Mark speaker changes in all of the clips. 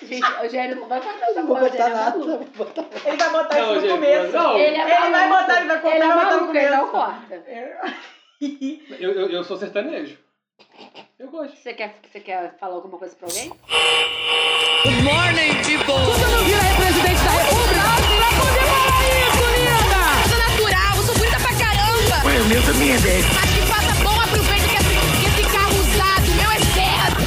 Speaker 1: difícil. Rogério, não vai botar essa
Speaker 2: Não vou
Speaker 1: porra,
Speaker 2: botar
Speaker 1: Rogério, é
Speaker 2: nada.
Speaker 1: maluco.
Speaker 2: Não vou botar.
Speaker 3: tá Ele vai botar
Speaker 4: Não,
Speaker 3: isso no
Speaker 4: gente,
Speaker 3: começo.
Speaker 4: não.
Speaker 1: Ele é
Speaker 3: Ele vai
Speaker 1: maluco.
Speaker 3: botar, ele vai cortar,
Speaker 1: Ele é
Speaker 3: vai botar no
Speaker 1: maluco, ele não
Speaker 3: começo.
Speaker 1: corta.
Speaker 3: É.
Speaker 4: Eu, eu, eu sou sertanejo. Eu gosto.
Speaker 1: Você quer, você quer falar alguma coisa pra alguém?
Speaker 5: Good morning, people!
Speaker 6: Você não vira presidente da República? Você vai poder falar isso, linda!
Speaker 5: Eu sou natural, eu sou bonita pra caramba! Ué, o meu também é 10. Acho que faça bom aproveita que esse, que esse carro usado, o meu é certo!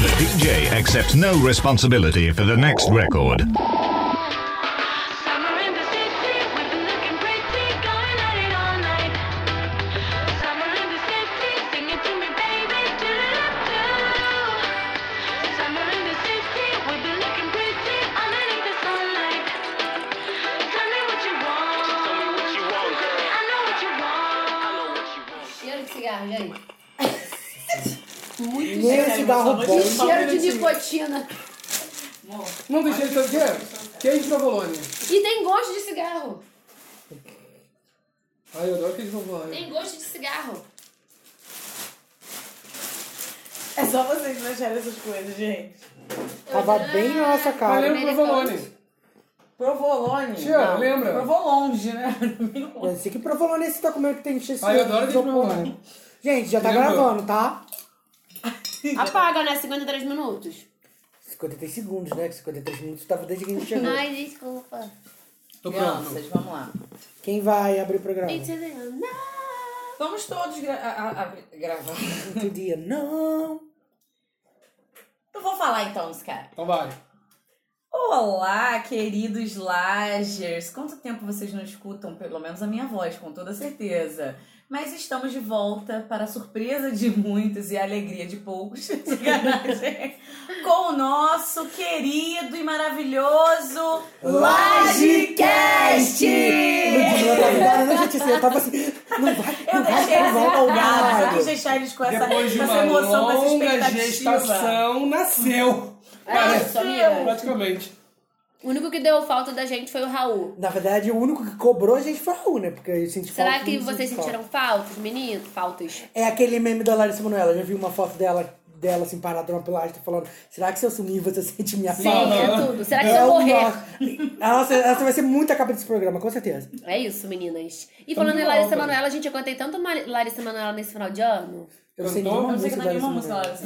Speaker 7: The DJ accepts no responsibility for the next record.
Speaker 8: Summer in the city, we've been looking pretty, going at it all night. Summer in the city, sing it to me, baby, do do Summer in the city, we've been looking pretty underneath the sunlight. Tell me what you want. I know what you want.
Speaker 1: Cheiro de cigarro, gente.
Speaker 2: Nem um cigarro bom.
Speaker 1: Cheiro de nicotina.
Speaker 9: Não tem jeito, sabe o que é? Queijo provolone.
Speaker 1: E tem gosto de cigarro.
Speaker 9: Ai, eu adoro queijo provolone.
Speaker 1: Tem gosto de cigarro.
Speaker 3: É só vocês mexerem essas coisas, gente.
Speaker 2: Tava bem na nossa
Speaker 9: Mas
Speaker 2: cara.
Speaker 9: lembra o provolone.
Speaker 3: Provolone.
Speaker 9: Tia,
Speaker 3: Não,
Speaker 9: lembra?
Speaker 3: Provolonge, né?
Speaker 2: Esse que provolone esse tá comendo que tem cheio de
Speaker 9: Ai, Ah, eu adoro
Speaker 2: isopor,
Speaker 9: queijo provolone.
Speaker 2: né? Gente, já tá
Speaker 9: Lembra?
Speaker 2: gravando, tá?
Speaker 1: Apaga, né? 53 minutos.
Speaker 2: 53 segundos, né? Que 53 minutos tava desde que a gente chegou.
Speaker 8: Ai, desculpa.
Speaker 9: Tô pronto.
Speaker 3: Crianças, vamos lá.
Speaker 2: Quem vai abrir o programa?
Speaker 8: tá
Speaker 3: Vamos todos gra a- a- a- gravar.
Speaker 2: Outro dia. Não.
Speaker 3: Eu vou falar então, Sky.
Speaker 9: Então vai.
Speaker 3: Olá, queridos Lagers! Quanto tempo vocês não escutam, pelo menos a minha voz, com toda certeza. Mas estamos de volta para a surpresa de muitos e a alegria de poucos. Sacanagem. com o nosso querido e maravilhoso Lagecast!
Speaker 2: Não tava nada, né, gente? Assim, Eu tava assim. Não vai.
Speaker 3: Eu
Speaker 2: não vai
Speaker 3: deixei eles
Speaker 1: assim,
Speaker 2: gravar, não vai.
Speaker 3: empolgados,
Speaker 1: ah,
Speaker 3: eu quis deixar eles com essa,
Speaker 9: Depois de
Speaker 3: com
Speaker 9: uma
Speaker 3: essa emoção, com essa
Speaker 9: longa
Speaker 3: expectativa.
Speaker 9: gestação, nasceu.
Speaker 1: É
Speaker 9: Parece-
Speaker 1: isso, amiga.
Speaker 9: Praticamente.
Speaker 1: O único que deu falta da gente foi o Raul.
Speaker 2: Na verdade, o único que cobrou a gente foi a Raul, né? Porque eu senti
Speaker 1: Será
Speaker 2: falta,
Speaker 1: que
Speaker 2: eu senti
Speaker 1: vocês
Speaker 2: falta.
Speaker 1: sentiram faltas, menino? Faltas.
Speaker 2: É aquele meme da Larissa Manoela. Eu já vi uma foto dela, dela assim, parada numa pilastra, falando: será que se eu sumir você sente minha
Speaker 1: Sim,
Speaker 2: falta?
Speaker 1: é tudo. Será que se eu
Speaker 2: o
Speaker 1: morrer?
Speaker 2: nó- Nossa, essa vai ser muito a capa desse programa, com certeza.
Speaker 1: É isso, meninas. E
Speaker 9: Tamo
Speaker 1: falando
Speaker 9: de
Speaker 1: em Larissa
Speaker 9: volta.
Speaker 1: Manoela, gente, eu cantei tanto Ma- Larissa Manoela nesse final de ano.
Speaker 2: Eu não sei
Speaker 9: Cantou?
Speaker 2: nenhuma
Speaker 3: Eu não sei
Speaker 2: música
Speaker 3: que
Speaker 2: da
Speaker 3: não é
Speaker 2: Larissa
Speaker 3: nenhuma música
Speaker 2: Manoela.
Speaker 3: Larissa.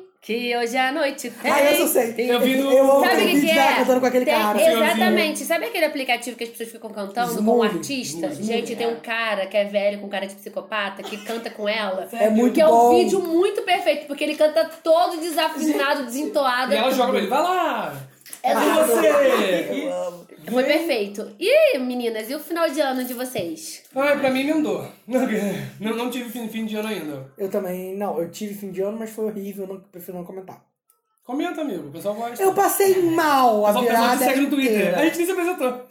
Speaker 1: Vem, que hoje à noite tem.
Speaker 2: Ah, eu só sei.
Speaker 9: Eu vi no-
Speaker 2: Eu ouvi
Speaker 1: Sabe o que,
Speaker 2: aquele
Speaker 1: que
Speaker 2: vídeo dela
Speaker 1: é?
Speaker 2: cantando com aquele
Speaker 1: Tem-
Speaker 2: cara.
Speaker 1: Exatamente. Sabe aquele aplicativo que as pessoas ficam cantando com o
Speaker 2: Smoothie.
Speaker 1: artista? Gente, tem um cara que é velho, com cara de psicopata, que canta com ela.
Speaker 2: É muito
Speaker 1: que é
Speaker 2: bom.
Speaker 1: um vídeo muito perfeito, porque ele canta todo desafinado, desentoado.
Speaker 9: E ela joga pra ele, vai lá!
Speaker 1: É
Speaker 9: E você?
Speaker 2: Eu amo.
Speaker 1: Foi perfeito. E, meninas, e o final de ano de vocês?
Speaker 9: Ai, pra mim emendou. Não, não tive fim, fim de ano ainda.
Speaker 2: Eu também, não, eu tive fim de ano, mas foi horrível, eu não, prefiro não comentar.
Speaker 9: Comenta, amigo. O pessoal gosta.
Speaker 2: Eu passei mal a
Speaker 9: Só o pessoal
Speaker 2: virada
Speaker 9: que segue no Twitter.
Speaker 2: inteira.
Speaker 9: A gente nem se apresentou.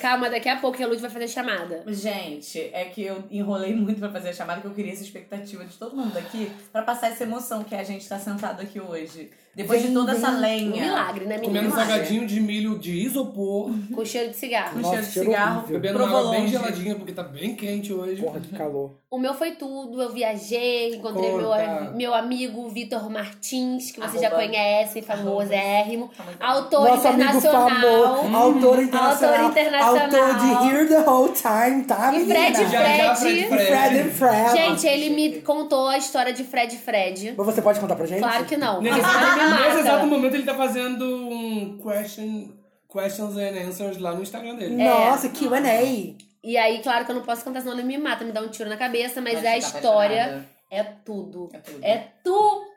Speaker 1: Calma, daqui a pouco a Luz vai fazer chamada.
Speaker 3: Gente, é que eu enrolei muito pra fazer a chamada, que eu queria essa expectativa de todo mundo aqui pra passar essa emoção que a gente tá sentado aqui hoje. Depois de toda essa
Speaker 1: Um
Speaker 3: lenha.
Speaker 1: milagre, né,
Speaker 9: Comendo
Speaker 1: meninas?
Speaker 9: salgadinho de milho de isopor.
Speaker 1: Com cheiro de cigarro.
Speaker 3: Um
Speaker 2: Nossa,
Speaker 3: cheiro de
Speaker 2: cheiro
Speaker 3: cigarro,
Speaker 2: horrível.
Speaker 9: Bebendo uma água bem
Speaker 3: provolone.
Speaker 9: geladinha, porque tá bem quente hoje.
Speaker 2: Porra, que calor.
Speaker 1: O meu foi tudo. Eu viajei, encontrei meu,
Speaker 9: Conta.
Speaker 1: meu amigo Vitor Martins, que vocês já
Speaker 3: Arroba.
Speaker 1: conhecem, famosérrimo. Autor
Speaker 2: Nosso amigo
Speaker 1: internacional. Uhum.
Speaker 2: famoso, autor internacional,
Speaker 1: Autor internacional.
Speaker 2: autor de Here the Whole Time, tá,
Speaker 1: E
Speaker 2: menina?
Speaker 1: Fred
Speaker 9: Já, já,
Speaker 1: Fred.
Speaker 9: Fred, Fred.
Speaker 2: Fred and Fred.
Speaker 1: Gente, ele me contou a história de Fred Fred.
Speaker 2: Mas você pode contar pra gente?
Speaker 1: Claro que não.
Speaker 9: Nesse,
Speaker 1: Esse cara me
Speaker 9: nesse exato
Speaker 1: mata.
Speaker 9: momento ele tá fazendo um question, questions and answers lá no Instagram dele.
Speaker 1: É.
Speaker 2: Nossa, Q&A.
Speaker 1: E aí, claro que eu não posso contar, senão ele me mata, me dá um tiro na cabeça, mas
Speaker 3: Mas
Speaker 1: a
Speaker 3: tá
Speaker 1: história
Speaker 3: apaixonada.
Speaker 1: é tudo.
Speaker 3: É tudo.
Speaker 1: É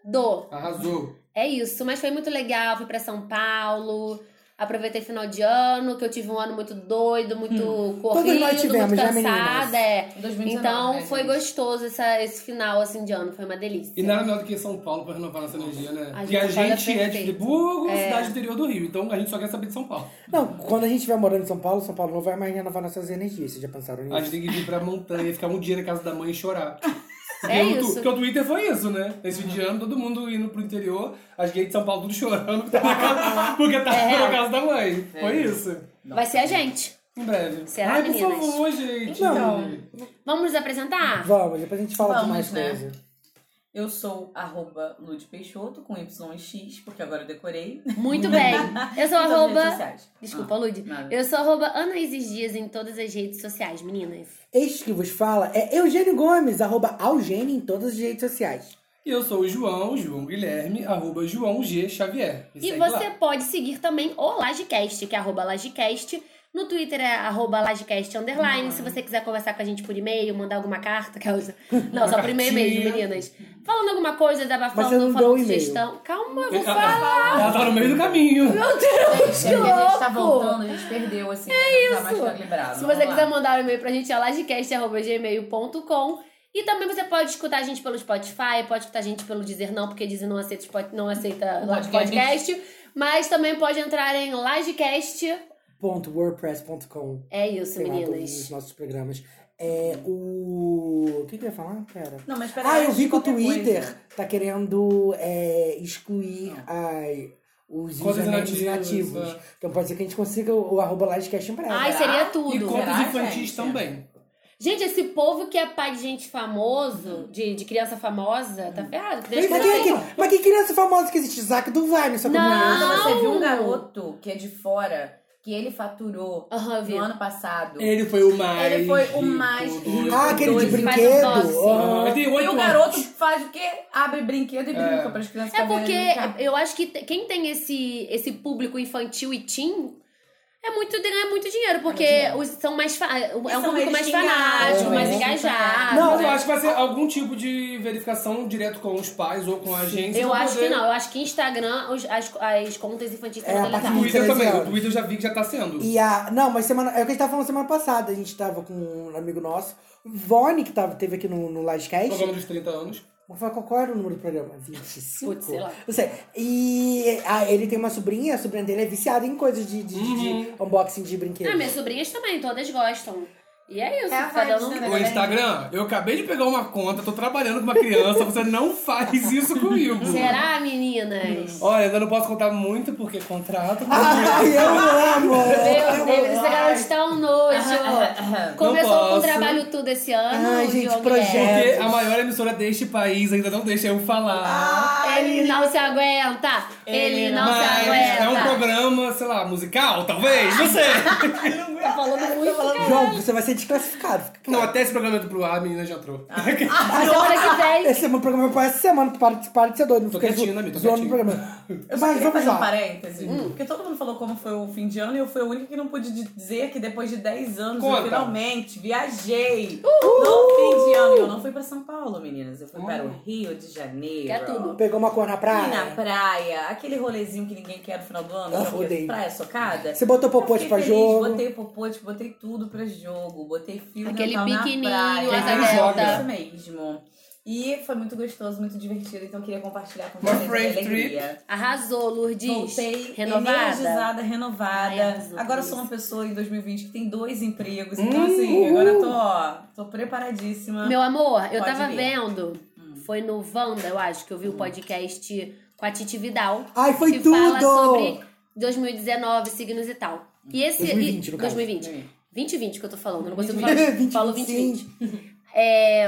Speaker 1: tudo.
Speaker 9: Arrasou.
Speaker 1: É isso, mas foi muito legal, fui pra São Paulo, aproveitei final de ano, que eu tive um ano muito doido, muito
Speaker 3: Hum.
Speaker 1: corrido,
Speaker 2: Todos nós tivemos,
Speaker 1: muito
Speaker 2: né, meninas?
Speaker 1: cansada. é.
Speaker 3: 2019,
Speaker 1: então
Speaker 3: né,
Speaker 1: foi
Speaker 3: gente?
Speaker 1: gostoso essa- esse final assim de ano, foi uma delícia.
Speaker 9: E nada melhor do que São Paulo pra renovar nossa energia, né?
Speaker 1: A
Speaker 9: Porque a
Speaker 1: gente fala
Speaker 9: gente é de
Speaker 1: perfeito.
Speaker 9: Friburgo, cidade interior do Rio. Então a gente só quer saber de São Paulo.
Speaker 2: Não, quando a gente estiver morando em São Paulo, São Paulo não vai mais renovar nossas energias. Vocês já pensaram
Speaker 9: A gente
Speaker 2: nisso?
Speaker 9: tem que vir pra montanha, ficar um dia na casa da mãe e chorar.
Speaker 1: É
Speaker 9: Porque o tu-
Speaker 1: isso.
Speaker 9: Porque o Twitter foi isso, né? Esse dia ano, todo mundo indo pro interior, as gays de São Paulo tudo chorando porque tá na casa, porque tá na casa da mãe. Foi isso.
Speaker 1: Vai ser a gente.
Speaker 9: Em breve.
Speaker 1: Será,
Speaker 9: Ai, por
Speaker 1: meninas?
Speaker 9: favor, gente.
Speaker 2: Não.
Speaker 1: Vamos nos apresentar?
Speaker 2: Vamos, depois a gente fala de
Speaker 3: Vamos,
Speaker 2: mais
Speaker 3: né?
Speaker 2: coisa.
Speaker 3: Eu sou arroba Lud Peixoto com YX, porque agora eu decorei.
Speaker 1: Muito bem. É, Eu sou
Speaker 3: Em todas as redes
Speaker 1: arroba.
Speaker 3: sociais.
Speaker 1: Desculpa, Lud.
Speaker 3: Ah, nada.
Speaker 1: Eu sou arroba Anaíses Dias em todas as redes sociais, meninas.
Speaker 2: Este que vos fala é Eugênio Gomes, arroba Algênio em todas as redes sociais.
Speaker 9: E eu sou o João, João Guilherme, arroba João G Xavier. Me
Speaker 1: E
Speaker 9: segue
Speaker 1: você
Speaker 9: lá.
Speaker 1: pode seguir também o Lagecast, que é arroba Lagecast. No Twitter é arroba Lagecast underline. Se você quiser conversar com a gente por e-mail, mandar alguma carta, é causa. Não, só por e-mail mesmo,
Speaker 9: cartinha.
Speaker 1: meninas. Falando alguma coisa,
Speaker 2: Mas você
Speaker 1: desabafando,
Speaker 2: não deu o
Speaker 1: falando
Speaker 2: e-mail.
Speaker 1: sugestão. Calma, eu vou falar.
Speaker 9: Ela tá no meio do caminho.
Speaker 3: Gente, é porque a gente tá
Speaker 1: louco!
Speaker 3: voltando, a gente perdeu, assim. É isso. Tá mais equilibrado.
Speaker 1: Se
Speaker 3: Vamos
Speaker 1: você
Speaker 3: lá.
Speaker 1: quiser mandar um e-mail pra gente, é lagecast.gmail.com. E também você pode escutar a gente pelo Spotify, pode escutar a gente pelo Dizer Não, porque Dizer não aceita, Spot- não aceita
Speaker 3: Podcast.
Speaker 1: podcast. Mas também pode entrar em Lagecast.
Speaker 2: Ponto .wordpress.com
Speaker 1: É isso,
Speaker 2: Sei lá, todos os
Speaker 1: meninas.
Speaker 2: nossos programas. É o... O que que eu ia falar, cara?
Speaker 3: Não, mas peraí.
Speaker 2: Ah, eu vi que o
Speaker 3: qualquer
Speaker 2: Twitter
Speaker 3: coisa.
Speaker 2: tá querendo é, excluir ai, os
Speaker 9: Contas
Speaker 2: usernames
Speaker 9: inativas,
Speaker 2: inativos.
Speaker 9: é.
Speaker 2: Então pode ser que a gente consiga o, o arroba livecast em breve.
Speaker 1: Ai,
Speaker 3: Será?
Speaker 1: seria
Speaker 9: E
Speaker 1: tudo.
Speaker 9: contas
Speaker 3: Será,
Speaker 9: infantis
Speaker 3: gente?
Speaker 9: também.
Speaker 1: Gente, esse povo que é pai de gente famoso, de, de criança famosa, tá ferrado. que Deus
Speaker 2: mas,
Speaker 1: proteja.
Speaker 2: quem, é que- mas que criança famosa que existe? Isaac do Vale, só
Speaker 1: Não.
Speaker 3: Quando você viu um garoto que é de fora, que ele faturou
Speaker 1: Aham, eu vi.
Speaker 3: no ano passado.
Speaker 9: Ele foi o mais.
Speaker 3: Ele foi o
Speaker 9: rico
Speaker 3: mais
Speaker 9: do-
Speaker 3: rico.
Speaker 2: Ah, aquele de
Speaker 3: Dois,
Speaker 1: faz
Speaker 2: brinquedo?
Speaker 1: um doce.
Speaker 9: Ah,
Speaker 2: Ah,
Speaker 9: ele tem
Speaker 3: E
Speaker 9: oito
Speaker 3: o
Speaker 9: anos.
Speaker 3: garoto faz o quê? Abre brinquedo e brinca para as crianças
Speaker 1: É
Speaker 3: fazerem brincar.
Speaker 1: porque eu acho que te- quem tem esse, esse público infantil e teen é muito, ganha É muito dinheiro, porque os, são mais fa- é um
Speaker 3: são
Speaker 1: público
Speaker 3: eles
Speaker 1: mais
Speaker 3: xingados,
Speaker 1: fanático, mais
Speaker 3: né?
Speaker 1: engajado.
Speaker 9: Não, eu
Speaker 1: né?
Speaker 9: acho que vai ser algum tipo de verificação direto com os pais ou com a agência.
Speaker 1: Eu
Speaker 9: pra
Speaker 1: acho que
Speaker 9: poder-
Speaker 1: não, eu acho que Instagram, os- as, as contas infantis tá.
Speaker 2: É,
Speaker 1: são
Speaker 2: a partir
Speaker 9: O
Speaker 1: delegadas.
Speaker 9: Twitter também.
Speaker 2: Treze
Speaker 9: O Twitter eu já vi que já tá sendo.
Speaker 2: E a. Não, mas semana. É o que a gente tava falando semana passada. A gente tava com um amigo nosso, Vone, que tava, teve aqui no, no Livecast.
Speaker 9: Programa dos 30 anos.
Speaker 2: Vou falar qual, qual era o número do programa? 25?
Speaker 1: Putz, sei lá.
Speaker 2: Não sei. E ah, ele tem uma sobrinha, a sobrinha dele é viciada em coisas de, de- de- de unboxing de brinquedos.
Speaker 1: Uhum. Ah, minhas sobrinhas também, todas gostam. E é isso,
Speaker 3: É a
Speaker 1: fica
Speaker 3: vibe,
Speaker 1: dando
Speaker 3: né,
Speaker 1: um-
Speaker 3: né?
Speaker 9: O Instagram, eu acabei de pegar uma conta, tô trabalhando com uma criança, você não faz isso comigo.
Speaker 1: Será, meninas?
Speaker 9: Olha, eu não posso contar muito porque contrato.
Speaker 1: Ah,
Speaker 2: Ai, eu amo!
Speaker 1: Meu
Speaker 2: Eu
Speaker 1: Deus,
Speaker 2: amo.
Speaker 1: esse garoto está um nojo. Começou com o
Speaker 9: posso.
Speaker 1: trabalho tudo esse ano.
Speaker 2: Ai, gente,
Speaker 1: Diogo
Speaker 2: projeto.
Speaker 1: Guerra.
Speaker 9: Porque a maior emissora deste país ainda não deixa eu
Speaker 1: Ah,
Speaker 9: falar.
Speaker 1: Ele não se aguenta! Ele não se
Speaker 9: mas
Speaker 1: aguenta!
Speaker 9: é um programa, sei lá, musical, talvez, não sei.
Speaker 1: Tá falando muito, cara.
Speaker 2: João, você vai ser desclassificado. fica
Speaker 9: não, até esse programa do pro ar, a menina já entrou.
Speaker 1: Ah, tá. Agora que vem.
Speaker 2: Esse é meu programa para essa semana, para de, para de ser doido. Não
Speaker 9: Tô
Speaker 2: fica
Speaker 9: quietinho, né,
Speaker 2: zo-
Speaker 9: amigo, tô
Speaker 2: zoando o
Speaker 9: quietinho.
Speaker 2: programa.
Speaker 3: Eu só
Speaker 2: Mas
Speaker 3: queria
Speaker 2: vamos
Speaker 3: fazer um
Speaker 2: lá. Hum.
Speaker 3: parêntese. Porque todo mundo falou como foi o fim de ano e eu fui a única que não pude di- dizer que depois de 10 anos
Speaker 9: Conta.
Speaker 3: eu finalmente viajei. No fim de ano. E Eu não fui pra São Paulo, meninas. Eu fui para o Rio de Janeiro.
Speaker 1: Que é tudo.
Speaker 2: Pegou uma cor na praia?
Speaker 3: Fui na praia, aquele rolezinho que ninguém quer no final do ano, que
Speaker 2: Ah,
Speaker 3: é o quê?
Speaker 2: odeio.
Speaker 3: praia socada.
Speaker 2: Você botou popote
Speaker 3: Eu fiquei
Speaker 2: pra
Speaker 3: feliz,
Speaker 2: jogo?
Speaker 3: Botei popote, botei tudo pra jogo, botei fio
Speaker 1: Aquele
Speaker 3: dental na
Speaker 1: biquininho,
Speaker 3: praia.
Speaker 1: asa
Speaker 9: Aquele delta.
Speaker 3: Isso mesmo. E foi muito gostoso, muito divertido, então eu queria compartilhar com
Speaker 9: Uma
Speaker 3: vocês a minha
Speaker 9: friend trip.
Speaker 3: alegria.
Speaker 1: Arrasou, Lourdes.
Speaker 3: Voltei
Speaker 1: Renovada.
Speaker 3: energizada, renovada.
Speaker 1: Ai, arrasou,
Speaker 3: agora eu sou
Speaker 1: Cris.
Speaker 3: uma pessoa em 2020 que tem dois empregos. Então, assim, agora eu tô, ó, tô preparadíssima.
Speaker 1: Meu amor, eu
Speaker 3: Pode
Speaker 1: tava
Speaker 3: vir.
Speaker 1: vendo.
Speaker 2: Hum.
Speaker 1: Foi no Wanda, eu acho, que eu vi o podcast com a Titi Vidal.
Speaker 2: Ai, foi
Speaker 1: que
Speaker 2: tudo!
Speaker 1: fala sobre 2019, signos e tal. E esse.
Speaker 2: 2020,
Speaker 1: e,
Speaker 2: no caso.
Speaker 1: 2020. 2020 que eu tô falando, eu não consigo falar.
Speaker 2: 20,
Speaker 1: Falo 2020. É,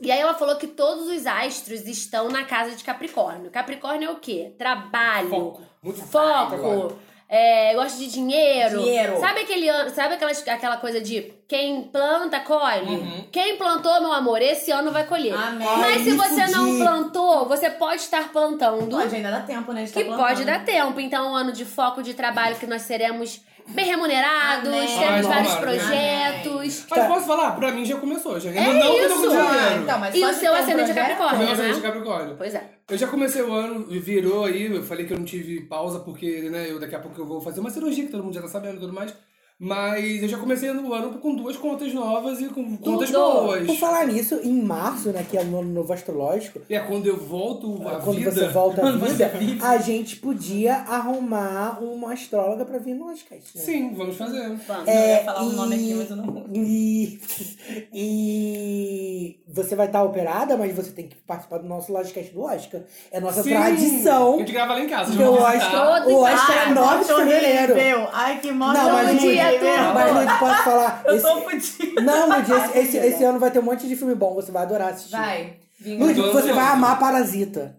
Speaker 1: E aí ela falou que todos os astros estão na casa de Capricórnio. Capricórnio é o quê? Trabalho,
Speaker 9: Foco. Muito
Speaker 1: foco, é, gosta de dinheiro.
Speaker 3: Dinheiro.
Speaker 1: Sabe aquele ano, sabe aquelas, aquela coisa de quem planta colhe? Quem plantou, meu amor, esse ano vai colher.
Speaker 3: Uhum. Amém.
Speaker 1: Mas se
Speaker 2: me
Speaker 1: você não
Speaker 2: fudi.
Speaker 1: plantou, você pode estar plantando.
Speaker 3: Pode ainda dar tempo, né? de tá
Speaker 1: Que
Speaker 3: plantando.
Speaker 1: pode dar tempo. Então, é um ano de foco, de trabalho, que nós seremos bem remunerados,
Speaker 3: Amém.
Speaker 1: temos
Speaker 9: Ai,
Speaker 1: vários
Speaker 9: tomara.
Speaker 1: projetos.
Speaker 9: Mas posso falar? Pra mim já começou. Já. Ainda não que eu tô
Speaker 1: É isso.
Speaker 9: com
Speaker 3: Ah,
Speaker 9: dinheiro.
Speaker 3: então, mas
Speaker 1: E
Speaker 3: só
Speaker 1: o
Speaker 3: de
Speaker 1: seu
Speaker 3: ter um
Speaker 1: ascendente é
Speaker 3: projeto-
Speaker 1: Capricórnio.
Speaker 9: Meu
Speaker 1: né?
Speaker 9: ascendente é Capricórnio.
Speaker 1: Pois é.
Speaker 9: Eu já comecei o ano, virou aí, eu falei que eu não tive pausa, porque né, eu daqui a pouco eu vou fazer uma cirurgia, que todo mundo já tá sabendo e tudo mais. Mas eu já comecei o ano com duas contas novas e com contas boas.
Speaker 2: Por falar nisso, em março, né, que é o ano novo astrológico,
Speaker 9: E é quando eu volto à
Speaker 2: É quando
Speaker 9: vida.
Speaker 2: você volta à
Speaker 9: Quando você
Speaker 2: vida, a gente podia arrumar uma astróloga pra vir no podcast. Né?
Speaker 9: Sim, vamos fazer.
Speaker 1: Vamos.
Speaker 3: É. Eu
Speaker 2: É,
Speaker 3: ia falar um nome aqui, mas eu não vou.
Speaker 2: E, e você vai estar operada, mas você tem que participar do nosso Lodcast do Oscar. É nossa
Speaker 9: Sim.
Speaker 2: tradição.
Speaker 9: A gente grava lá em casa.
Speaker 2: Porque o
Speaker 9: vamos tá
Speaker 2: Oscar,
Speaker 1: Todo
Speaker 2: o Oscar é
Speaker 3: Ai,
Speaker 2: 9 de
Speaker 3: que
Speaker 2: fevereiro.
Speaker 3: horrível. Ai, que moda.
Speaker 2: Não, mas
Speaker 1: dia,
Speaker 2: Lud,
Speaker 1: tudo.
Speaker 2: mas Lud, posso falar?
Speaker 3: Eu
Speaker 2: Esse-
Speaker 3: tô fodida.
Speaker 2: Não, Lud, esse, esse, esse ano vai ter um monte de filme bom, você vai adorar assistir.
Speaker 3: Vai.
Speaker 2: Nunca que você
Speaker 9: Vingança.
Speaker 2: vai amar Parasita.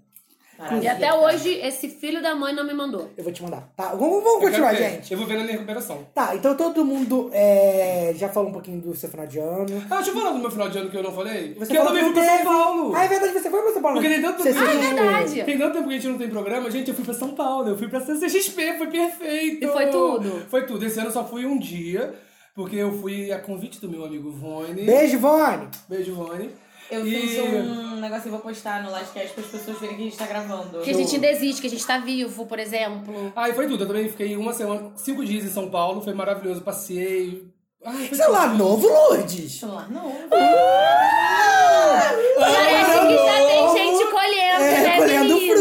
Speaker 1: E até hoje, esse filho da mãe não me mandou.
Speaker 2: Eu vou te mandar. Tá, vamos, vamos
Speaker 9: Eu quero
Speaker 2: continuar,
Speaker 9: ver.
Speaker 2: gente.
Speaker 9: Eu vou ver na minha recuperação.
Speaker 2: Tá, então todo mundo é, já falou um pouquinho do seu final de ano.
Speaker 9: Ah, deixa eu falar do meu final de ano que eu não falei.
Speaker 2: Você
Speaker 9: que eu
Speaker 2: falou
Speaker 9: também
Speaker 2: que
Speaker 9: fui pra
Speaker 2: teve-
Speaker 9: São Paulo.
Speaker 2: Ah, é verdade, você foi pra São Paulo.
Speaker 9: Porque tem tanto-
Speaker 2: Você
Speaker 9: Ah, é
Speaker 2: assistiu-
Speaker 1: verdade.
Speaker 9: Tem tanto tempo que a gente não tem programa, gente, eu fui pra São Paulo, eu fui pra CCXP, foi perfeito.
Speaker 1: E foi tudo?
Speaker 9: Foi tudo. Esse ano eu só fui um dia, porque eu fui a convite do meu amigo Vone.
Speaker 2: Beijo, Vone.
Speaker 9: Beijo, Vone.
Speaker 3: Eu
Speaker 9: E-
Speaker 3: fiz um negócio que eu vou postar no Livecast para as pessoas verem que a gente tá gravando.
Speaker 1: Que a gente ainda existe, que a gente tá vivo, por exemplo.
Speaker 9: Aí foi tudo. Eu também fiquei uma semana, cinco dias em São Paulo, foi maravilhoso, passei. Ai, foi
Speaker 2: Celular novo, Lourdes.
Speaker 3: Celular
Speaker 1: Uh,
Speaker 3: novo.
Speaker 1: Parece que já tem gente colhendo,
Speaker 2: É,
Speaker 1: né,
Speaker 2: colhendo
Speaker 1: meninas?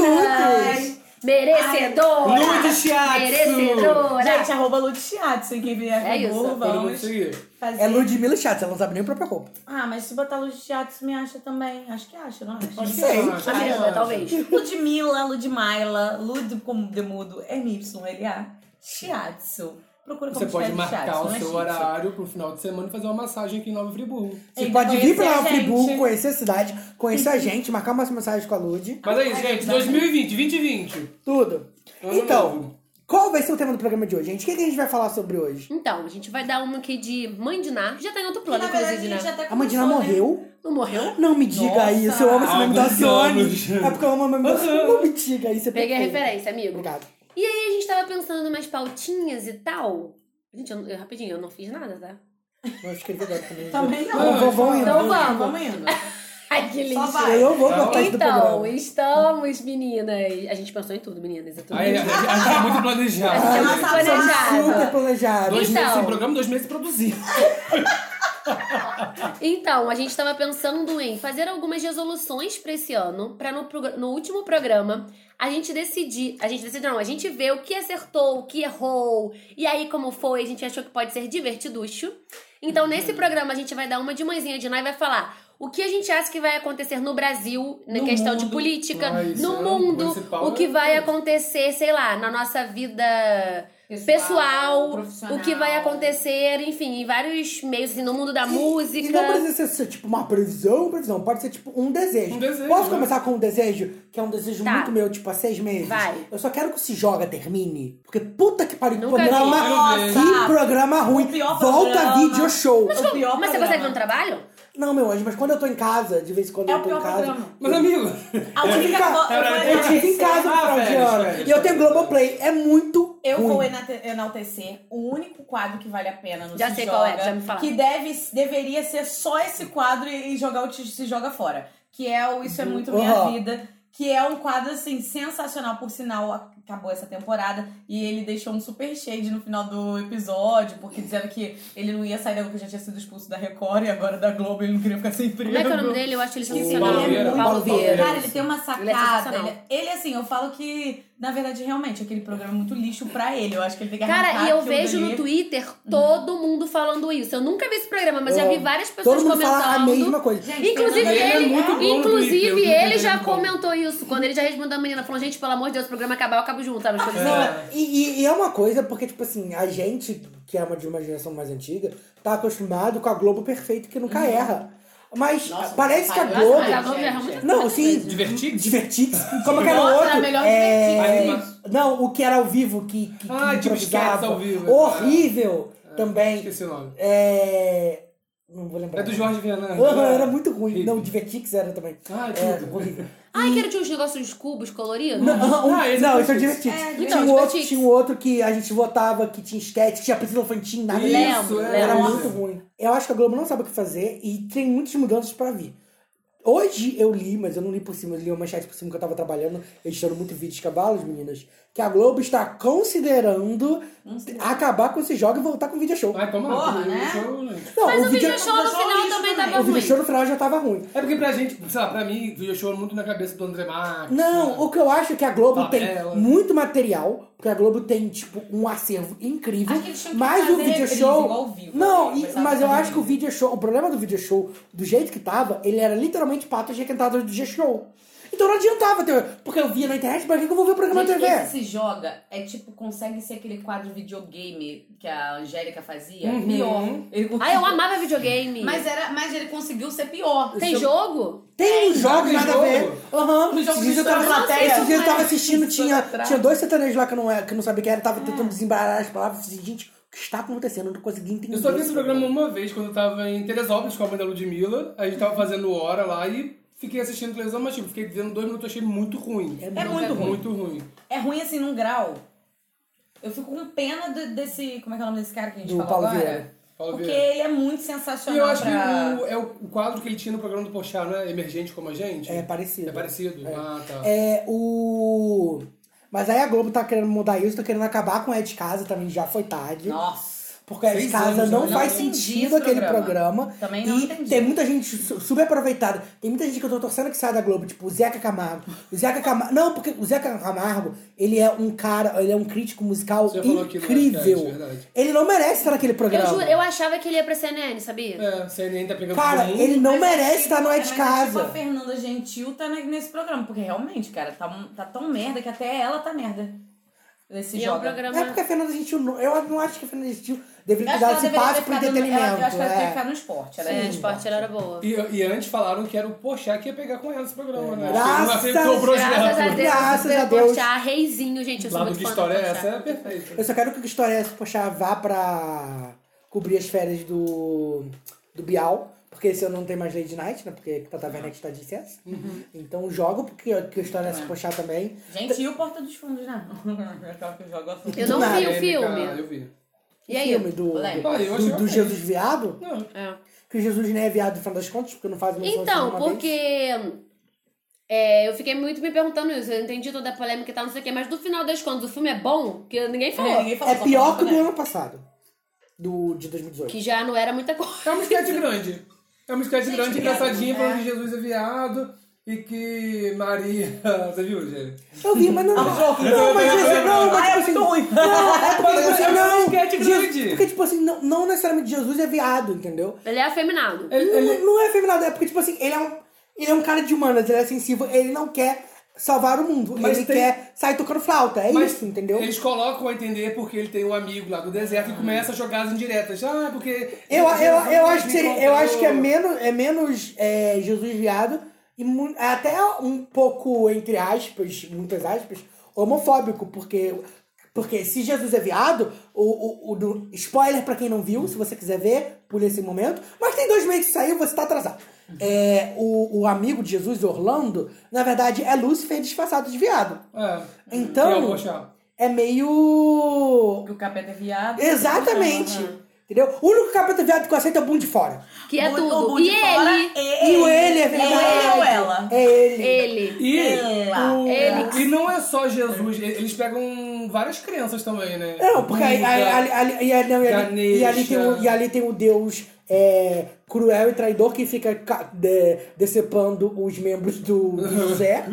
Speaker 2: frutos.
Speaker 1: Merecedora!
Speaker 9: Nude Shiatsu.
Speaker 1: Merecedora!
Speaker 3: Gente, arroba Luteatsu, hein? Quem vier
Speaker 1: É
Speaker 3: com
Speaker 1: isso.
Speaker 3: burro,
Speaker 9: Todo mundo
Speaker 3: vamos
Speaker 9: seguir.
Speaker 3: fazer.
Speaker 2: É Ludmilla Chato, ela não sabe nem a própria roupa.
Speaker 3: Ah, mas se botar Luteatsu, me acha também. Acho que acha, não acha?
Speaker 9: Acho que
Speaker 2: sei.
Speaker 9: eu acho.
Speaker 1: Adriana, Tá talvez.
Speaker 3: Ludmilla, Ludmila, Lud como demudo, M-Y-L-A, Shiatsu. Procura como
Speaker 9: Você pode
Speaker 3: escreve
Speaker 9: marcar
Speaker 3: shiatsu,
Speaker 9: o
Speaker 3: não é
Speaker 9: seu
Speaker 3: shiatsu.
Speaker 9: horário pro final de semana e fazer uma massagem aqui em Nova Friburgo.
Speaker 2: Você
Speaker 3: Ainda
Speaker 2: pode vir pra
Speaker 3: conhecer a
Speaker 2: Nova Friburgo,
Speaker 3: é gente.
Speaker 2: conhecer a cidade, conhecer a gente, marcar umas mensagens com a Lud.
Speaker 9: Mas é isso, gente. 2020, 2020.
Speaker 2: Tudo.
Speaker 9: Ano
Speaker 2: Então,
Speaker 9: novo.
Speaker 2: qual vai ser o tema do programa de hoje, gente? O que, que a gente vai falar sobre hoje?
Speaker 1: Então, a gente vai dar uma aqui de mãe de Ná, que já tá em outro
Speaker 3: E,
Speaker 1: plano,
Speaker 3: na verdade, a
Speaker 1: inclusive,
Speaker 3: gente
Speaker 1: né?
Speaker 3: até
Speaker 2: A Mandina
Speaker 3: começou, né?
Speaker 2: morreu?
Speaker 1: Não morreu?
Speaker 2: Não me diga
Speaker 3: Nossa.
Speaker 2: isso, eu amo esse nome da
Speaker 9: Alguns anos.
Speaker 2: Sony. É porque eu amo o nome da Sony. Não me diga isso. é
Speaker 1: Peguei a
Speaker 2: perfeito.
Speaker 1: referência, amigo.
Speaker 2: Obrigado.
Speaker 1: E aí a gente tava pensando umas pautinhas e tal. Gente, eu, eu- rapidinho, eu não fiz nada, tá?
Speaker 2: Vou escrever agora também.
Speaker 3: Também não.
Speaker 2: Vamos, vamos, vamos.
Speaker 1: Então vamos.
Speaker 3: Vamos indo.
Speaker 1: Ai, que lindo.
Speaker 3: Só vai.
Speaker 2: Eu vou cortar isso do
Speaker 1: Então,
Speaker 2: programa.
Speaker 1: estamos, meninas. A gente pensou em tudo, meninas. É tudo.
Speaker 9: Aí, a gente tá muito planejado.
Speaker 1: A gente é
Speaker 9: né?
Speaker 1: muito planejada.
Speaker 2: Super planejado.
Speaker 9: Dois
Speaker 1: Então.
Speaker 9: meses sem programa, dois meses produzindo.
Speaker 1: Então, a gente estava pensando em fazer algumas resoluções pra esse ano, pra no, prog- no último programa a gente decidir, a gente decidir não, a gente vê o que acertou, o que errou, e aí como foi, a gente achou que pode ser divertiducho. Então, nesse programa a gente vai dar uma de mãezinha de nós e vai falar o que a gente acha que vai acontecer no Brasil, na
Speaker 3: No
Speaker 1: questão de
Speaker 3: mundo.
Speaker 1: política,
Speaker 9: Ah, isso
Speaker 1: no
Speaker 9: é
Speaker 1: mundo,
Speaker 9: municipal,
Speaker 1: o que
Speaker 9: né?
Speaker 1: vai acontecer, sei lá, na nossa vida pessoal, o que vai acontecer, enfim, em vários meios, assim, no mundo da
Speaker 2: E-
Speaker 1: música.
Speaker 2: E não precisa ser tipo uma previsão, previsão. Pode ser tipo um desejo.
Speaker 9: Um desejo,
Speaker 2: Posso
Speaker 9: né?
Speaker 2: começar com um desejo? Que é um desejo
Speaker 1: Tá.
Speaker 2: muito meu, tipo, há seis meses.
Speaker 1: Vai.
Speaker 2: Eu só quero que o Se Joga termine. Porque puta que pariu, que
Speaker 1: Nunca vi.
Speaker 2: programa.
Speaker 9: Quero ver.
Speaker 2: Que programa ruim.
Speaker 3: O pior
Speaker 2: Volta
Speaker 3: programa.
Speaker 2: vídeo
Speaker 3: o
Speaker 2: show.
Speaker 3: pior
Speaker 1: Mas você
Speaker 3: programa.
Speaker 2: né?
Speaker 1: consegue ver no trabalho?
Speaker 2: Não, meu anjo, mas quando eu tô em casa, de vez em quando
Speaker 3: É
Speaker 2: eu
Speaker 3: o
Speaker 2: tô em
Speaker 3: pior
Speaker 2: casa.
Speaker 3: programa.
Speaker 9: Mas, amigo,
Speaker 3: A
Speaker 2: Eu tive, em
Speaker 3: única
Speaker 2: ca-
Speaker 3: vo-
Speaker 2: eu tive em casa no
Speaker 9: Ah,
Speaker 2: final de
Speaker 9: férias,
Speaker 2: ano.
Speaker 9: férias,
Speaker 2: E eu tenho
Speaker 9: férias.
Speaker 2: Globoplay. É muito.
Speaker 3: Eu
Speaker 2: ruim.
Speaker 3: vou enate- enaltecer o único quadro que vale a pena no
Speaker 1: Já
Speaker 3: Se
Speaker 1: sei
Speaker 3: Joga,
Speaker 1: qual é, já me falaram.
Speaker 3: que deve, deveria ser só esse quadro e, e jogar o Te- Se Joga fora, que é o Isso é Muito Minha
Speaker 2: Uhum.
Speaker 3: Vida, que é um quadro, assim, sensacional, por sinal, acabou essa temporada, e ele deixou um super shade no final do episódio, porque dizendo que ele não ia sair da porque já tinha sido expulso da Record, e agora da Globo ele não queria ficar sem emprego.
Speaker 1: Como é que é o nome dele? Eu acho ele
Speaker 3: Esqueci
Speaker 1: sensacional.
Speaker 9: Paulo Vieira.
Speaker 2: Paulo Vieira.
Speaker 3: é Cara, ele tem uma
Speaker 1: Ele é
Speaker 3: sacada.
Speaker 1: sensacional.
Speaker 3: ele- ele, assim, eu falo que, na verdade, realmente, aquele programa é muito lixo pra ele. Eu acho que ele tem que
Speaker 1: Cara,
Speaker 3: arrancar
Speaker 1: e eu
Speaker 3: aquilo
Speaker 1: vejo
Speaker 3: dali.
Speaker 1: no Twitter todo mundo falando isso. Eu nunca vi esse programa, mas já vi várias pessoas
Speaker 2: Todo mundo
Speaker 1: comentando.
Speaker 2: fala a mesma coisa.
Speaker 3: Gente,
Speaker 1: Inclusive
Speaker 9: Ele
Speaker 1: ele,
Speaker 9: é muito bom no Twitter, eu
Speaker 1: inclusive
Speaker 9: vi
Speaker 1: ele
Speaker 9: ele
Speaker 1: já
Speaker 9: muito bom.
Speaker 1: comentou isso quando ele já respondeu a menina, falou: "Gente, pelo amor de Deus, o programa acabar, eu acabo junto", sabe? As coisas
Speaker 2: Não,
Speaker 1: assim.
Speaker 2: é- e, e- e é uma coisa, porque, tipo assim, a gente, que é uma de uma geração mais antiga, tá acostumado com a Globo perfeita, que nunca erra. Mas
Speaker 3: Nossa,
Speaker 2: parece que a
Speaker 3: mas-
Speaker 1: Nossa, mas a
Speaker 2: Globo.
Speaker 1: Globo já errou muita
Speaker 2: Não,
Speaker 1: coisa.
Speaker 2: sim.
Speaker 9: Divertix?
Speaker 2: Divertix. Como que era o
Speaker 1: Nossa,
Speaker 2: outro?
Speaker 1: era melhor
Speaker 9: Divertix.
Speaker 2: Não, o que era ao vivo, que. que, que
Speaker 9: Ah, tipo,
Speaker 2: improvisava.
Speaker 9: esquece ao vivo.
Speaker 2: Horrível também.
Speaker 9: esqueci o nome.
Speaker 2: É. Não vou lembrar.
Speaker 9: É do Jorge Fernandes.
Speaker 2: Aham, era muito ruim.
Speaker 9: Horrível.
Speaker 2: Não, Divertix era também.
Speaker 9: Ah,
Speaker 2: era
Speaker 9: tudo.
Speaker 2: horrível.
Speaker 1: Ai, que era tinha uns negócios uns cubos coloridos.
Speaker 2: Não, um-
Speaker 9: Ah, esse
Speaker 2: não,
Speaker 9: é
Speaker 2: esse é o
Speaker 9: Divertix.
Speaker 2: Divertix.
Speaker 3: É,
Speaker 1: então,
Speaker 2: tinha, um outro,
Speaker 1: Divertix.
Speaker 2: tinha um outro que a gente votava, que tinha sketch, que tinha Priscila Fantin, nada.
Speaker 9: Isso,
Speaker 1: Lembro,
Speaker 9: é,
Speaker 2: Era
Speaker 1: lembro.
Speaker 9: nossa.
Speaker 2: muito ruim. Eu acho que a Globo não sabe o que fazer e tem muitas mudanças pra vir. Hoje eu li, mas eu não li por cima, eu li uma manchete por cima que eu tava trabalhando, editando muito vídeo de cavalos, meninas, que a Globo está considerando acabar com esse jogo e voltar com o video show.
Speaker 9: Ai, toma lá,
Speaker 3: Porra, né?
Speaker 9: show, gente.
Speaker 2: Não,
Speaker 1: Mas o
Speaker 2: video-
Speaker 1: vídeo show no
Speaker 3: só o
Speaker 1: final
Speaker 3: lixo
Speaker 1: também
Speaker 9: né?
Speaker 3: também.
Speaker 1: tava
Speaker 2: o video
Speaker 1: ruim.
Speaker 2: show no final já tava ruim.
Speaker 9: É porque pra gente, sei lá, pra mim, o show é muito na cabeça do André né? Marques.
Speaker 2: Não, o que eu acho é que a Globo
Speaker 9: Tabela.
Speaker 2: tem muito material, porque a Globo tem, tipo, um acervo incrível.
Speaker 3: Acho que eles tinham que
Speaker 2: mas
Speaker 3: fazer
Speaker 2: o video
Speaker 3: reprise,
Speaker 2: show.
Speaker 3: igual ao vivo,
Speaker 2: não,
Speaker 3: né?
Speaker 2: e-
Speaker 3: Começava
Speaker 2: mas eu
Speaker 3: fazendo
Speaker 2: acho que o video show, o problema do video show, do jeito que tava, ele era literalmente patas requentadas do G-Show. Então não adiantava ter. Porque eu via na internet, pra que que eu vou ver o programa na
Speaker 3: Gente,
Speaker 2: TV?
Speaker 3: esse é se joga, é tipo, consegue ser aquele quadro videogame que a Angélica fazia.
Speaker 2: Uhum.
Speaker 3: Pior. Ele
Speaker 1: Ah,
Speaker 3: conseguiu-
Speaker 1: eu amava videogame.
Speaker 3: Mas, era, mas ele conseguiu ser pior.
Speaker 1: tem jogo?
Speaker 2: Tem uns jogos
Speaker 9: tem
Speaker 2: nada a
Speaker 9: jogo.
Speaker 2: ver.
Speaker 3: Os
Speaker 2: Aham.
Speaker 3: jogos
Speaker 2: Esses dias eu
Speaker 3: de
Speaker 2: tava,
Speaker 3: estratégia,
Speaker 2: esses dias eu tava
Speaker 3: né?
Speaker 2: assistindo,
Speaker 3: Isso,
Speaker 2: tinha,
Speaker 3: atrás.
Speaker 2: tinha dois sertanejos lá que eu não, era- que eu não sabia quem era,
Speaker 3: É.
Speaker 2: tava tentando desembaralhar as palavras. Eu falei, gente, o que está acontecendo? Eu não consegui entender.
Speaker 9: Eu só vi esse programa uma vez, quando eu tava em Teresópolis com a mãe da Ludmilla. A gente tava fazendo hora lá e fiquei assistindo televisão, mas tipo, fiquei vendo dois minutos, achei muito ruim.
Speaker 2: É
Speaker 3: muito ruim.
Speaker 9: Muito ruim.
Speaker 3: É ruim assim num grau. Eu fico com pena de- desse. Como é que é o nome desse cara que a gente
Speaker 2: Do
Speaker 3: falou
Speaker 2: Paulo
Speaker 3: agora?
Speaker 2: Vieira.
Speaker 9: Paulo
Speaker 3: Porque
Speaker 9: Vieira.
Speaker 3: ele é muito
Speaker 9: E
Speaker 3: sensacional.
Speaker 9: eu acho
Speaker 3: pra...
Speaker 9: que o, é o o quadro que ele tinha no programa do Pochá, né? Emergente como a gente.
Speaker 2: É parecido.
Speaker 9: É parecido. Ah, tá.
Speaker 2: É, o. Mas aí a Globo tá querendo mudar isso, tá querendo acabar com a Ed Casa também, já foi tarde.
Speaker 3: Nossa.
Speaker 2: Porque a Ed
Speaker 9: Seis
Speaker 2: Casa
Speaker 9: anos,
Speaker 2: não
Speaker 9: né?
Speaker 2: faz
Speaker 3: Não entendi
Speaker 2: sentido
Speaker 3: esse
Speaker 2: aquele programa.
Speaker 3: programa. Também não
Speaker 2: e
Speaker 3: entendi.
Speaker 2: tem muita gente su- super aproveitada. Tem muita gente que eu tô torcendo que saia da Globo, tipo o Zeca Camargo. O Zeca Camargo. Não, porque o Zeca Camargo, ele é um cara, ele é um crítico musical
Speaker 9: Você falou aqui no
Speaker 2: incrível.
Speaker 9: podcast, verdade.
Speaker 2: ele não merece estar naquele programa.
Speaker 1: Eu, juro, eu achava que ele ia pra CNN, sabia?
Speaker 9: É, a CNN tá pegando
Speaker 2: Cara,
Speaker 9: todo mundo.
Speaker 2: ele não
Speaker 3: Mas é
Speaker 2: merece
Speaker 3: tipo-
Speaker 2: estar no
Speaker 3: é,
Speaker 2: É
Speaker 3: mas
Speaker 2: de
Speaker 3: é
Speaker 2: Casa.
Speaker 3: Tipo, a Fernanda Gentil tá ne- nesse programa. Porque realmente, cara, tá, um- tá tão merda que até ela tá merda. Nesse
Speaker 1: E é um
Speaker 3: jogo.
Speaker 1: programa.
Speaker 2: É porque a Fernanda Gentil. não- Eu não acho que a Fernanda Gentil deveria ter
Speaker 3: acho que
Speaker 2: dado
Speaker 3: ela
Speaker 2: esse
Speaker 3: deveria ter
Speaker 2: passo pro
Speaker 3: ficado no-
Speaker 2: entretenimento.
Speaker 3: ela- eu acho que ela
Speaker 2: é.
Speaker 3: deveria ficar no esporte. Ela
Speaker 1: É,
Speaker 3: é
Speaker 1: de esporte ela era boa.
Speaker 9: E, e antes falaram que era o Pochá que ia pegar com ela esse programa, né?
Speaker 2: Graças-
Speaker 9: não aceitou o projeto.
Speaker 1: Graças a Deus,
Speaker 2: Graças
Speaker 1: super
Speaker 2: a Deus.
Speaker 1: Porchat, reizinho, gente. Eu sou
Speaker 9: Lá do
Speaker 1: muito
Speaker 9: que
Speaker 1: fã do
Speaker 9: história é
Speaker 1: Porchat.
Speaker 9: essa, é perfeito.
Speaker 2: Eu só quero que a história essa, poxa, vá pra cobrir as férias do, do Bial. Porque esse ano não tem mais Lady Night, né? Porque Tata Werneck está de licença. Então joga, porque que a história essa, poxa, também.
Speaker 3: Gente, e o Porta dos Fundos, né? Aquela que joga assim.
Speaker 1: Eu não vi o
Speaker 9: Polêmica,
Speaker 1: filme.
Speaker 9: Eu vi.
Speaker 1: E aí?
Speaker 2: Filme do,
Speaker 3: Polêmica.
Speaker 9: Ah, eu
Speaker 2: do,
Speaker 9: achei
Speaker 2: do
Speaker 9: ok.
Speaker 2: Jesus viado.
Speaker 9: Não.
Speaker 1: É.
Speaker 2: Que o Jesus nem é viado no final das contas, porque não faz menção
Speaker 1: Então,
Speaker 2: nenhuma vez.
Speaker 1: porque é, eu fiquei muito me perguntando isso. Eu entendi toda a polêmica e tal, não sei o quê. Mas no final das contas, o filme é bom, que ninguém falou.
Speaker 3: É, ninguém falou
Speaker 2: É
Speaker 3: só
Speaker 2: pior que o
Speaker 3: falou,
Speaker 2: do
Speaker 3: né?
Speaker 2: ano passado. Do, de 2018.
Speaker 1: Que já não era muita
Speaker 9: É
Speaker 1: coisa.
Speaker 9: uma sketch grande. É uma sketch grande,
Speaker 3: obrigada.
Speaker 9: engraçadinha, falando
Speaker 3: É.
Speaker 9: que Jesus é viado e que Maria. Você viu, gente?
Speaker 2: Eu vi, mas não. Não, mas tipo assim, não, mas tipo assim. Não, é porque tipo assim,
Speaker 9: Mas é um
Speaker 2: não.
Speaker 9: sketch
Speaker 2: Jesus,
Speaker 9: grande.
Speaker 2: porque, tipo assim, não, não necessariamente Jesus é viado, entendeu?
Speaker 1: Ele é afeminado.
Speaker 9: Ele,
Speaker 2: Não,
Speaker 9: ele-
Speaker 2: não é feminado, é porque, tipo assim, ele é um, ele é um cara de humanas, ele é sensível, ele não quer salvar o mundo.
Speaker 9: Mas
Speaker 2: ele
Speaker 9: tem-
Speaker 2: quer sair tocando flauta. É
Speaker 9: mas
Speaker 2: isso, entendeu?
Speaker 9: Eles colocam a entender porque ele tem um amigo lá do deserto
Speaker 1: Ah.
Speaker 9: e começa a jogar as indiretas. Ah, porque.
Speaker 2: Eu, eu, eu,
Speaker 9: Jesus
Speaker 2: acho que seria- eu
Speaker 9: encontrou-
Speaker 2: acho que é menos, é menos é, Jesus viado e mu- é até um pouco, entre aspas, muitas aspas, homofóbico, porque, porque se Jesus é viado, o, o, o do- spoiler pra quem não viu, se você quiser ver, pule esse momento, mas tem dois meses que saiu, você tá atrasado.
Speaker 9: Uhum.
Speaker 2: É, o, o amigo de Jesus, Orlando, na verdade é Lúcifer disfarçado de viado.
Speaker 9: É. Eu
Speaker 2: Então,
Speaker 9: vou achar.
Speaker 2: é meio...
Speaker 3: Que o capeta é viado.
Speaker 2: Exatamente. Entendeu? O único capeta viado que eu aceito é o bum de fora.
Speaker 1: Que é
Speaker 3: O- o
Speaker 1: tudo.
Speaker 3: bom de
Speaker 1: E
Speaker 3: fora
Speaker 1: ele?
Speaker 3: é
Speaker 2: E o ele é
Speaker 3: É
Speaker 2: verdade.
Speaker 3: ele ou ela?
Speaker 2: É ele.
Speaker 1: Ele.
Speaker 9: E,
Speaker 3: Ela.
Speaker 9: o-
Speaker 1: Ele.
Speaker 9: e não é só Jesus, e- eles pegam várias crenças também, né?
Speaker 2: Não, porque aí, aí- ali, ali- e ali- não, e ali, e ali tem o, e ali tem o Deus é, cruel e traidor que fica ca- de- decepando os membros do, do José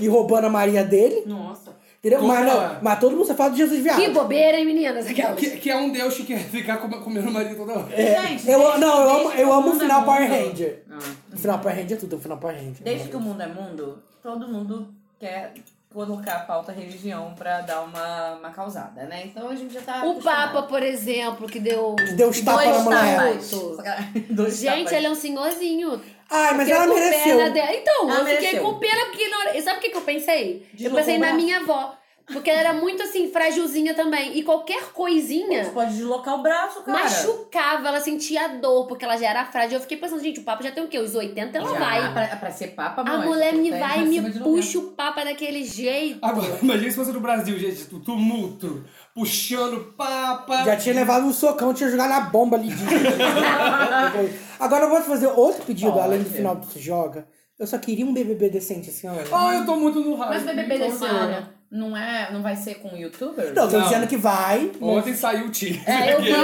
Speaker 2: e roubando a Maria dele.
Speaker 3: Nossa.
Speaker 2: Entendeu? Mas,
Speaker 9: Contra-
Speaker 2: não, mas todo mundo só fala de Jesus viado.
Speaker 1: Que bobeira, hein, meninas? Aquelas.
Speaker 9: Que, que é um Deus que quer ficar com- comendo marido toda hora.
Speaker 3: Gente,
Speaker 2: É, Eu-
Speaker 3: desde-
Speaker 2: não, eu
Speaker 3: desde
Speaker 2: amo-
Speaker 3: que
Speaker 2: eu amo o
Speaker 3: mundo é
Speaker 2: final Power
Speaker 3: mundo-
Speaker 2: Ranger.
Speaker 3: Ah.
Speaker 2: O final Power Ranger é tudo, o final Power Ranger.
Speaker 3: Desde que o mundo é mundo, todo mundo quer colocar a pauta religião pra dar uma, uma causada, né? Então a gente já tá.
Speaker 1: O Papa, por exemplo, que deu.
Speaker 2: deu os tapas na
Speaker 1: dois
Speaker 2: mulher.
Speaker 1: tapas.
Speaker 3: Dois
Speaker 1: Gente,
Speaker 3: tapas.
Speaker 1: ele é um senhorzinho.
Speaker 2: Ai, mas
Speaker 1: Fiquei
Speaker 2: ela
Speaker 1: com
Speaker 2: mereceu.
Speaker 1: pena dela. Então,
Speaker 3: Ela
Speaker 1: eu fiquei
Speaker 3: mereceu.
Speaker 1: com pena porque. na hora- Sabe o que, que eu pensei? eu
Speaker 3: Deslocou
Speaker 1: pensei
Speaker 3: o
Speaker 1: na
Speaker 3: braço.
Speaker 1: minha avó. Porque ela era muito assim, fragilzinha também. E qualquer coisinha.
Speaker 3: Você pode deslocar o braço, cara.
Speaker 1: Machucava, ela sentia dor, porque ela já era frágil. Eu fiquei pensando, gente, o Papa já tem o quê? Os 80 ela
Speaker 3: Já,
Speaker 1: vai.
Speaker 3: Pra, pra ser papa,
Speaker 1: A
Speaker 3: mãe,
Speaker 1: mulher me
Speaker 3: tá
Speaker 1: vai
Speaker 3: em
Speaker 1: e
Speaker 3: cima de lugar.
Speaker 1: me puxa o Papa daquele jeito.
Speaker 2: É.
Speaker 9: Agora, imagina se fosse no Brasil, gente, o tumulto, puxando papa.
Speaker 2: Já tinha levado um socão, tinha jogado a bomba ali. De... Agora eu posso fazer outro pedido,
Speaker 3: Pode.
Speaker 2: além do final do Se Joga. Eu só queria um BBB decente esse ano.
Speaker 9: Ah, eu tô muito no rádio.
Speaker 1: Mas BBB
Speaker 9: Então,
Speaker 1: desse
Speaker 9: assim,
Speaker 1: ano.
Speaker 3: Não é, não vai ser com youtuber?
Speaker 2: Não, tô
Speaker 9: não.
Speaker 2: dizendo que vai. mas-
Speaker 9: Ontem saiu o teaser.
Speaker 1: É, eu vi.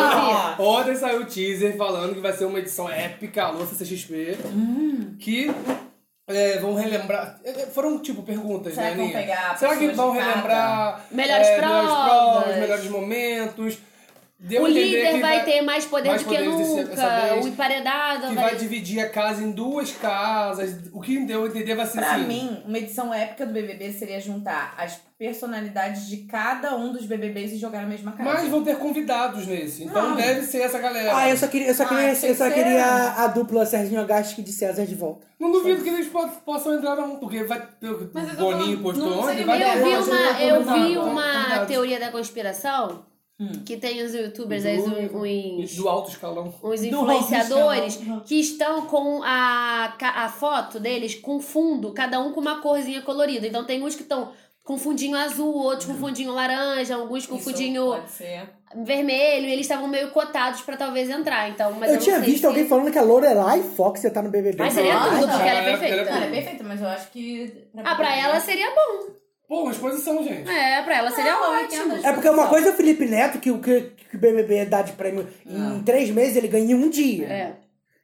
Speaker 9: Ontem saiu o teaser falando que vai ser uma edição épica, a louça CXP.
Speaker 3: Hum.
Speaker 9: Que é, vão relembrar. é, é, Foram, tipo, perguntas,
Speaker 3: Será
Speaker 9: né,
Speaker 3: que vão
Speaker 9: Aninha?
Speaker 3: pegar
Speaker 9: Será que
Speaker 3: pessoas
Speaker 9: vão
Speaker 3: de cada?
Speaker 9: relembrar é,
Speaker 1: Melhores
Speaker 9: melhores
Speaker 1: provas.
Speaker 9: melhores momentos? Deu
Speaker 1: o
Speaker 9: a entender
Speaker 1: líder
Speaker 9: que
Speaker 1: vai ter mais poder
Speaker 9: mais
Speaker 1: do que
Speaker 9: poder desse- dessa
Speaker 1: nunca.
Speaker 9: vez,
Speaker 1: O emparedado
Speaker 9: Que
Speaker 1: vai.
Speaker 9: vai dividir a casa em duas casas. O que deu a entender vai ser
Speaker 3: Pra
Speaker 9: assim.
Speaker 3: mim, uma edição épica do BBB seria juntar as personalidades de cada um dos BBBs e jogar na mesma casa.
Speaker 9: Mas vão ter convidados nesse. Então
Speaker 3: Não.
Speaker 9: deve ser essa galera.
Speaker 2: Ah, eu só queria, eu só
Speaker 3: Ah,
Speaker 2: queria,
Speaker 3: tem
Speaker 2: eu só
Speaker 3: que
Speaker 2: queria
Speaker 3: ser.
Speaker 2: a, a dupla Serginho Agasti e de César de volta.
Speaker 9: Não duvido que eles po- possam entrar não, porque vai pelo
Speaker 3: Mas eu tô
Speaker 9: Boninho
Speaker 3: falando,
Speaker 9: postou
Speaker 3: não
Speaker 9: ontem,
Speaker 3: seria
Speaker 9: vai
Speaker 2: é
Speaker 3: melhor
Speaker 1: Eu vi
Speaker 9: ter-
Speaker 1: uma,
Speaker 9: vai
Speaker 1: eu
Speaker 9: ter-
Speaker 1: vi
Speaker 2: né?
Speaker 9: vai ter
Speaker 1: uma
Speaker 9: convidados.
Speaker 1: teoria né, da conspiração
Speaker 3: Hum.
Speaker 1: que tem os youtubers, aí,
Speaker 9: Do-
Speaker 1: os,
Speaker 9: Do alto escalão.
Speaker 1: os
Speaker 3: Do
Speaker 1: influenciadores
Speaker 3: Robson.
Speaker 1: que estão com a, ca- a foto deles com fundo, cada um com uma corzinha colorida. Então tem uns que estão com fundinho azul, outros com fundinho laranja, alguns com
Speaker 3: Isso
Speaker 1: fundinho
Speaker 3: Pode ser.
Speaker 1: vermelho, e eles estavam meio cotados pra talvez entrar. Então, mas eu,
Speaker 2: eu,
Speaker 1: não
Speaker 2: tinha
Speaker 1: sei
Speaker 2: visto
Speaker 1: se-
Speaker 2: alguém falando que a Lorelai Fox ia estar no BBB.
Speaker 1: Mas seria
Speaker 3: Nossa,
Speaker 1: tudo, porque ela é
Speaker 9: ela
Speaker 2: né?
Speaker 9: é
Speaker 1: perfeita.
Speaker 9: perfeita.
Speaker 3: Cara, é perfeito, mas eu acho que.
Speaker 1: Ah, pra ela seria bom.
Speaker 9: Pô, uma exposição, gente.
Speaker 1: É, pra ela seria
Speaker 3: Ah,
Speaker 1: ótimo.
Speaker 3: ótimo.
Speaker 2: É porque uma coisa é o Felipe Neto, que o que, que o BBB dá é de prêmio em
Speaker 3: Não.
Speaker 2: três meses, ele ganha em um dia.
Speaker 1: É.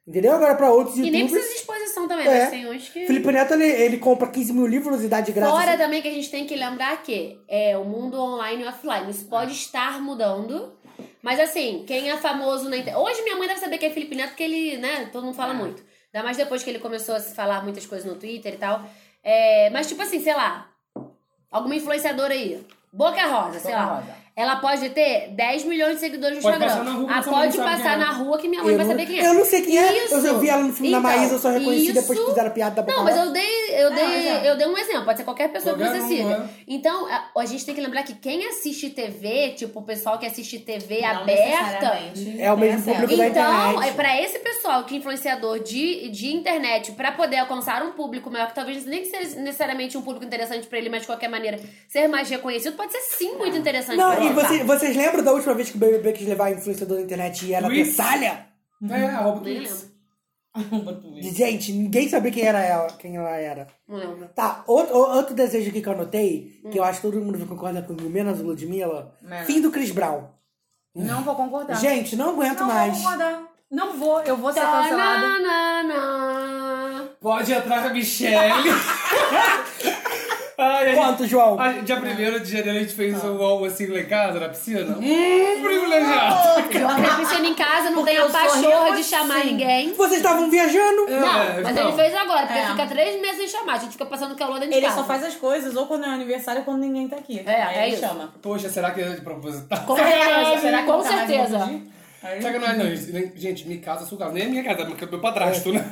Speaker 2: Entendeu? Agora pra outros
Speaker 1: E nem
Speaker 2: youtubers...
Speaker 1: precisa de exposição também,
Speaker 2: É.
Speaker 1: mas tem uns que.
Speaker 2: Felipe Neto, ele, ele compra 15 mil livros e dá de graça. assim,
Speaker 1: Fora também que a gente tem que lembrar que é o mundo online e offline. Isso pode estar mudando. Mas assim, quem é famoso na internet. Hoje minha mãe deve saber que é Felipe Neto, porque ele, né, todo mundo fala
Speaker 3: É.
Speaker 1: muito. Ainda mais depois que ele começou a se falar muitas coisas no Twitter e tal. É, mas, tipo assim, sei lá, alguma influenciadora aí. Boca Rosa, sei lá. Ela pode ter 10 milhões de seguidores no
Speaker 9: Pode
Speaker 1: Instagram.
Speaker 9: passar na rua,
Speaker 1: ah,
Speaker 9: mas ela não
Speaker 1: pode
Speaker 9: sabe
Speaker 1: passar
Speaker 9: quem é.
Speaker 1: na rua que minha mãe
Speaker 2: eu,
Speaker 1: vai
Speaker 2: não-
Speaker 1: saber quem é.
Speaker 2: eu não sei quem é, eu
Speaker 1: Isso.
Speaker 2: só vi ela no filme da
Speaker 1: Então,
Speaker 2: Maísa, eu só reconheci depois que
Speaker 1: isso.
Speaker 2: fizeram a piada da boca
Speaker 3: Tá
Speaker 1: Não, mas
Speaker 2: Rosa.
Speaker 1: eu dei, eu,
Speaker 3: É,
Speaker 1: dei,
Speaker 3: mas é.
Speaker 1: eu dei um exemplo. Pode ser qualquer pessoa que
Speaker 9: Qualquer
Speaker 1: você
Speaker 9: um,
Speaker 1: cita.
Speaker 9: é.
Speaker 1: Então, a, a gente tem que lembrar que quem assiste TV, tipo, o pessoal que assiste TV
Speaker 3: Não
Speaker 1: aberta.
Speaker 3: necessariamente
Speaker 2: É o mesmo
Speaker 3: tem acesso.
Speaker 2: público da
Speaker 1: Então,
Speaker 2: internet.
Speaker 1: é pra esse pessoal que é influenciador de, de internet, pra poder alcançar um público maior, que talvez nem que seja necessariamente um público interessante pra ele, mas de qualquer maneira, ser mais reconhecido, pode ser sim muito interessante pra
Speaker 2: Não, e
Speaker 1: ele, tá?
Speaker 2: você- vocês lembram da última vez que o BBB quis levar influenciador da internet e era
Speaker 9: Luiz.
Speaker 2: Tessalha?
Speaker 9: É, arroba
Speaker 1: Nem
Speaker 9: Twix.
Speaker 1: lembro.
Speaker 3: Arroba Twitch.
Speaker 2: Gente, ninguém sabia quem era ela, quem ela era.
Speaker 1: Não lembro.
Speaker 2: Tá, outro, outro desejo aqui que eu anotei, que eu acho que todo mundo vai concordar comigo, menos o Ludmilla.
Speaker 3: Menos.
Speaker 2: Fim do Chris Brown.
Speaker 3: Não vou
Speaker 1: Tá.
Speaker 3: concordar.
Speaker 2: Gente, não aguento
Speaker 3: não
Speaker 2: mais.
Speaker 3: vou concordar. Não vou, eu vou ser
Speaker 2: tá
Speaker 1: Tá,
Speaker 3: cancelada.
Speaker 1: Tananana.
Speaker 9: Pode entrar com a Michelle. Ai, a gente-
Speaker 2: Quanto, João?
Speaker 9: a- dia 1 de janeiro a gente fez um wall assim lá em casa, na piscina. Hum, privilegiado.
Speaker 1: Tá pensando em casa, não tem a
Speaker 3: eu sou
Speaker 1: pachorra de
Speaker 3: assim.
Speaker 1: chamar ninguém.
Speaker 2: Vocês estavam viajando?
Speaker 1: Não,
Speaker 9: É,
Speaker 1: mas
Speaker 9: não.
Speaker 1: ele fez agora, porque
Speaker 3: É.
Speaker 1: fica três meses sem chamar. A gente fica passando calor dentro de
Speaker 3: Ele
Speaker 1: casa.
Speaker 3: só faz as coisas ou quando é aniversário ou quando ninguém tá aqui.
Speaker 1: É,
Speaker 3: Aí
Speaker 1: é
Speaker 3: ele
Speaker 1: isso.
Speaker 3: chama.
Speaker 9: Poxa, será que é de proposital?
Speaker 1: Com certeza, com certeza.
Speaker 9: Sacanagem, não. isso- nem- Gente, minha casa é sua casa. Nem a minha casa, porque é meu padrasto, né?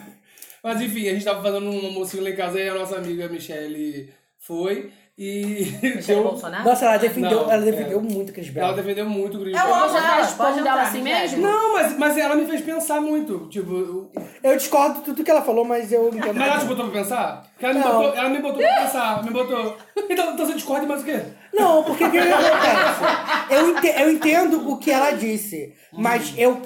Speaker 9: Mas enfim, a gente tava fazendo um almocinho lá em casa e a nossa amiga Michelle foi e
Speaker 3: Michel
Speaker 9: deu...
Speaker 3: Bolsonaro?
Speaker 2: Nossa, ela defendeu,
Speaker 9: Não,
Speaker 2: ela
Speaker 9: é.
Speaker 2: defendeu muito o Chris
Speaker 9: Ela
Speaker 2: Brown.
Speaker 9: defendeu muito o Chris
Speaker 3: Eu
Speaker 9: Brown.
Speaker 3: amo ela,
Speaker 1: responde
Speaker 3: pode né?
Speaker 1: ela
Speaker 3: entrar,
Speaker 1: assim
Speaker 3: Michele.
Speaker 1: mesmo?
Speaker 9: Não, mas, mas ela me fez pensar muito. Tipo, eu-
Speaker 2: Eu discordo de tudo que ela falou, mas eu entendo.
Speaker 9: mas ela tipo, te botou pra pensar? Porque ela me
Speaker 2: Não.
Speaker 9: botou, ela me botou pra pensar, me botou. Então, então você discorda mais o quê?
Speaker 2: Não, porque o que acontece? Eu, ente- eu entendo o que ela disse,
Speaker 9: Uhum.
Speaker 2: mas eu,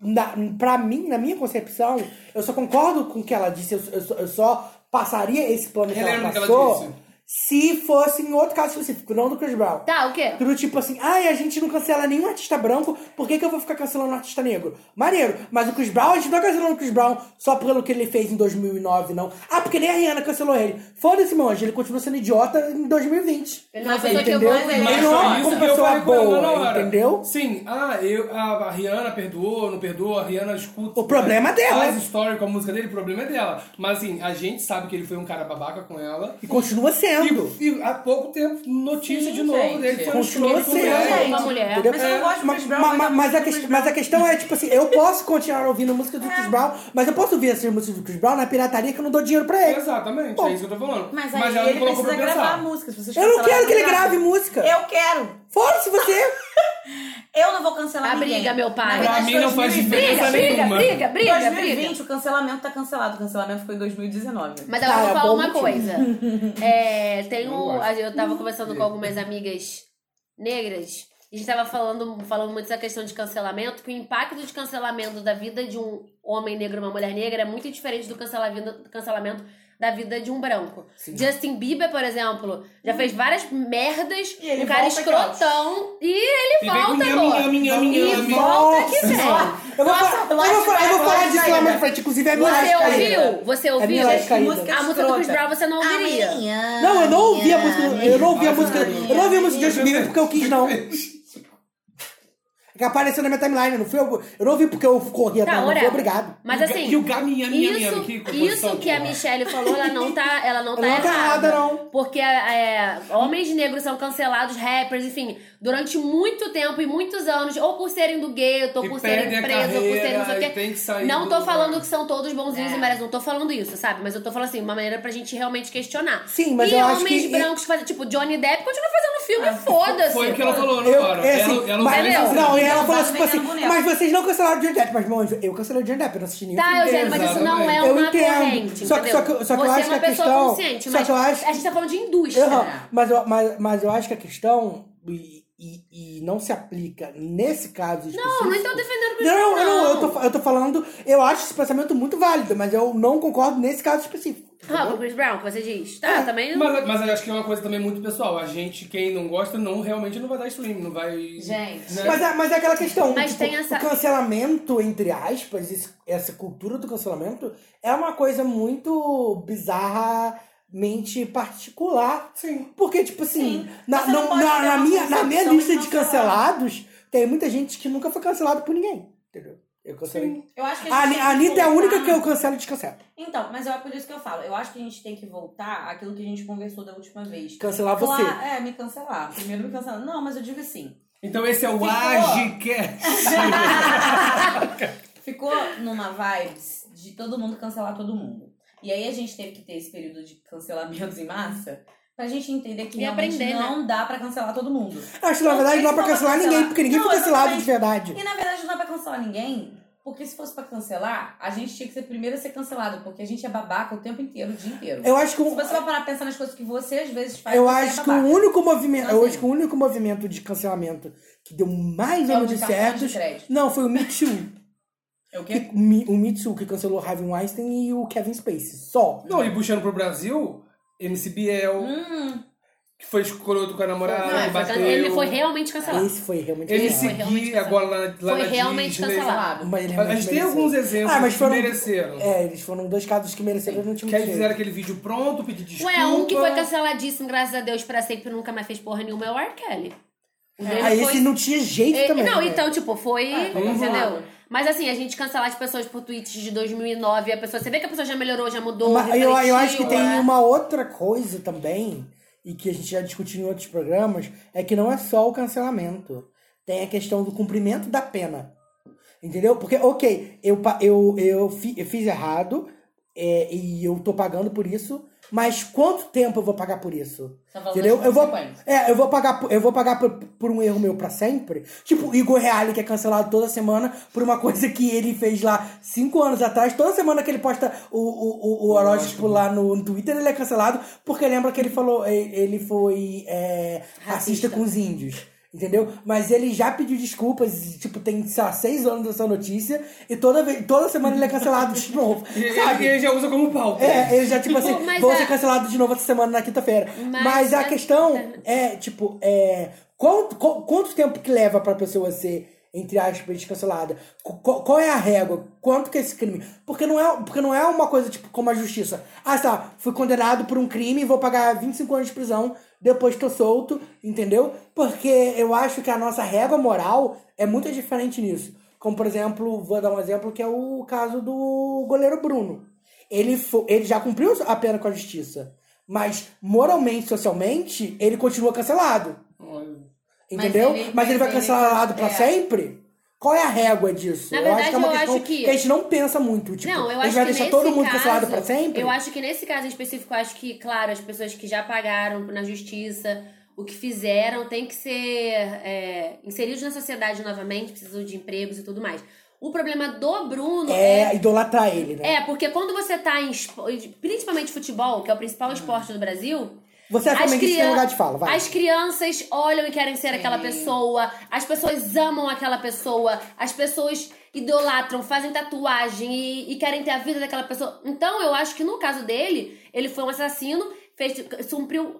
Speaker 2: na, pra mim, na minha concepção, eu só concordo com o que ela disse, eu, eu só- eu só passaria esse plano que
Speaker 9: Relembra
Speaker 2: ela
Speaker 9: o que ela
Speaker 2: passou
Speaker 9: disse.
Speaker 2: se fosse em outro caso específico, não do Chris Brown.
Speaker 1: Tá, o quê?
Speaker 2: Que Do tipo assim, ai, a gente não cancela nenhum artista branco, por que, que eu vou ficar cancelando um artista negro? Maneiro, mas o Chris Brown, a gente não tá cancelando o Chris Brown só pelo que ele fez em 2009, não. Ah, porque nem a Rihanna cancelou ele. Foda-se, meu anjo, ele continua sendo idiota em 2020.
Speaker 1: Ele não é
Speaker 3: Mas
Speaker 1: uma pessoa que eu
Speaker 2: Entendeu?
Speaker 1: vou...
Speaker 3: mas ele-
Speaker 2: Ele
Speaker 9: Mas
Speaker 2: não é
Speaker 9: foi
Speaker 2: uma
Speaker 9: isso que eu
Speaker 2: pessoa
Speaker 9: falei com ela na
Speaker 2: boa,
Speaker 9: hora.
Speaker 2: entendeu?
Speaker 9: Sim, ah, eu, a, a Rihanna perdoou, não perdoou, a Rihanna escuta.
Speaker 2: O problema é dela.
Speaker 9: Faz story com a música dele, o problema é dela. Mas assim, a gente sabe que ele foi um cara babaca com ela.
Speaker 2: E continua sendo.
Speaker 9: E, e há pouco tempo, notícia
Speaker 3: Sim,
Speaker 9: de novo
Speaker 3: gente.
Speaker 9: dele. Foi um
Speaker 2: Continua
Speaker 9: escroto com
Speaker 2: sendo.
Speaker 9: ela.
Speaker 1: Uma mulher.
Speaker 2: Entendeu?
Speaker 3: Mas eu não gosto do
Speaker 2: Ma-
Speaker 3: Chris Brown,
Speaker 2: ma-
Speaker 3: mas eu
Speaker 2: mas, a
Speaker 3: gosto do
Speaker 2: quest-
Speaker 3: Chris É.
Speaker 2: mas a questão é, tipo assim, eu posso continuar ouvindo música do Chris Brown, mas eu posso ouvir essas músicas do Chris Brown na pirataria que eu não dou dinheiro pra ele.
Speaker 9: Exatamente, é isso que eu tô falando.
Speaker 3: Mas aí
Speaker 9: ela
Speaker 3: ele
Speaker 9: me colocou
Speaker 3: precisa
Speaker 9: pra pensar.
Speaker 3: gravar músicas. Vocês
Speaker 2: Eu não
Speaker 3: cancelaram,
Speaker 2: quero que ele
Speaker 3: não grava.
Speaker 2: grave música.
Speaker 3: Eu quero.
Speaker 2: Foda-se você!
Speaker 3: Eu não vou cancelar
Speaker 1: A
Speaker 3: ninguém.
Speaker 1: briga, meu pai.
Speaker 3: Na
Speaker 9: Pra
Speaker 3: verdade,
Speaker 9: mim não faz
Speaker 3: 2020
Speaker 1: Briga,
Speaker 9: diferença
Speaker 1: briga,
Speaker 9: nenhuma.
Speaker 1: briga, briga,
Speaker 3: 2020
Speaker 1: briga.
Speaker 3: o cancelamento tá cancelado. O cancelamento foi em 2019.
Speaker 1: Mas agora eu vou falar
Speaker 2: Cara, Tá, é bom
Speaker 1: uma
Speaker 2: motivo.
Speaker 1: coisa. É, tem
Speaker 9: Eu
Speaker 1: um,
Speaker 9: gosto.
Speaker 1: a- eu tava conversando com algumas amigas negras. e A gente tava falando, falando muito dessa questão de cancelamento, que o impacto de cancelamento da vida de um homem negro e uma mulher negra é muito diferente do cancelamento, cancelamento da vida de um branco. Justin Bieber, por exemplo, já fez várias merdas,
Speaker 3: E ele
Speaker 1: um cara
Speaker 3: volta e causa.
Speaker 1: escrotão, e ele
Speaker 9: E vem um com
Speaker 1: volta
Speaker 9: nhame,
Speaker 1: agora.
Speaker 9: nhame, nhame,
Speaker 1: E
Speaker 9: nhame.
Speaker 1: volta que vem.
Speaker 2: Eu vou,
Speaker 3: Nossa,
Speaker 2: fa- eu vou,
Speaker 3: Lorde
Speaker 2: fa- eu vou
Speaker 3: vai,
Speaker 2: falar
Speaker 3: Lorde
Speaker 2: disso
Speaker 3: vai,
Speaker 2: lá mais
Speaker 3: né?
Speaker 2: pra frente, inclusive é a minha
Speaker 1: Você
Speaker 2: laje caída.
Speaker 1: ouviu? Você
Speaker 2: É minha
Speaker 1: ouviu?
Speaker 2: laje caída. Ah,
Speaker 3: música
Speaker 1: A música do Chris
Speaker 3: escrota.
Speaker 1: Brown você não ouviria.
Speaker 2: Não, eu não ouvi a música. Eu não ouvi a música. Eu não ouvi a música de Justin Bieber porque eu quis, não. É Que apareceu na minha timeline, não foi? Eu, eu não vi porque eu corri atrás, não foi
Speaker 1: whatever.
Speaker 2: obrigado.
Speaker 1: Mas
Speaker 9: E o ga-
Speaker 1: assim,
Speaker 9: E o Gaminha, minha, minha,
Speaker 1: isso,
Speaker 9: que
Speaker 1: isso
Speaker 9: composição,
Speaker 1: que a
Speaker 9: porra.
Speaker 1: Michelle falou, ela não tá, ela não tá
Speaker 2: Ela não tá
Speaker 1: errada.
Speaker 2: errada, não.
Speaker 1: Porque é, homens negros são cancelados, rappers, enfim, durante muito tempo e muitos anos, ou por serem do gueto, ou
Speaker 9: E
Speaker 1: por serem
Speaker 9: perdem a
Speaker 1: presos, ou por serem não sei
Speaker 9: carreira,
Speaker 1: o
Speaker 9: e
Speaker 1: quê.
Speaker 9: tem que sair
Speaker 1: não
Speaker 9: do
Speaker 1: tô
Speaker 9: lugar.
Speaker 1: falando que são todos bonzinhos e merecem, não tô falando isso, sabe? Mas eu tô falando assim, uma maneira pra gente realmente questionar.
Speaker 2: Sim, mas
Speaker 1: e
Speaker 2: eu acho
Speaker 1: homens
Speaker 2: que-
Speaker 1: brancos fazem, tipo, Johnny Depp continua fazendo filme, foda-se.
Speaker 9: Ah, Foi o que ela falou, né,
Speaker 2: Eu,
Speaker 9: cara?
Speaker 2: é assim,
Speaker 9: ela, ela
Speaker 2: mas-
Speaker 1: vai fazer.
Speaker 2: não, e ela
Speaker 3: Ela
Speaker 2: falou
Speaker 3: tá
Speaker 2: tipo assim,
Speaker 3: vendendo boneco.
Speaker 2: mas vocês não cancelaram o Johnny Depp, mas meu anjo, eu cancelei o Johnny Depp, eu não assisti nenhum
Speaker 1: Tá,
Speaker 2: filme dele.
Speaker 1: Eugênio, mas isso não é
Speaker 2: Eu
Speaker 1: uma
Speaker 2: entendo.
Speaker 1: corrente.
Speaker 2: Só
Speaker 1: entendeu?
Speaker 2: que- só que- só que eu
Speaker 1: Você
Speaker 2: acho
Speaker 1: é
Speaker 2: que
Speaker 1: uma
Speaker 2: a
Speaker 1: pessoa
Speaker 2: questão-
Speaker 1: consciente,
Speaker 2: só
Speaker 1: mas
Speaker 2: que eu acho-
Speaker 1: a gente tá falando de indústria.
Speaker 2: Aham,
Speaker 1: né?
Speaker 2: Mas, eu, mas, mas eu acho que a questão, e, e- e não se aplica nesse caso específico...
Speaker 1: Não, não estão defendendo que
Speaker 2: Não, não, não, eu tô, fa- eu tô falando, eu acho esse pensamento muito válido, mas eu não concordo nesse caso específico.
Speaker 1: Ah, pro Chris Brown, que você diz. Tá, também. não.
Speaker 9: Mas, mas eu acho que é uma coisa também muito pessoal. A gente, quem não gosta, não realmente não vai dar stream, não vai.
Speaker 3: Gente.
Speaker 9: né?
Speaker 2: Mas é, mas é aquela questão,
Speaker 1: Mas
Speaker 2: tipo,
Speaker 1: tem essa-
Speaker 2: o cancelamento, entre aspas, esse- essa cultura do cancelamento é uma coisa muito bizarramente particular.
Speaker 9: Sim.
Speaker 2: Porque, tipo assim,
Speaker 3: Sim.
Speaker 2: na,
Speaker 3: Você não
Speaker 2: não-
Speaker 3: pode
Speaker 2: na-
Speaker 3: ter
Speaker 2: na
Speaker 3: uma
Speaker 2: minha, na minha
Speaker 3: concepção
Speaker 2: lista
Speaker 3: de
Speaker 2: de cancelados, tem muita gente que nunca foi cancelada por ninguém, entendeu? Eu cancelei.
Speaker 3: Eu acho que
Speaker 2: A, Ani-
Speaker 3: gente
Speaker 2: a
Speaker 3: tem
Speaker 2: Anitta é a
Speaker 3: voltar-
Speaker 2: única que eu cancelo e descancelo.
Speaker 3: Então, mas é por isso que eu falo. Eu acho que a gente tem que voltar àquilo que a gente conversou da última vez.
Speaker 2: Cancelar você.
Speaker 3: Claro, é, me cancelar. Primeiro me cancelar. Não, mas eu digo assim.
Speaker 9: Então esse é o
Speaker 3: Ficou.
Speaker 9: Agicast.
Speaker 3: Ficou numa vibes de todo mundo cancelar todo mundo. E aí a gente teve que ter esse período de cancelamentos em massa pra gente entender que
Speaker 1: E
Speaker 3: realmente
Speaker 1: aprender, né?
Speaker 3: não dá pra cancelar todo mundo.
Speaker 2: Acho que na verdade não é pra
Speaker 3: Não tem como
Speaker 2: cancelar ninguém,
Speaker 3: cancelar.
Speaker 2: porque ninguém
Speaker 3: Não,
Speaker 2: foi cancelado de
Speaker 3: exatamente.
Speaker 2: verdade.
Speaker 3: E na verdade não dá pra cancelar ninguém, porque se fosse pra cancelar, a gente tinha que ser primeiro a ser cancelado, porque a gente é babaca o tempo inteiro, o dia inteiro.
Speaker 2: Eu acho que
Speaker 3: Se
Speaker 2: um,
Speaker 3: você vai parar pra pensar nas coisas que você às vezes faz,
Speaker 2: eu
Speaker 3: você
Speaker 2: acho
Speaker 3: é
Speaker 2: que o
Speaker 3: babaca.
Speaker 2: único movimento,
Speaker 3: Então,
Speaker 2: eu
Speaker 3: assim,
Speaker 2: acho que o único movimento de cancelamento que deu mais
Speaker 3: É
Speaker 2: ou
Speaker 3: o de
Speaker 2: menos
Speaker 3: cartão de
Speaker 2: certo.
Speaker 3: crédito.
Speaker 2: Não, foi o Me Too.
Speaker 3: É o quê?
Speaker 2: O Mi- O Me Too que cancelou o Harvey Weinstein e o Kevin Spacey. Só.
Speaker 9: não, e puxando pro Brasil, MC Biel,
Speaker 3: Hum,
Speaker 9: é que foi escroto com a namorada,
Speaker 1: Não, é, foi
Speaker 9: bateu.
Speaker 1: can- ele foi realmente cancelado.
Speaker 2: Esse foi realmente
Speaker 9: Ele
Speaker 2: legal.
Speaker 1: Foi realmente
Speaker 9: seguiu
Speaker 1: cancelado.
Speaker 9: agora lá, na- lá
Speaker 1: Foi
Speaker 9: na
Speaker 1: realmente
Speaker 9: Disney.
Speaker 1: cancelado.
Speaker 2: Mas ele é
Speaker 9: A gente
Speaker 2: realmente
Speaker 9: tem
Speaker 2: mereceu.
Speaker 9: alguns exemplos
Speaker 2: Ah, mas
Speaker 9: que
Speaker 2: foram-
Speaker 9: mereceram.
Speaker 2: É, eles foram dois casos que mereceram no último
Speaker 9: Que aí fizeram aquele vídeo pronto, pedir desculpa.
Speaker 1: Ué, um que foi canceladíssimo, graças a Deus, pra sempre, nunca mais fez porra nenhuma, é o R. Kelly. O dele
Speaker 2: É, Aí
Speaker 1: foi-
Speaker 2: Ah, esse não tinha jeito
Speaker 1: É,
Speaker 2: também.
Speaker 1: Não,
Speaker 2: né?
Speaker 1: então, tipo, foi.
Speaker 9: vamos
Speaker 1: entendeu?
Speaker 9: lá.
Speaker 1: Mas assim, a gente cancelar as pessoas por tweets de 2009, a pessoa. Você vê que a pessoa já melhorou, já mudou.
Speaker 2: Mas eu, eu acho que
Speaker 1: refletiu,
Speaker 2: tem
Speaker 1: né?
Speaker 2: uma outra coisa também, e que a gente já discutiu em outros programas, é que não é só o cancelamento. Tem a questão do cumprimento da pena. Entendeu? Porque, ok, eu, pa- eu, eu, fi- eu fiz errado é, e eu tô pagando por isso, mas quanto tempo eu vou pagar por isso?
Speaker 3: Só falando
Speaker 2: Entendeu?
Speaker 3: das
Speaker 2: Eu vou,
Speaker 3: consequências.
Speaker 2: é, eu vou pagar, por- eu vou pagar por, por um erro meu pra sempre. Tipo, o Igor Reale, que é cancelado toda semana por uma coisa que ele fez lá cinco anos atrás. Toda semana que ele posta o, o, o, o horóscopo lá no Twitter, ele é cancelado porque lembra que ele falou, e- ele foi é, racista com os índios. Entendeu? Mas ele já pediu desculpas, e, tipo, tem, sei lá, seis anos dessa notícia, e toda, vez, toda semana ele é cancelado de novo.
Speaker 9: E e-
Speaker 2: sabe?
Speaker 9: e ele já usa como pauta.
Speaker 2: É, ele já, tipo assim,
Speaker 1: Mas
Speaker 2: vão
Speaker 1: a-
Speaker 2: ser cancelados de novo essa semana na quinta-feira. Mas,
Speaker 1: Mas
Speaker 2: a
Speaker 1: a-
Speaker 2: questão é, tipo, é. Quanto, qu- quanto tempo que leva pra pessoa ser, entre aspas, cancelada? Qu- Qual, é a régua? Quanto que é esse crime? Porque não é, porque não é uma coisa, tipo, como a justiça. Ah, tá, fui condenado por um crime e vou pagar 25 anos de prisão, depois tô solto, entendeu? Porque eu acho que a nossa régua moral é muito diferente nisso. Como, por exemplo, vou dar um exemplo que é o caso do goleiro Bruno. Ele, fo- ele já cumpriu a pena com a justiça. Mas moralmente, socialmente, ele continua cancelado. Entendeu? Mas
Speaker 3: ele-
Speaker 2: ele, vai
Speaker 3: ele-
Speaker 2: cancelado pra
Speaker 3: é.
Speaker 2: sempre? Qual é a régua disso?
Speaker 1: Na
Speaker 2: eu acho que
Speaker 1: verdade,
Speaker 2: é uma
Speaker 1: eu
Speaker 2: questão
Speaker 1: acho que-
Speaker 2: a gente não pensa muito. Tipo,
Speaker 1: não, eu acho
Speaker 2: a gente vai
Speaker 1: que
Speaker 2: deixar
Speaker 1: nesse
Speaker 2: todo mundo
Speaker 1: caso,
Speaker 2: cancelado pra sempre?
Speaker 1: Eu acho que nesse caso em específico, eu acho que, claro, as pessoas que já pagaram na justiça, o que fizeram, tem que ser é, inseridos na sociedade novamente, precisam de empregos e tudo mais. O problema do Bruno é
Speaker 2: É idolatrar ele, né?
Speaker 1: é, porque quando você tá em. espo- Principalmente futebol, que é o principal esporte do Brasil.
Speaker 2: Você é
Speaker 1: as
Speaker 2: flamenguista, tem
Speaker 1: crian-
Speaker 2: lugar de fala, vai.
Speaker 1: As crianças olham e querem ser aquela pessoa, as pessoas amam aquela pessoa, as pessoas idolatram, fazem tatuagem e, e querem ter a vida daquela pessoa. Então, eu acho que no caso dele, ele foi um assassino, fez, cumpriu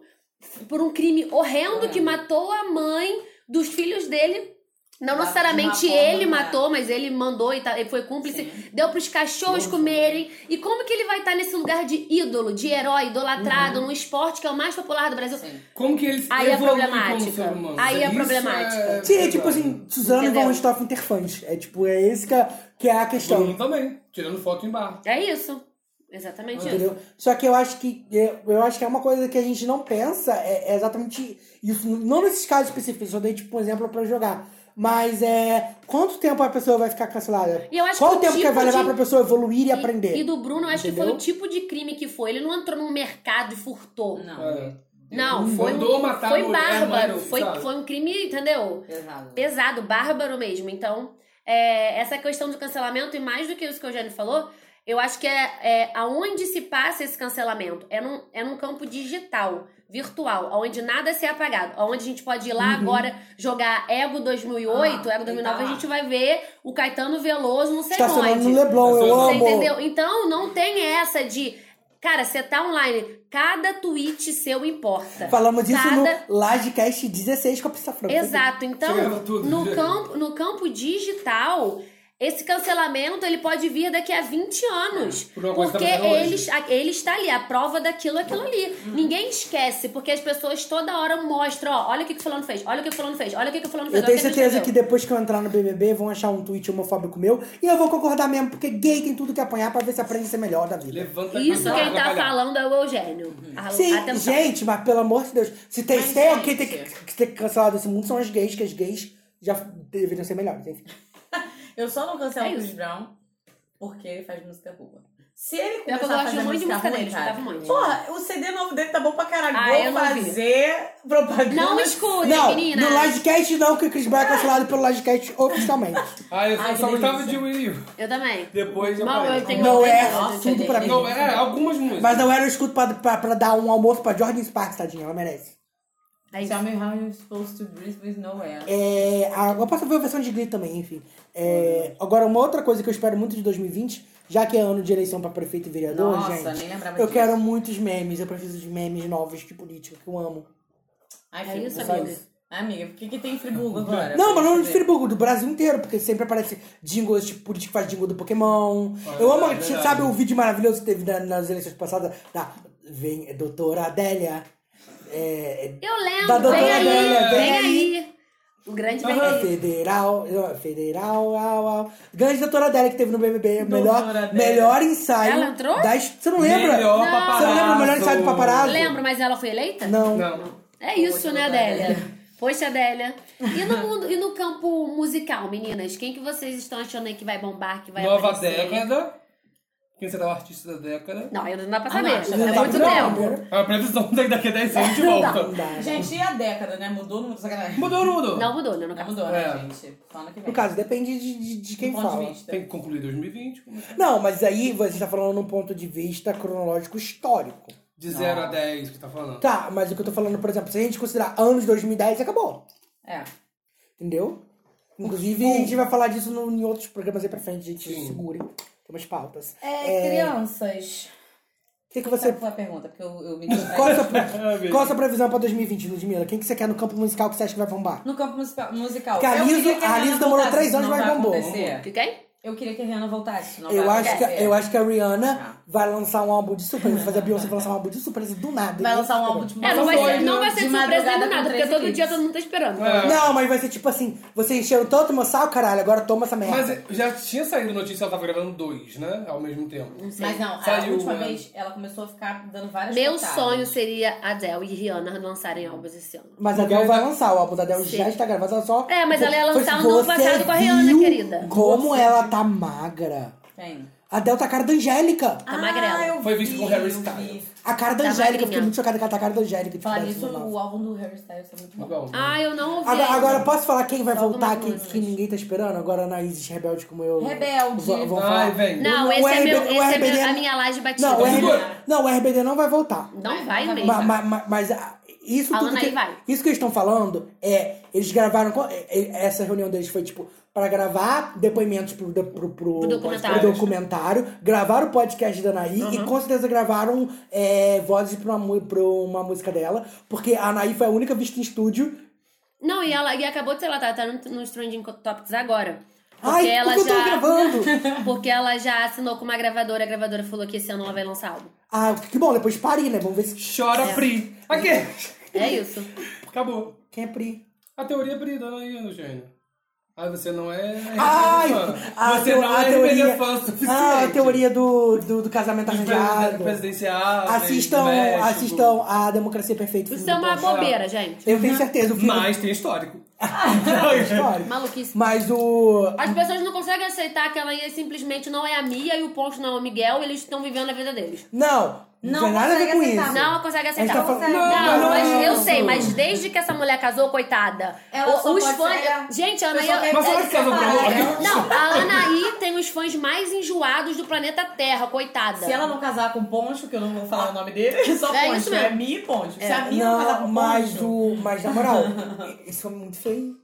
Speaker 1: por um crime horrendo que matou a mãe dos filhos dele Não
Speaker 3: Da-
Speaker 1: necessariamente
Speaker 3: de uma forma,
Speaker 1: ele
Speaker 3: né?
Speaker 1: matou, mas ele mandou e tá- ele foi cúmplice. Deu pros cachorros comerem. E como que ele vai estar nesse lugar de ídolo, de herói, idolatrado, num esporte que é o mais popular do Brasil?
Speaker 3: Sim.
Speaker 9: Como que eles
Speaker 1: Aí é
Speaker 9: evoluem
Speaker 1: problemática.
Speaker 9: como ser humano?
Speaker 1: Aí é
Speaker 9: Isso
Speaker 1: problemática.
Speaker 2: Sim, é tipo assim, Suzana e
Speaker 1: Entendeu?
Speaker 2: Von Richthofen ter fãs. É tipo, é esse que é, que é a questão.
Speaker 1: Então.
Speaker 9: Bruno também, tirando foto em bar.
Speaker 1: É isso. Exatamente isso.
Speaker 2: Entendeu? Só que eu acho que é, eu acho que é uma coisa que a gente não pensa, é, é exatamente isso. Não nesses casos específicos, eu só dei tipo um exemplo pra jogar. Mas é. Quanto tempo a pessoa vai ficar cancelada?
Speaker 1: E eu acho
Speaker 2: Qual
Speaker 1: que
Speaker 2: o
Speaker 1: o
Speaker 2: tempo que
Speaker 1: tipo
Speaker 2: vai levar
Speaker 1: de-
Speaker 2: pra pessoa evoluir e,
Speaker 1: E-
Speaker 2: aprender?
Speaker 1: E, do Bruno, eu acho que foi
Speaker 2: Entendeu?
Speaker 1: o tipo de crime que foi. Ele não entrou num mercado e furtou.
Speaker 3: Não,
Speaker 9: É.
Speaker 1: Não,
Speaker 9: Ele
Speaker 1: Ah, foi,
Speaker 9: mandou
Speaker 1: um,
Speaker 9: matar a
Speaker 1: foi
Speaker 9: mulher,
Speaker 1: bárbaro.
Speaker 9: mas,
Speaker 1: Foi,
Speaker 9: sabe?
Speaker 1: foi um crime, entendeu?
Speaker 3: pesado.
Speaker 1: Pesado, bárbaro mesmo. Então, é, essa questão do cancelamento, e mais do que isso que o Eugênio falou, eu acho que é, é aonde se passa esse cancelamento. É num, é num campo digital, virtual, onde nada é ser apagado. Onde a gente pode ir lá
Speaker 2: Uhum.
Speaker 1: agora jogar Ego 2008,
Speaker 3: Ah,
Speaker 1: Ego 2009,
Speaker 3: tá lá.
Speaker 1: a gente vai ver o Caetano Veloso, não sei
Speaker 2: Estacionando
Speaker 1: onde.
Speaker 2: tá no Leblon, eu
Speaker 9: Você
Speaker 1: Você
Speaker 2: amo.
Speaker 1: entendeu? Então não tem essa de. Cara, você tá online. Cada tweet seu importa.
Speaker 2: Falamos isso
Speaker 1: Cada-
Speaker 2: no Lagecast 16 com a Pista Franca.
Speaker 1: Exato.
Speaker 9: Chegava
Speaker 1: Então,
Speaker 9: tudo,
Speaker 1: no
Speaker 9: né?
Speaker 1: campo, no campo digital, esse cancelamento ele pode vir daqui a 20 anos.
Speaker 2: É,
Speaker 9: Por uma coisa que
Speaker 1: Porque
Speaker 9: tá fazendo
Speaker 1: ele, a- ele está ali, a prova daquilo, aquilo ali.
Speaker 2: Uhum.
Speaker 1: Ninguém esquece, porque as pessoas toda hora mostram, ó, olha o que, que o fulano fez, olha o que, que o fulano fez, olha o que, que o fulano fez. olha
Speaker 2: Eu tenho
Speaker 1: o que ele
Speaker 2: certeza que
Speaker 1: escreveu.
Speaker 2: depois que eu entrar no BBB vão achar um tweet homofóbico meu e eu vou concordar mesmo, porque gay tem tudo que apanhar pra ver se aprende a ser melhor da vida.
Speaker 9: Levanta
Speaker 1: Isso quem tá
Speaker 9: atrapalhar.
Speaker 1: falando é o Eugênio. A-
Speaker 2: Uhum. Sim,
Speaker 1: atenção.
Speaker 2: gente, mas pelo amor de Deus, se tem,
Speaker 3: Mas,
Speaker 2: se tem alguém que
Speaker 3: gente.
Speaker 2: tem que- que tem que cancelar desse mundo são as gays, que as gays já deveriam ser melhores. enfim.
Speaker 3: Eu só não cancelo
Speaker 1: É
Speaker 3: o
Speaker 1: isso.
Speaker 3: Chris Brown porque ele faz música boa. Se ele
Speaker 1: Pior que eu
Speaker 3: começar a
Speaker 1: gosto
Speaker 3: fazer
Speaker 1: muito de
Speaker 3: música
Speaker 1: música dele,
Speaker 3: ruim, cara...
Speaker 1: escutava muito.
Speaker 3: Porra, o CD novo dele tá bom pra caralho.
Speaker 1: Ah, eu
Speaker 3: Vou
Speaker 1: não vi.
Speaker 3: fazer propaganda.
Speaker 1: Não escutem,
Speaker 2: Não,
Speaker 1: meninas.
Speaker 2: no Lodcast não, que o Chris Brown é cancelado pelo Lodcast oficialmente.
Speaker 9: Ah, eu só-
Speaker 3: Ai, que
Speaker 9: só gostava de
Speaker 3: delícia.
Speaker 9: Will You.
Speaker 1: Eu também.
Speaker 9: Depois eu
Speaker 1: Mal
Speaker 9: parei.
Speaker 1: eu tenho
Speaker 2: Não
Speaker 1: eu
Speaker 2: é
Speaker 1: tenho-
Speaker 2: tudo pra mim.
Speaker 9: Não, é, algumas músicas.
Speaker 2: Mas não era, eu escuto pra, pra, pra dar um almoço pra Jordan Sparks, tadinha, ela merece.
Speaker 1: É isso.
Speaker 3: Tell me how you're supposed to breathe with no air.
Speaker 2: É, agora posso ver a versão de Glee também, enfim. É, agora, uma outra coisa que eu espero muito de 2020, já que é ano de eleição pra prefeito e vereador,
Speaker 3: Nossa,
Speaker 2: gente.
Speaker 3: nem lembrava
Speaker 2: eu
Speaker 3: disso.
Speaker 2: quero muitos memes, eu preciso de memes novos de política, que eu amo.
Speaker 3: Ai,
Speaker 1: É isso,
Speaker 3: Friburgo.
Speaker 1: amiga.
Speaker 3: Ai, amiga, por que, que tem em Friburgo agora?
Speaker 2: Não, mas não de
Speaker 3: Saber.
Speaker 2: Friburgo, do Brasil inteiro, porque sempre aparece jingles, tipo, político que faz jingle do Pokémon.
Speaker 9: É,
Speaker 2: eu amo,
Speaker 9: é verdade.
Speaker 2: sabe o vídeo maravilhoso que teve na- nas eleições passadas? Da, vem, é, doutora Adélia. É,
Speaker 1: Eu
Speaker 2: Da
Speaker 1: lembro,
Speaker 2: doutora
Speaker 1: vem aí,
Speaker 2: Adélia, vem
Speaker 1: vem
Speaker 2: aí.
Speaker 1: aí. O grande vem
Speaker 2: é,
Speaker 1: aí.
Speaker 2: federal, é, federal, au, au. Grande doutora Adélia que teve no BBB, é melhor,
Speaker 3: Doutora Adélia.
Speaker 2: melhor ensaio.
Speaker 1: Ela entrou?
Speaker 2: da his- você não lembra?
Speaker 9: Melhor
Speaker 1: Não.
Speaker 9: paparazzo.
Speaker 2: Você não lembra o melhor ensaio do paparazzo?
Speaker 1: Lembro, mas ela foi eleita?
Speaker 2: Não.
Speaker 9: Não.
Speaker 1: É isso,
Speaker 3: Poxa,
Speaker 1: né,
Speaker 3: Adélia?
Speaker 1: Adélia? Poxa, Adélia. E no, mundo, e no campo musical, meninas? Quem que vocês estão achando aí que vai bombar, que vai
Speaker 9: Nova
Speaker 1: aparecer?
Speaker 9: década. Quem será o artista da década? É
Speaker 1: Não, ainda não dá pra
Speaker 3: Ah, não,
Speaker 1: saber.
Speaker 3: acho
Speaker 1: é
Speaker 3: que
Speaker 2: Não,
Speaker 1: muito
Speaker 2: não,
Speaker 1: tempo.
Speaker 2: não,
Speaker 9: A previsão daqui a 10 anos de
Speaker 2: não
Speaker 9: volta.
Speaker 2: dá.
Speaker 3: Gente, e a década, né? Mudou no mundo, sacanagem.
Speaker 9: Mudou ou não mudou?
Speaker 1: Não mudou, né, no
Speaker 3: Não
Speaker 1: caso.
Speaker 3: mudou, né,
Speaker 9: É.
Speaker 3: gente? Só ano que vem.
Speaker 2: No caso, depende de, de- de quem
Speaker 3: Do ponto
Speaker 2: fala.
Speaker 3: de vista.
Speaker 9: Tem que concluir 2020. começar.
Speaker 2: Não, mas aí você está falando num ponto de vista cronológico histórico.
Speaker 9: De 0 a 10 que tá falando.
Speaker 2: Tá, mas o que eu tô falando, por exemplo, se a gente considerar anos 2010, acabou.
Speaker 3: É.
Speaker 2: Entendeu? Inclusive, a gente vai falar disso no, em outros programas aí pra frente, gente.
Speaker 9: Sim.
Speaker 2: Segurem. Tem umas pautas.
Speaker 3: É, crianças.
Speaker 2: O que, que você.
Speaker 3: Qual foi a pergunta? Porque eu, eu me distraí.
Speaker 2: Qual é a, sua,
Speaker 9: Ah, bem.
Speaker 2: qual a sua previsão pra 2020, Ludmilla? Quem que você quer no campo musical que você acha que vai bombar?
Speaker 3: No campo musica- musical.
Speaker 2: Porque a
Speaker 3: Eu
Speaker 2: Liso-
Speaker 3: queria que
Speaker 2: a
Speaker 3: Rihanna
Speaker 2: Liso demorou
Speaker 3: voltasse,
Speaker 2: três
Speaker 3: isso
Speaker 2: anos,
Speaker 3: não
Speaker 2: mas
Speaker 3: vai
Speaker 2: bombou.
Speaker 3: acontecer.
Speaker 1: Quem?
Speaker 3: Eu queria que a Rihanna voltasse. isso Não
Speaker 2: Eu
Speaker 3: vai
Speaker 2: acho, que,
Speaker 3: acontecer.
Speaker 2: eu acho que a Rihanna vai lançar um álbum de surpresa. Vai fazer a Beyoncé lançar um álbum de surpresa do nada.
Speaker 3: Vai lançar um álbum de
Speaker 1: É, não vai ser, não vai ser
Speaker 3: De
Speaker 1: surpresa
Speaker 3: madrugada
Speaker 1: nem
Speaker 3: com
Speaker 1: nada, porque
Speaker 3: três
Speaker 1: todo dia
Speaker 3: clipes.
Speaker 1: todo mundo tá esperando.
Speaker 9: É.
Speaker 2: Não, mas vai ser tipo assim: você encheu tanto meu sal, caralho, agora toma essa merda.
Speaker 9: Mas já tinha saído notícia que ela tava gravando dois, né? Ao mesmo tempo.
Speaker 3: Mas não, a
Speaker 9: Saiu,
Speaker 3: última
Speaker 9: é.
Speaker 3: vez ela começou a ficar dando várias
Speaker 1: Meu
Speaker 3: cortadas.
Speaker 1: sonho seria Adele e Rihanna lançarem álbuns esse ano.
Speaker 2: Mas a
Speaker 9: Porque
Speaker 2: Adele vai
Speaker 9: ela-
Speaker 2: lançar, o álbum da Adele
Speaker 1: Sim.
Speaker 2: já está gravado, ela só...
Speaker 1: É, mas ela ia
Speaker 2: Foi-
Speaker 1: lançar um
Speaker 2: você
Speaker 1: novo passado com a Rihanna,
Speaker 2: viu
Speaker 1: querida.
Speaker 2: como
Speaker 1: Você.
Speaker 2: ela tá magra.
Speaker 3: Tem.
Speaker 2: A Adele tá a cara da Angélica.
Speaker 1: Tá
Speaker 2: Ah,
Speaker 1: magrela.
Speaker 3: eu
Speaker 9: Foi visto
Speaker 3: vi,
Speaker 9: com Harry
Speaker 3: eu
Speaker 9: Styles.
Speaker 3: vi.
Speaker 2: A cara da
Speaker 1: Tá
Speaker 2: Angélica,
Speaker 1: magrinha.
Speaker 2: eu fiquei muito chocada que ela tá a cara da Angélica. de
Speaker 3: Falar
Speaker 2: 10
Speaker 3: nisso,
Speaker 2: anos.
Speaker 3: o álbum do Harry Styles é muito bom.
Speaker 9: Bom,
Speaker 1: Ah, eu não ouvi.
Speaker 2: Agora,
Speaker 1: ainda.
Speaker 2: agora, posso falar quem vai
Speaker 1: Só
Speaker 2: voltar,
Speaker 1: algumas
Speaker 2: que, que
Speaker 1: músicas.
Speaker 2: ninguém tá esperando? Agora, na Isis Rebelde, como eu...
Speaker 3: Rebelde.
Speaker 2: vou- vou
Speaker 9: Ai,
Speaker 2: falar.
Speaker 9: vem.
Speaker 1: Não,
Speaker 2: O
Speaker 1: esse é,
Speaker 2: RBD
Speaker 1: meu, esse é
Speaker 2: RBD
Speaker 1: meu- a minha laje batida.
Speaker 2: Não, o
Speaker 9: Segura.
Speaker 2: RBD não, o RBD não vai voltar.
Speaker 1: Não vai
Speaker 3: Não vai
Speaker 1: mesmo.
Speaker 2: Ma- ma- ma- Mas, ah, isso
Speaker 1: Tá Falando
Speaker 2: tudo que,
Speaker 1: aí, vai.
Speaker 2: isso que eles estão falando é eles gravaram com- é, é, essa reunião deles foi tipo para gravar depoimentos pro, do- pro, pro-
Speaker 1: Pro documentário. Uhum.
Speaker 2: pro documentário, gravaram o podcast da Anaí e com certeza gravaram é, vozes pra uma, mu- pra uma música dela, porque a Anaí foi a única vista em estúdio
Speaker 1: Não, e ela e acabou de sei lá, tá, tá no- nos trending topics agora.
Speaker 2: Ai,
Speaker 1: ela
Speaker 2: porque eu tô
Speaker 1: já-
Speaker 2: gravando.
Speaker 1: Porque ela já assinou com uma gravadora, a gravadora falou que esse ano ela vai lançar álbum.
Speaker 2: ah, que bom, depois Paris, né? Vamos ver se...
Speaker 9: Chora Pri. Aqui.
Speaker 1: É isso.
Speaker 9: Acabou.
Speaker 2: Quem é Pri?
Speaker 9: A teoria é Pri, dona aí, Eugênio. Ah, você não é.
Speaker 2: Ai, a,
Speaker 9: você
Speaker 2: teo-
Speaker 9: não
Speaker 2: a
Speaker 9: é
Speaker 2: teoria...
Speaker 9: teoria... fã o suficiente.
Speaker 2: Ah, a teoria do, do, do casamento
Speaker 9: Dos
Speaker 2: arranjado.
Speaker 9: presidenciais,
Speaker 2: Assistam,
Speaker 9: né, do México.
Speaker 2: assistam a Democracia Perfeita. filme
Speaker 1: Isso é
Speaker 2: do
Speaker 1: uma
Speaker 2: Bob.
Speaker 1: bobeira, gente.
Speaker 2: Eu tenho certeza, o filme
Speaker 9: Mas tem histórico.
Speaker 2: é histórico.
Speaker 1: Maluquice.
Speaker 2: Mas o...
Speaker 1: As pessoas não conseguem aceitar que ela aí simplesmente não é a Mia e o Poncho não é o Miguel, eles estão vivendo a vida deles.
Speaker 2: Não, não, tem nada a ver
Speaker 3: consegue
Speaker 2: com
Speaker 3: aceitar.
Speaker 2: isso.
Speaker 1: Não consegue aceitar.
Speaker 2: A gente tá falando-
Speaker 1: Não,
Speaker 2: Não, não,
Speaker 1: mas
Speaker 2: não.
Speaker 1: eu sei, mas desde que essa mulher casou, coitada,
Speaker 3: Ela
Speaker 1: o-
Speaker 3: só
Speaker 1: os
Speaker 3: pode
Speaker 1: fãs.
Speaker 3: sair-
Speaker 1: Gente, a Anaí.
Speaker 3: Pessoal,
Speaker 1: é-
Speaker 9: Mas olha que casou pra
Speaker 3: é um né?
Speaker 9: outra.
Speaker 1: Não, a Anaí tem os fãs mais enjoados do planeta Terra, coitada.
Speaker 3: Se ela não casar com Poncho, que eu não vou falar o nome dele, só
Speaker 1: É
Speaker 3: Poncho.
Speaker 1: isso
Speaker 3: é
Speaker 1: mesmo.
Speaker 3: Mi e Poncho. Se
Speaker 1: É.
Speaker 3: a Mi não, casar
Speaker 2: Não,
Speaker 3: com
Speaker 2: mas
Speaker 3: Poncho...
Speaker 2: o... Mas na moral, esse filme é muito feio.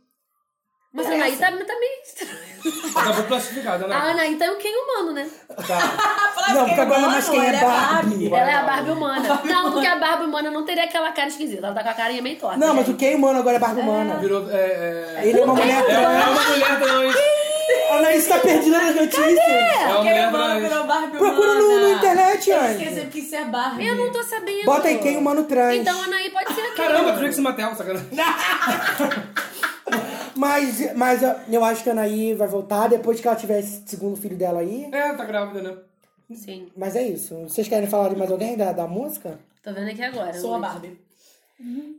Speaker 1: Mas a Anaí tá, tá meio estranha.
Speaker 9: Acabou plastificada, né?
Speaker 1: A Anaí tá um quem humano, né?
Speaker 3: Fala,
Speaker 2: Tá. Não, porque
Speaker 3: quem é
Speaker 2: agora
Speaker 3: humano,
Speaker 2: nós quem
Speaker 3: ele
Speaker 2: é Barbie.
Speaker 1: Ela é a Barbie humana. Não, porque a Barbie humana não teria aquela cara esquisita. Ela tá com a carinha meio torta.
Speaker 2: Não, mas o quem humano agora é Barbie humana.
Speaker 9: Virou. É, é...
Speaker 2: Ele é uma mulher
Speaker 9: É, é
Speaker 2: trans.
Speaker 9: uma mulher trans.
Speaker 2: Anaís tá perdida nas notícias.
Speaker 9: É
Speaker 3: Quem
Speaker 9: uma
Speaker 3: é
Speaker 9: mulher
Speaker 3: humano
Speaker 9: trans.
Speaker 3: virou Barbie
Speaker 2: Procura no-
Speaker 3: humana.
Speaker 2: no internet,
Speaker 3: Eu
Speaker 2: Anne.
Speaker 3: esqueci porque isso é Barbie.
Speaker 1: Eu não tô sabendo.
Speaker 2: Bota aí quem é humano trans.
Speaker 1: Então a Anaí pode ser aqui.
Speaker 9: Caramba, Trix Mattel, sacanagem.
Speaker 2: Mas, mas ó, eu acho que a Anaí vai voltar depois que ela tiver esse segundo filho dela aí.
Speaker 9: É, tá grávida, né?
Speaker 1: Sim,
Speaker 2: Mas é isso. Vocês querem falar de mais alguém da, da música?
Speaker 1: tô vendo aqui agora.
Speaker 3: Sou a
Speaker 1: Luiz.
Speaker 3: Barbie.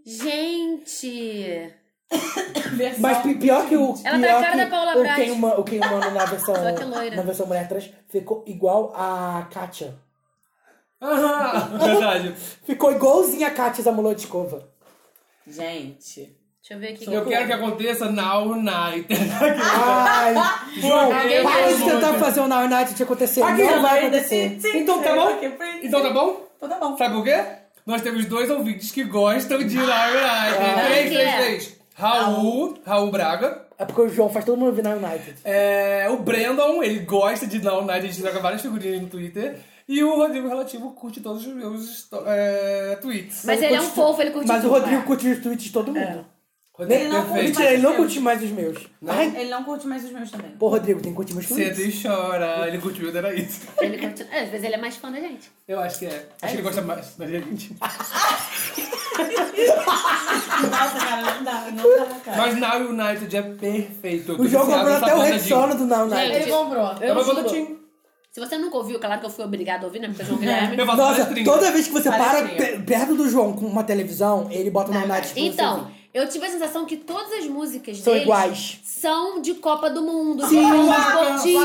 Speaker 1: Gente!
Speaker 3: Versão
Speaker 2: Mas pi- pior que o.
Speaker 1: Ela tá
Speaker 2: pior
Speaker 1: a cara
Speaker 2: que
Speaker 1: da Paula
Speaker 2: o
Speaker 1: Braz.
Speaker 2: quem Huma- O quem humano na versão,
Speaker 1: Só que é loira.
Speaker 2: na versão mulher trans ficou igual a Kátia.
Speaker 9: Aham, Ah, verdade.
Speaker 2: Ficou igualzinha a Kátia Zamulou de Escova.
Speaker 3: Gente.
Speaker 1: Deixa eu ver aqui.
Speaker 9: Eu quero que aconteça Now Night.
Speaker 2: Ai, João,
Speaker 9: Alguém
Speaker 2: para de
Speaker 9: fez
Speaker 2: tentar
Speaker 9: muito.
Speaker 2: fazer o Now Night te acontecer.
Speaker 9: Aqui,
Speaker 2: não vai
Speaker 3: Ainda
Speaker 2: acontecer.
Speaker 3: se- se-
Speaker 9: Então tá bom?
Speaker 3: Ok, foi-
Speaker 9: Então tá bom?
Speaker 3: Então tá bom.
Speaker 9: Sabe por quê? Nós temos dois ouvintes que gostam de Now Night.
Speaker 1: Quem
Speaker 9: Três,
Speaker 1: que
Speaker 9: três,
Speaker 1: é?
Speaker 9: três. Raul, Raul Braga.
Speaker 2: É porque o João faz todo mundo vir na United.
Speaker 9: É, o Brandon, ele gosta de Now Night, a gente joga várias figurinhas no Twitter. E o Rodrigo Relativo curte todos os meus esto- é, tweets.
Speaker 1: Mas ele é um
Speaker 2: curte-
Speaker 1: fofo, ele curte
Speaker 2: Mas o
Speaker 1: tudo,
Speaker 2: Rodrigo
Speaker 1: é.
Speaker 2: curte os tweets de todo mundo.
Speaker 9: Rodrigo,
Speaker 3: Ele não
Speaker 9: perfeito.
Speaker 2: Mentira, ele não
Speaker 3: Mas
Speaker 2: curte mais os meus. Ai,
Speaker 3: Ele não curte mais os meus também.
Speaker 2: pô, Rodrigo, tem que curtir meus tweets.
Speaker 9: Senta e chora. Ele curte o meu, era isso.
Speaker 1: Ele curte- é, Às vezes ele é mais fã da gente.
Speaker 9: Eu acho que é. Acho que ele gosta mais da gente.
Speaker 3: Nossa, cara, não dá, não dá, cara.
Speaker 9: Mas Now United é perfeito. Eu tô
Speaker 2: O João
Speaker 9: viciado
Speaker 2: comprou
Speaker 9: nessa
Speaker 2: até o
Speaker 9: banda
Speaker 2: Red
Speaker 9: de-
Speaker 2: Sono do Now Night.
Speaker 1: Gente,
Speaker 3: Ele comprou.
Speaker 9: É uma banda
Speaker 1: juro.
Speaker 9: teen.
Speaker 1: Se você nunca ouviu, claro que eu fui obrigada a ouvir, né? Porque o João Guilherme.
Speaker 9: Eu faço
Speaker 2: Nossa,
Speaker 9: palestrinha.
Speaker 2: toda vez que você para
Speaker 3: Palestrinha.
Speaker 2: pe- perto do João com uma televisão, ele bota o Now
Speaker 9: Tipo,
Speaker 2: Night pra você
Speaker 1: Então,
Speaker 2: ouvir.
Speaker 1: eu tive a sensação que todas as músicas
Speaker 2: São
Speaker 1: deles
Speaker 2: iguais.
Speaker 1: são de Copa do Mundo, de
Speaker 2: Sim,
Speaker 1: jogos esportivos.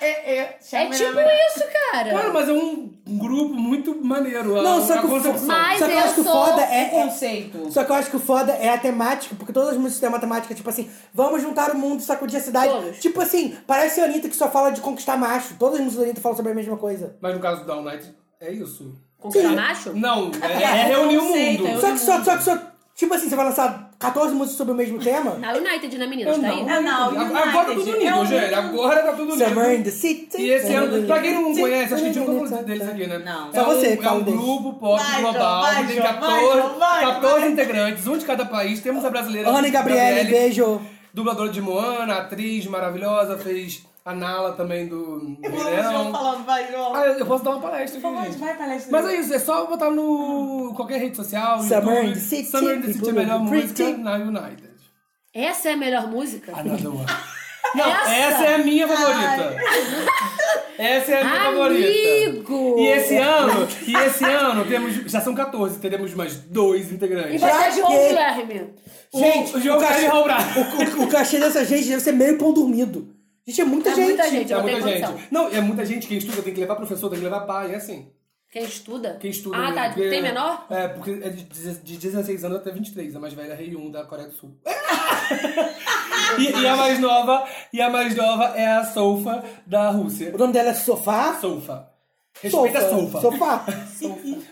Speaker 1: É
Speaker 3: É
Speaker 1: tipo
Speaker 9: né?
Speaker 1: isso,
Speaker 9: Cara,
Speaker 1: cara.
Speaker 9: mas é um um grupo muito maneiro. a-
Speaker 2: Não, só
Speaker 9: a
Speaker 2: que o
Speaker 9: concepção.
Speaker 1: Mas-
Speaker 2: só que eu
Speaker 1: eu
Speaker 2: acho que o
Speaker 1: sou um
Speaker 2: foda é, é-
Speaker 3: conceito.
Speaker 2: Só que eu acho que o foda é a temática, porque todas as músicas têm uma temática, tipo assim, vamos juntar o mundo, sacudir a cidade.
Speaker 1: Todas.
Speaker 2: Tipo assim, parece a Anitta que só fala de conquistar macho. Todas as músicas da Anitta falam sobre a mesma coisa.
Speaker 9: Mas no caso do Now Night, é isso.
Speaker 1: Conquistar macho?
Speaker 9: Não, é, é reunir o
Speaker 3: Conceito,
Speaker 9: mundo.
Speaker 3: eu-
Speaker 2: Só que só, só que só. Tipo assim, você vai lançar 14 músicas sobre o mesmo tema?
Speaker 1: Na United, né,
Speaker 9: Eu
Speaker 1: meninas? Tá aí?
Speaker 9: não.
Speaker 3: É, não,
Speaker 9: Agora-
Speaker 3: United.
Speaker 9: Agora tá tudo unido,
Speaker 3: Eu
Speaker 9: gente.
Speaker 3: não-
Speaker 9: Agora tá tudo
Speaker 2: Summer in
Speaker 9: unido.
Speaker 2: the City.
Speaker 9: E esse ano, pra quem não conhece, acho que a gente nunca falou deles aqui, né?
Speaker 3: Não.
Speaker 9: É
Speaker 2: Só você
Speaker 9: um-
Speaker 2: que
Speaker 9: É
Speaker 2: fala
Speaker 9: um
Speaker 2: deles.
Speaker 9: grupo pop
Speaker 3: Vai, João,
Speaker 9: global,
Speaker 3: vai,
Speaker 9: tem
Speaker 3: João, vai,
Speaker 9: 14,
Speaker 3: João, vai,
Speaker 9: 14
Speaker 3: vai.
Speaker 9: integrantes, um de cada país. Temos a brasileira
Speaker 2: Ana e Gabriele, beijo.
Speaker 9: dubladora de Moana, atriz maravilhosa, fez a Nala também do do Rei Leão.
Speaker 3: falando, vai, João.
Speaker 9: Ah, eu posso dar uma palestra aqui, gente.
Speaker 3: um- vai, palestra.
Speaker 9: Mas é isso, é só botar no qualquer rede social,
Speaker 2: Summer
Speaker 9: YouTube,
Speaker 2: in the City,
Speaker 9: Summer in the City é a
Speaker 2: People
Speaker 9: melhor
Speaker 2: Will Be
Speaker 9: música
Speaker 2: Pretty.
Speaker 9: na United.
Speaker 1: Essa é a melhor música?
Speaker 9: Another one. Não, essa, é a minha favorita. Essa é a minha favorita.
Speaker 1: Amigo!
Speaker 9: E esse ano, e esse ano temos, já são 14, teremos mais dois
Speaker 1: E é
Speaker 9: integrantes.
Speaker 1: vai ser João
Speaker 2: Pra quê?
Speaker 1: Guilherme.
Speaker 2: Gente,
Speaker 9: o João
Speaker 2: o cachê-
Speaker 9: Guilherme Raul
Speaker 2: O, o cachê dessa gente deve ser meio pão dormido. Gente, é muita
Speaker 1: É
Speaker 2: gente.
Speaker 1: muita gente, eu
Speaker 9: É
Speaker 1: não
Speaker 9: muita
Speaker 1: tenho condição.
Speaker 9: gente. Não, é muita gente. Quem estuda tem que levar professor, tem que levar pai, é assim.
Speaker 1: Quem estuda?
Speaker 9: Quem estuda.
Speaker 1: Ah,
Speaker 9: né?
Speaker 1: tá.
Speaker 9: Porque-
Speaker 1: Tem menor?
Speaker 9: É, porque é de deze- de 16 anos até 23. A mais velha é Rei 1 da Coreia do Sul. e, e a mais nova, e a mais nova é a Solfa da Rússia.
Speaker 2: O nome dela é Sofá.
Speaker 9: Solfa. Respeita a Solfa.
Speaker 2: Sofá.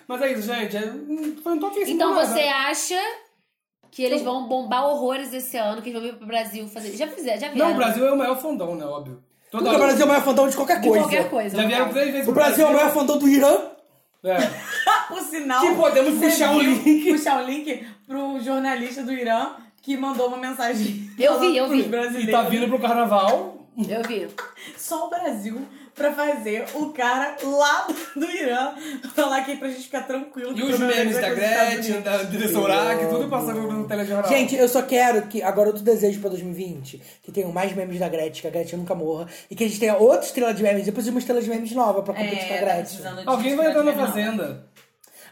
Speaker 9: Mas é isso, gente. É, hum, foi um toque assim.
Speaker 1: Então
Speaker 9: do nada.
Speaker 1: você acha que eles
Speaker 9: Então-
Speaker 1: vão bombar horrores esse ano, que eles vão vir pro Brasil fazer. Já fizeram, já vieram.
Speaker 9: Não, o Brasil é o maior fandom, né? Óbvio. Toda
Speaker 2: Porque o
Speaker 9: hora-
Speaker 2: Brasil é o maior fandom de qualquer
Speaker 1: De
Speaker 2: coisa.
Speaker 1: qualquer coisa.
Speaker 9: Já
Speaker 1: no
Speaker 9: vieram
Speaker 1: caso.
Speaker 9: três vezes
Speaker 2: O Brasil é o maior fandom do Irã.
Speaker 9: É.
Speaker 3: Por sinal.
Speaker 9: Que podemos
Speaker 3: você
Speaker 9: puxar um o
Speaker 3: viu
Speaker 9: link.
Speaker 3: Puxar o link pro jornalista do Irã que mandou uma mensagem
Speaker 1: Eu
Speaker 3: falando
Speaker 1: vi, eu
Speaker 3: pros
Speaker 1: vi.
Speaker 9: E
Speaker 3: brasileiros.
Speaker 9: tá vindo pro carnaval.
Speaker 1: Eu vi.
Speaker 3: Só o Brasil pra fazer o cara lá do Irã falar aqui pra gente ficar tranquilo. que
Speaker 9: E
Speaker 3: o
Speaker 9: os
Speaker 3: problema
Speaker 9: memes
Speaker 3: é
Speaker 9: da
Speaker 3: coisa dos Estados
Speaker 9: Gretchen,
Speaker 3: Unidos.
Speaker 9: da Andressa Urach, tudo passando no telejornal.
Speaker 2: Gente, eu só quero que agora outro desejo pra 2020, que tenham mais memes da Gretchen, que a Gretchen nunca morra, e que a gente tenha outra estrela de memes, depois uma estrela de memes nova pra competir com a
Speaker 3: É, tá
Speaker 2: Gretchen.
Speaker 3: precisando de
Speaker 9: alguém vai entrar na
Speaker 3: não.
Speaker 9: fazenda.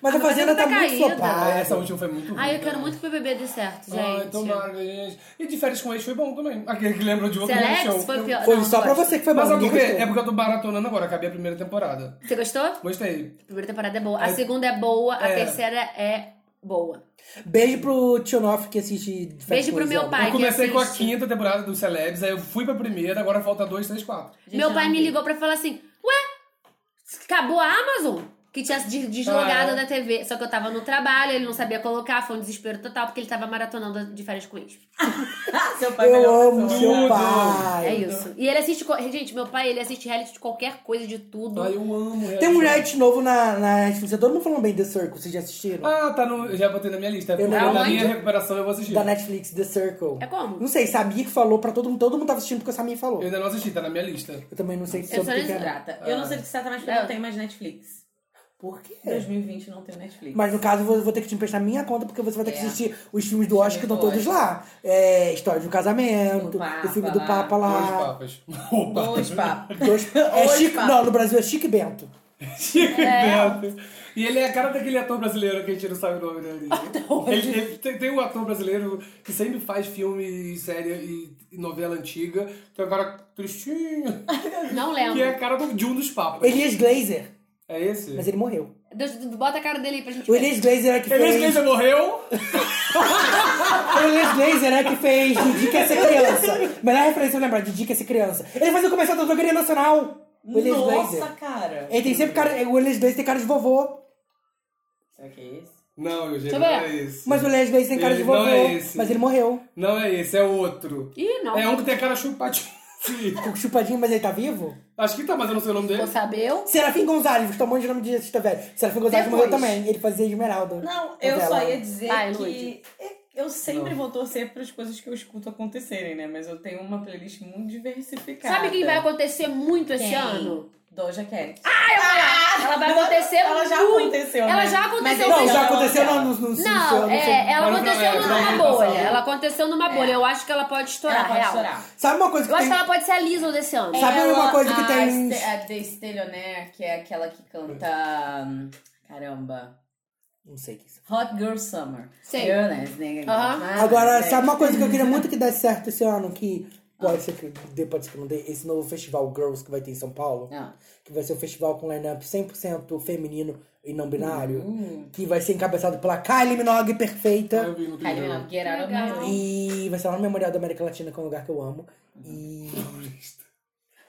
Speaker 2: Mas a
Speaker 1: Ah, mas
Speaker 2: Fazenda
Speaker 1: ainda
Speaker 2: tá
Speaker 1: tá
Speaker 2: muito
Speaker 1: caída.
Speaker 9: Ah,
Speaker 2: flopada.
Speaker 9: essa última foi muito ruim.
Speaker 1: Ai, eu quero
Speaker 9: né?
Speaker 1: muito que o bebê dê certo, gente.
Speaker 9: Ai, tomara, gente. E de férias com ex foi bom também. Aquele que lembra de outro
Speaker 1: Será
Speaker 9: no
Speaker 1: que
Speaker 9: Então, show.
Speaker 1: é foi pior?
Speaker 2: Foi
Speaker 1: Não,
Speaker 2: só pra
Speaker 1: gosto.
Speaker 2: você que foi
Speaker 9: Mas
Speaker 2: bom.
Speaker 9: sabe por quê?
Speaker 2: ninguém
Speaker 9: É
Speaker 2: gostou.
Speaker 9: porque eu tô maratonando agora, acabei a primeira temporada.
Speaker 1: Você gostou?
Speaker 9: Gostei.
Speaker 1: A primeira temporada é boa. A segunda é boa. A
Speaker 9: É.
Speaker 1: terceira é boa.
Speaker 2: Beijo pro Tionoff que assiste. de
Speaker 1: Beijo
Speaker 2: férias
Speaker 1: pro
Speaker 2: com
Speaker 1: meu
Speaker 2: ex,
Speaker 1: pai.
Speaker 9: Eu comecei com a
Speaker 1: assiste.
Speaker 9: quinta temporada do Celebs, aí eu fui pra primeira, agora falta dois, três, quatro.
Speaker 3: Gente,
Speaker 1: Meu
Speaker 3: eu
Speaker 1: pai
Speaker 3: não
Speaker 1: me
Speaker 3: vi.
Speaker 1: ligou pra falar assim: Ué, acabou a Amazon? Que tinha se de- deslogado
Speaker 9: Ah, é.
Speaker 1: da TV. Só que eu tava no trabalho, ele não sabia colocar, foi um desespero total, porque ele tava maratonando de férias com ex.
Speaker 3: Ah, seu pai é a
Speaker 2: Eu
Speaker 3: melhor
Speaker 2: amo
Speaker 3: pessoa.
Speaker 2: seu
Speaker 9: Tudo.
Speaker 1: É
Speaker 2: pai.
Speaker 1: isso. E ele assiste. co- Gente, meu pai, ele assiste reality de qualquer coisa, de tudo.
Speaker 9: Ai, eu amo.
Speaker 2: Tem um
Speaker 9: reality.
Speaker 2: reality novo na, na Netflix. Todo mundo falando bem The Circle. Vocês já assistiram?
Speaker 9: Ah, tá no. Eu já botei na minha lista.
Speaker 2: Eu não-
Speaker 9: Porque na
Speaker 1: Aonde?
Speaker 9: minha recuperação eu vou assistir.
Speaker 2: Da Netflix, The Circle.
Speaker 1: É como?
Speaker 2: Não sei, sabia que falou pra todo mundo. Todo mundo tava assistindo porque a Samir falou.
Speaker 9: Eu ainda não assisti, tá na minha lista.
Speaker 2: Eu também não sei
Speaker 1: Eu
Speaker 2: sobre o
Speaker 1: só
Speaker 2: que que é.
Speaker 3: Trata. Eu não sei do que se trata mais porque eu não tenho mais Netflix.
Speaker 2: Por quê?
Speaker 3: É. 2020 não tenho Netflix.
Speaker 2: Mas no caso, eu vou- vou ter que te emprestar minha conta, porque você vai ter que
Speaker 3: É.
Speaker 2: assistir os filmes do Oscar que estão todos lá. É, História de um Casamento,
Speaker 3: Do Papa
Speaker 2: o filme do
Speaker 3: lá.
Speaker 2: Papa
Speaker 9: Dois
Speaker 2: lá.
Speaker 9: papas. Opa.
Speaker 3: Dois papos.
Speaker 2: Dois- é
Speaker 3: Dois
Speaker 2: Chico,
Speaker 3: Papas.
Speaker 2: não, no Brasil é Chico e Bento. É.
Speaker 9: Chico Bento. E ele é a cara daquele ator brasileiro que a gente não sabe o nome dele. Ele, ele tem, tem um ator brasileiro que sempre faz filme, e série e, e novela antiga. Tem um cara tristinho.
Speaker 1: Não
Speaker 9: Que é
Speaker 1: lembro.
Speaker 9: a cara do, de um dos papas.
Speaker 2: Elias Glazer,
Speaker 9: É esse?
Speaker 2: mas ele morreu.
Speaker 1: Deus, bota a cara dele aí pra gente
Speaker 2: O
Speaker 1: ver.
Speaker 2: Elias Glazer é que fez.
Speaker 9: Ele já morreu.
Speaker 2: O Elias Glazer é que fez Didi Quer Ser Criança. Melhor referência eu lembrar, Didi Quer Ser Criança. Ele faz o comercial da Drogaria Nacional. O Elias
Speaker 3: Nossa,
Speaker 2: Glazer.
Speaker 3: cara.
Speaker 2: Ele tem sempre cara. O Elias Glazer tem cara de vovô.
Speaker 3: Será que é esse?
Speaker 9: Não, Eugênio,
Speaker 1: eu
Speaker 9: não
Speaker 1: ver.
Speaker 9: é esse.
Speaker 2: Mas o Elias Glazer tem cara
Speaker 9: Ele
Speaker 2: de vovô.
Speaker 9: não é esse.
Speaker 2: mas ele morreu.
Speaker 9: Não é esse, é outro.
Speaker 1: Ih, não.
Speaker 9: É um que tem a cara chupadinha. Sim.
Speaker 2: Ficou chupadinho, mas ele tá vivo?
Speaker 9: Acho que tá, mas eu não sei o nome
Speaker 1: Vou
Speaker 9: dele.
Speaker 1: saber.
Speaker 2: Serafim Gonzalez, vou um monte de nome de artista velho. Serafim Gonzalez
Speaker 1: Depois.
Speaker 2: morreu também. Ele fazia Esmeralda.
Speaker 3: Não, eu
Speaker 2: Novela.
Speaker 3: só ia dizer
Speaker 1: Vai,
Speaker 3: que é,
Speaker 1: Luíde.
Speaker 3: eu sempre vou torcer para as coisas que eu escuto acontecerem, né? Mas eu tenho uma playlist muito diversificada.
Speaker 1: Sabe quem vai acontecer muito esse
Speaker 3: Quem?
Speaker 1: ano?
Speaker 3: Doja Cat.
Speaker 1: Ah, Ela vai acontecer
Speaker 3: Ela
Speaker 1: muito.
Speaker 3: já aconteceu,
Speaker 1: Ela
Speaker 3: né?
Speaker 1: já
Speaker 3: Mas
Speaker 1: aconteceu.
Speaker 3: eu
Speaker 2: Não,
Speaker 1: esse
Speaker 2: já
Speaker 1: ano.
Speaker 2: aconteceu não, não, não,
Speaker 1: Não,
Speaker 2: não-
Speaker 1: é, ela
Speaker 9: Mas não
Speaker 1: aconteceu
Speaker 9: é, não é,
Speaker 1: numa
Speaker 9: não é.
Speaker 1: bolha. Ela aconteceu numa bolha. Eu acho que É. ela pode estourar, É.
Speaker 3: Ela pode
Speaker 1: real.
Speaker 3: estourar.
Speaker 2: Sabe uma coisa
Speaker 1: Eu
Speaker 2: que
Speaker 1: acho
Speaker 2: tem...
Speaker 1: que ela pode ser a Lisa desse ano.
Speaker 2: Sabe
Speaker 3: É Ela-
Speaker 2: uma coisa que
Speaker 3: a
Speaker 2: tem-
Speaker 3: Ste- A The Stelionaire, que é aquela que canta... hum, Caramba.
Speaker 2: Não sei o que é isso.
Speaker 3: Hot Girl Summer.
Speaker 1: Sei.
Speaker 3: Eu, né? Esse negócio.
Speaker 1: Aham.
Speaker 3: Ah,
Speaker 2: Agora,
Speaker 3: né?
Speaker 2: sabe uma coisa que eu queria muito que desse certo esse ano, que pode ser que dê, pode ser que não dê, esse novo festival Girls que vai ter em São Paulo,
Speaker 3: Ah.
Speaker 2: que vai ser um festival com line-up 100% feminino e não binário, que vai ser encabeçado pela Kylie Minogue perfeita.
Speaker 9: Eu vi no
Speaker 2: Uhum.
Speaker 3: Kylie
Speaker 9: Twitter.
Speaker 3: Minogue, Get Out of My
Speaker 1: Legal.
Speaker 3: Way.
Speaker 2: E vai ser lá no Memorial da América Latina, que é um lugar que eu amo. E.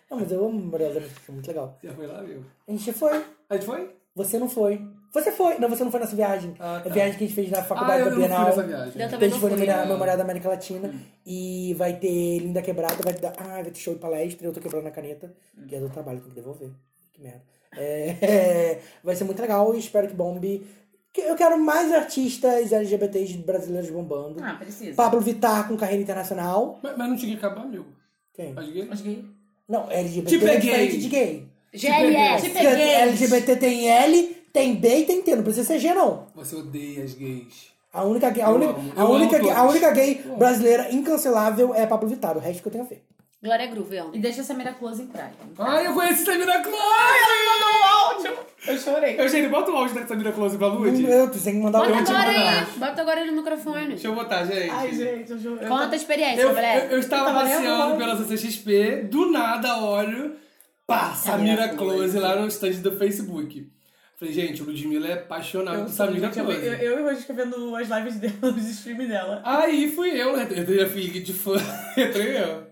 Speaker 2: Não, mas eu amo o Memorial da América Latina, é muito legal.
Speaker 9: Já foi lá, viu?
Speaker 2: A gente foi.
Speaker 9: A gente foi?
Speaker 2: Você não foi. Você foi. Não, você não foi nessa viagem.
Speaker 9: Ah,
Speaker 2: É
Speaker 9: tá.
Speaker 2: a viagem que a gente fez na faculdade
Speaker 9: ah, eu
Speaker 2: da
Speaker 9: não fui
Speaker 2: Bienal.
Speaker 9: nessa viagem. Hum.
Speaker 1: Eu
Speaker 2: Então
Speaker 1: também
Speaker 2: a
Speaker 1: não
Speaker 2: gente foi no
Speaker 1: fui.
Speaker 2: Memorial Memorial da América Latina. E vai ter Linda Quebrada, vai dar. Ah, vai ter show de palestra. Eu tô quebrando a caneta,
Speaker 9: Hum.
Speaker 2: que é do trabalho, tem que devolver. Que merda. É, vai ser muito legal e espero que bombe. Que- Eu quero mais artistas LGBTs brasileiros bombando.
Speaker 3: Ah, precisa.
Speaker 2: Pablo Vittar com carreira internacional.
Speaker 9: Mas, mas não tinha que acabar, amigo.
Speaker 2: Quem?
Speaker 9: Acho que...
Speaker 3: Mas gay.
Speaker 2: Não, LGBT
Speaker 9: Tipo é
Speaker 2: é
Speaker 9: gay. Tipo, é
Speaker 2: diferente de gay.
Speaker 1: GLS.
Speaker 2: Porque LGBT tem L, tem B e tem T. Não precisa ser G, não.
Speaker 9: Você odeia as gays.
Speaker 2: A única, gay- a
Speaker 9: Eu
Speaker 2: única,
Speaker 9: amo, eu
Speaker 2: a
Speaker 9: amo
Speaker 2: única, gay- a
Speaker 9: todas.
Speaker 2: única gay brasileira incancelável é Pablo Vittar. O resto que eu tenho a ver.
Speaker 1: Glória Groove, eu amo.
Speaker 3: E deixa essa Miraculosa entrar. então.
Speaker 9: Ai, eu conheci Samira Close! Ela mandou um áudio! Eu chorei. Eugênio, bota o áudio da Samira Close pra Lud.
Speaker 2: Eu, tu tem que mandar o
Speaker 1: Bota
Speaker 2: link.
Speaker 1: agora
Speaker 9: mandar.
Speaker 1: aí. Bota agora aí no microfone.
Speaker 9: Deixa eu botar, gente.
Speaker 3: gente, tá eu juro.
Speaker 1: Conta a experiência,
Speaker 9: Eu,
Speaker 1: galera.
Speaker 9: eu- eu estava passeando pela CCXP, do nada olho,
Speaker 3: É
Speaker 9: pá, Samira Close lá no stand do Facebook. Falei, gente, o Ludmilla é apaixonado por Samira
Speaker 3: Eu,
Speaker 9: Close.
Speaker 3: eu, eu e o Rojo escrevendo as lives dela, os streams dela.
Speaker 9: Aí fui eu, né? Eu já fui de fã, entrei eu.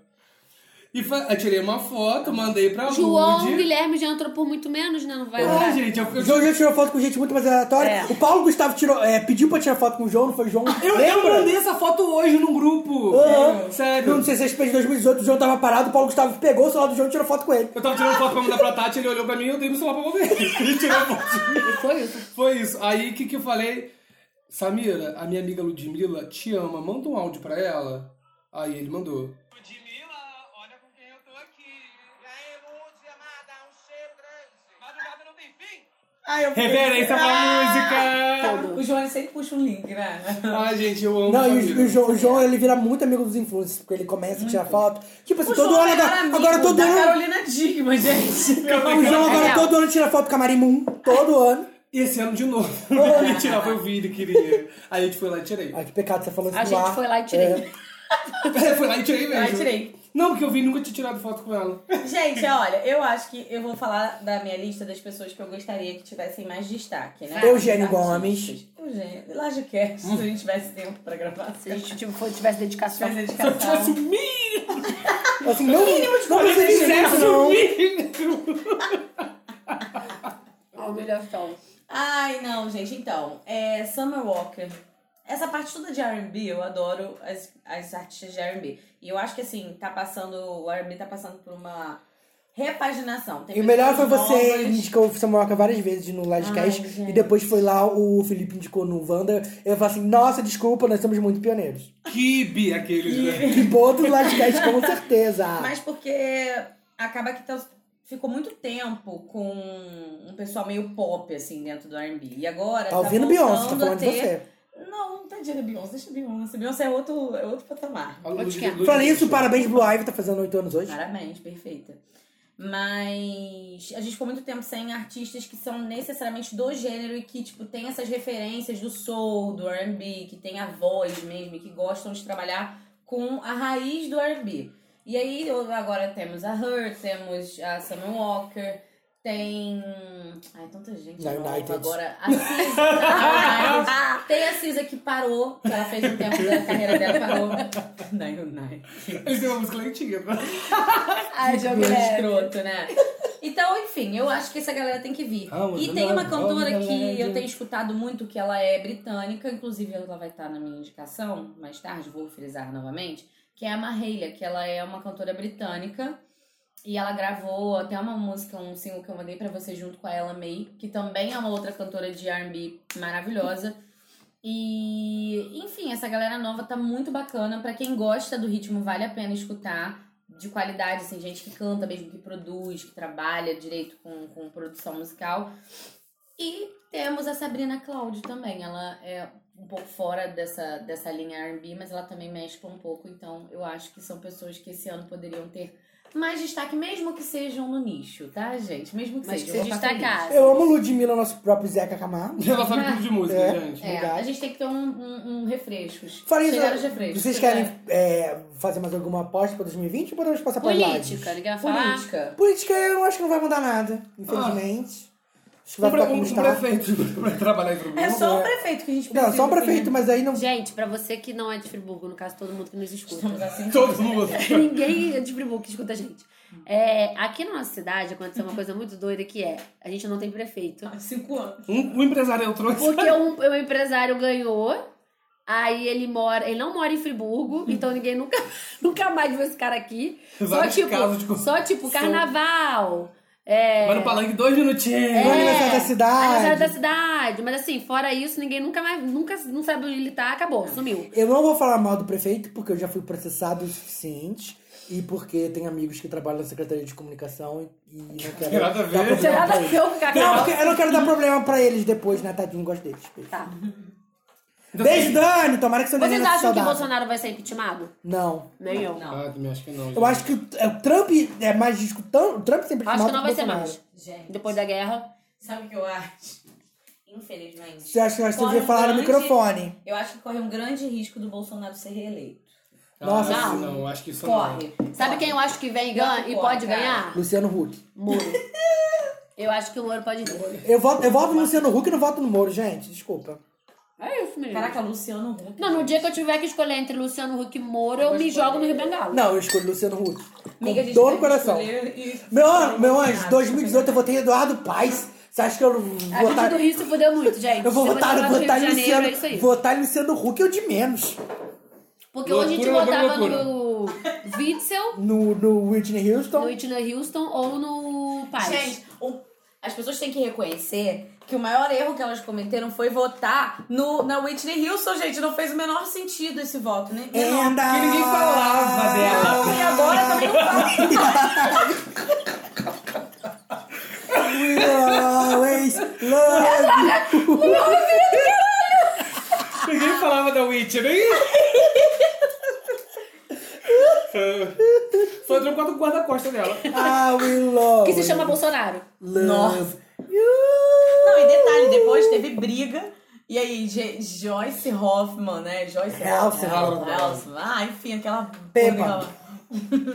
Speaker 9: E fa- eu tirei uma foto, mandei pra
Speaker 1: João
Speaker 9: Lud.
Speaker 1: Guilherme já entrou por muito menos, né? Não vai
Speaker 9: Ah,
Speaker 1: lá.
Speaker 9: gente, eu, eu,
Speaker 2: O João já tirou foto com gente muito mais aleatória.
Speaker 1: É.
Speaker 2: O Paulo Gustavo tirou, é, pediu pra tirar foto com o João, não foi o João?
Speaker 9: eu, eu
Speaker 2: Lembra?
Speaker 9: mandei essa foto hoje num grupo.
Speaker 2: Aham.
Speaker 9: Sério.
Speaker 2: No CCXP de 2018, o João tava parado, o Paulo Gustavo pegou o celular do João e tirou foto com ele.
Speaker 9: Eu tava tirando foto pra mandar pra Tati, ele olhou pra mim e eu dei meu celular pra você. Ele tirou a foto.
Speaker 1: Foi isso.
Speaker 9: Foi isso. Aí o que, que eu falei? Samira, a minha amiga Ludmilla te ama, manda um áudio pra ela. Aí ele mandou.
Speaker 10: Ludmilla, olha com quem eu tô aqui. E aí, Lud, amada, um cheiro grande. Madrugada não tem fim?
Speaker 9: Ah,
Speaker 10: Ah!
Speaker 3: Ai, eu
Speaker 9: Reverência pra música!
Speaker 3: O João sempre puxa um link, né?
Speaker 9: Ai, gente, eu amo
Speaker 2: Não, e o,
Speaker 9: Samira.
Speaker 2: e o João, o João, ele vira muito amigo dos influencers, porque ele começa a tirar foto. Tipo assim,
Speaker 3: O
Speaker 2: todo
Speaker 3: João
Speaker 2: ano.
Speaker 3: é
Speaker 2: Agora,
Speaker 3: melhor
Speaker 2: agora
Speaker 3: amigo
Speaker 2: todo
Speaker 3: da
Speaker 2: ano.
Speaker 3: Carolina é Digma, gente.
Speaker 2: O João agora todo ano tira foto com a Marimun. Todo ano.
Speaker 9: E esse ano de novo. Eu ia tirar, foi o vídeo que queria. Aí a gente foi lá e tirei.
Speaker 2: Ai, que pecado, você falou isso
Speaker 1: A
Speaker 2: no
Speaker 1: gente
Speaker 2: ar.
Speaker 1: foi lá e tirei.
Speaker 2: É.
Speaker 9: foi lá e tirei mesmo.
Speaker 3: Aí tirei.
Speaker 9: Não, porque eu vi e nunca tinha tirado foto com ela.
Speaker 3: Gente, olha, eu acho que eu vou falar da minha lista das pessoas que eu gostaria que tivessem mais destaque, né?
Speaker 2: Eugênio
Speaker 3: Artistas. Eugênio. Lajecast, se a gente tivesse tempo pra gravar. assim,
Speaker 1: Se a gente tipo, for- tivesse dedicação.
Speaker 3: Tivesse
Speaker 9: Se eu tivesse
Speaker 3: dedicação.
Speaker 9: um mínimo
Speaker 2: Assim, não, não precisa dizer isso, não.
Speaker 1: Ó, melhor som.
Speaker 3: Ai, não, gente, então, é Summer Walker. Essa parte toda de R&B, eu adoro as, as artistas de R&B. E eu acho que, assim, tá passando, o R&B tá passando por uma repaginação. Tem
Speaker 2: E o melhor foi
Speaker 3: pessoas
Speaker 2: você
Speaker 3: novas.
Speaker 2: indicou o Samuoca várias vezes no
Speaker 3: Ai,
Speaker 2: Livecast
Speaker 3: gente.
Speaker 2: e depois foi lá o Felipe indicou no Wanda. Eu falo assim, nossa, desculpa, nós somos muito pioneiros.
Speaker 9: kibe aqueles, né?
Speaker 2: Que bom do Livecast, com certeza.
Speaker 3: Mas porque acaba que tá- ficou muito tempo com um pessoal meio pop, assim, dentro do R&B. E agora
Speaker 2: Tá ouvindo Beyoncé, tá
Speaker 3: voltando a
Speaker 2: falando de
Speaker 3: ter...
Speaker 2: você.
Speaker 3: Não, tadinha da Beyoncé, deixa a Beyoncé. Beyoncé é outro, é outro patamar.
Speaker 9: A Lud-
Speaker 1: Pode
Speaker 9: Lud-
Speaker 2: Falando isso, parabéns Blue Ivy, tá fazendo oito anos hoje.
Speaker 3: Parabéns, perfeita. Mas a gente ficou muito tempo sem artistas que são necessariamente do gênero e que, tipo, tem essas referências do soul, do R&B, que tem a voz mesmo e que gostam de trabalhar com a raiz do R&B. E aí eu- agora temos a Her, temos a Summer Walker, tem... Ai, tanta gente
Speaker 2: Na
Speaker 3: nova
Speaker 2: United.
Speaker 3: agora. A Cisa, a United. Tem a Cisa que parou, que ela fez um tempo da carreira dela, parou. Na United.
Speaker 9: Eles têm uma música lentinha.
Speaker 1: Ai, João
Speaker 3: Meio
Speaker 1: Guilherme.
Speaker 3: escroto, né? Então, enfim, eu acho que essa galera tem que vir.
Speaker 9: Ah, mas
Speaker 3: e
Speaker 9: não,
Speaker 3: tem uma
Speaker 9: não,
Speaker 3: cantora que
Speaker 9: galera.
Speaker 3: eu tenho escutado muito, que ela é britânica, inclusive ela vai estar na minha indicação mais tarde, vou frisar novamente, que é a Mahalia, que ela é uma cantora britânica. E ela gravou até uma música, um single que eu mandei pra você junto com a Ella May, que também é uma outra cantora de R&B maravilhosa. E, enfim, essa galera nova tá muito bacana. Pra quem gosta do ritmo, vale a pena escutar. De qualidade, assim, gente que canta mesmo, que produz, que trabalha direito com, com produção musical. E temos a Sabrina Cláudio também. Ela é um pouco fora dessa, dessa linha R&B, mas ela também mescla um pouco. Então, eu acho que são pessoas que esse ano poderiam ter mais destaque, mesmo que sejam no nicho, tá, gente? Mesmo que tá
Speaker 1: Mas que
Speaker 3: sejam.
Speaker 1: se
Speaker 3: eu vou ficar feliz.
Speaker 1: destacasse.
Speaker 2: Eu amo Ludmilla, nosso próprio Zeca Camargo.
Speaker 9: Ela sabe tudo de música,
Speaker 2: É.
Speaker 9: gente.
Speaker 3: É,
Speaker 2: Obrigado.
Speaker 3: a gente tem que ter um, um, um refrescos.
Speaker 2: Falei isso,
Speaker 3: Chegaram os refrescos.
Speaker 2: vocês querem
Speaker 1: né?"
Speaker 2: é, fazer mais alguma aposta pra 2020 ou podemos passar pra
Speaker 1: Política, ninguém vai falar. ah,
Speaker 3: Política.
Speaker 2: Política eu acho que não vai mudar nada, infelizmente.
Speaker 1: Ah.
Speaker 2: Acho que
Speaker 9: Um,
Speaker 2: vai
Speaker 9: pre-
Speaker 2: ficar
Speaker 9: um,
Speaker 2: como
Speaker 9: um
Speaker 2: está.
Speaker 9: prefeito pra trabalhar em Friburgo.
Speaker 3: É só o prefeito que a gente precisa.
Speaker 2: Não, só o prefeito, mas aí não.
Speaker 1: Gente, pra você que não é de Friburgo, no caso todo mundo que nos escuta.
Speaker 3: Estamos assim.
Speaker 9: Todo mundo.
Speaker 1: Ninguém é de Friburgo que escuta a gente. É, aqui na nossa cidade aconteceu uma coisa muito doida que é, a gente não tem prefeito.
Speaker 3: há Cinco anos.
Speaker 9: Um, um empresário entrou e
Speaker 1: Porque um, um empresário ganhou, aí ele mora, ele não mora em Friburgo, então ninguém nunca, nunca mais viu esse cara aqui. Só
Speaker 9: Vários casos
Speaker 1: tipo,
Speaker 9: de-
Speaker 1: só tipo carnaval. É,
Speaker 9: vai no palanque dois minutinhos.
Speaker 2: No aniversário da
Speaker 1: aniversário da
Speaker 2: cidade.
Speaker 1: cidade. Mas assim, fora isso, ninguém nunca mais, nunca não sabe onde ele tá, acabou, sumiu.
Speaker 2: Eu não vou falar mal do prefeito, porque eu já fui processado o suficiente. E porque tem amigos que trabalham na Secretaria de Comunicação e, e não quero.
Speaker 9: Tem nada a
Speaker 2: dar
Speaker 9: ver.
Speaker 2: problema
Speaker 1: Tem nada
Speaker 2: pra
Speaker 1: a ver
Speaker 2: eles.
Speaker 1: com o cacau.
Speaker 2: Não, porque eu não quero dar problema pra eles depois, né, tadinho? Gosto deles. Beijo,
Speaker 1: Tá.
Speaker 2: Beijo Dani! Tomara que você não
Speaker 1: Vocês
Speaker 2: tenha
Speaker 1: acham que
Speaker 2: saudade.
Speaker 1: Bolsonaro vai ser impeachmentado?
Speaker 2: Não.
Speaker 1: Nem eu.
Speaker 9: Ah, também acho que não.
Speaker 2: Eu acho que o é, o Trump é mais discutão. O Trump sempre
Speaker 1: Acho que
Speaker 2: mata
Speaker 1: não
Speaker 2: o
Speaker 1: vai ser
Speaker 2: Bolsonaro.
Speaker 1: mais.
Speaker 3: Gente,
Speaker 1: Depois da guerra.
Speaker 3: sabe o que eu acho? Infelizmente.
Speaker 2: Você acha que nós
Speaker 3: corre
Speaker 2: devia
Speaker 3: um
Speaker 2: falar no
Speaker 3: grande-
Speaker 2: microfone?
Speaker 3: Eu acho que corre um grande risco do Bolsonaro ser reeleito.
Speaker 2: Nossa,
Speaker 9: não.
Speaker 1: sim.
Speaker 9: Não, acho que isso
Speaker 3: Corre.
Speaker 1: Sabe
Speaker 3: Corre.
Speaker 1: quem eu acho que vem e ganha e
Speaker 3: Não,
Speaker 1: pode
Speaker 3: cara.
Speaker 1: ganhar?
Speaker 2: Luciano Huck.
Speaker 1: Moro. Eu acho que o Moro pode vir.
Speaker 2: Eu voto, eu voto no Luciano Huck e não voto no Moro, gente. Desculpa.
Speaker 1: É isso, menino.
Speaker 3: Caraca, Luciano Huck.
Speaker 1: Não, no dia que eu tiver que escolher entre Luciano Huck e Moro, eu, me jogo no Rio Bengala.
Speaker 2: Não, eu escolho Luciano Huck. Com
Speaker 3: Amiga, a gente
Speaker 2: todo
Speaker 3: tem
Speaker 2: o
Speaker 3: que
Speaker 2: coração.
Speaker 3: escolher e-
Speaker 2: Meu, anjo, meu anjo,
Speaker 3: Bolsonaro.
Speaker 2: 2018 eu votei em Eduardo Paes. Você acha que eu vou
Speaker 1: É, A gente
Speaker 2: votar?
Speaker 1: do Rio se fudeu muito, gente.
Speaker 2: Eu vou
Speaker 1: Se
Speaker 2: votar,
Speaker 1: você vai
Speaker 2: votar,
Speaker 1: pro Rio de
Speaker 2: em
Speaker 1: Janeiro,
Speaker 2: Luciano,
Speaker 1: é isso aí.
Speaker 2: votar em Luciano Huck é o de menos.
Speaker 1: Porque ou a gente
Speaker 9: Loucura,
Speaker 1: votava
Speaker 9: loucura.
Speaker 1: no Witzel,
Speaker 2: Então- No, no Whitney
Speaker 1: no
Speaker 2: Houston.
Speaker 1: Whitney Houston ou no Paz.
Speaker 3: Gente, o- As pessoas têm que reconhecer que o maior erro que elas cometeram foi votar no, na Whitney Houston, gente. Não fez o menor sentido esse voto, né?
Speaker 2: É.
Speaker 3: Menor.
Speaker 9: Que ninguém falava dela.
Speaker 3: Não, e agora também não fala.
Speaker 2: We always love
Speaker 9: Ninguém falava da Witch, nem. Só entrou por causa do guarda-costa dela.
Speaker 2: I will love.
Speaker 1: Que se chama Bolsonaro.
Speaker 2: Love.
Speaker 3: Não, e detalhe, depois teve briga. E aí, Je- Joyce Hoffman, né? Joyce
Speaker 2: House,
Speaker 3: Hoffman.
Speaker 2: House.
Speaker 3: House. Ah, enfim, aquela...
Speaker 2: Peppa.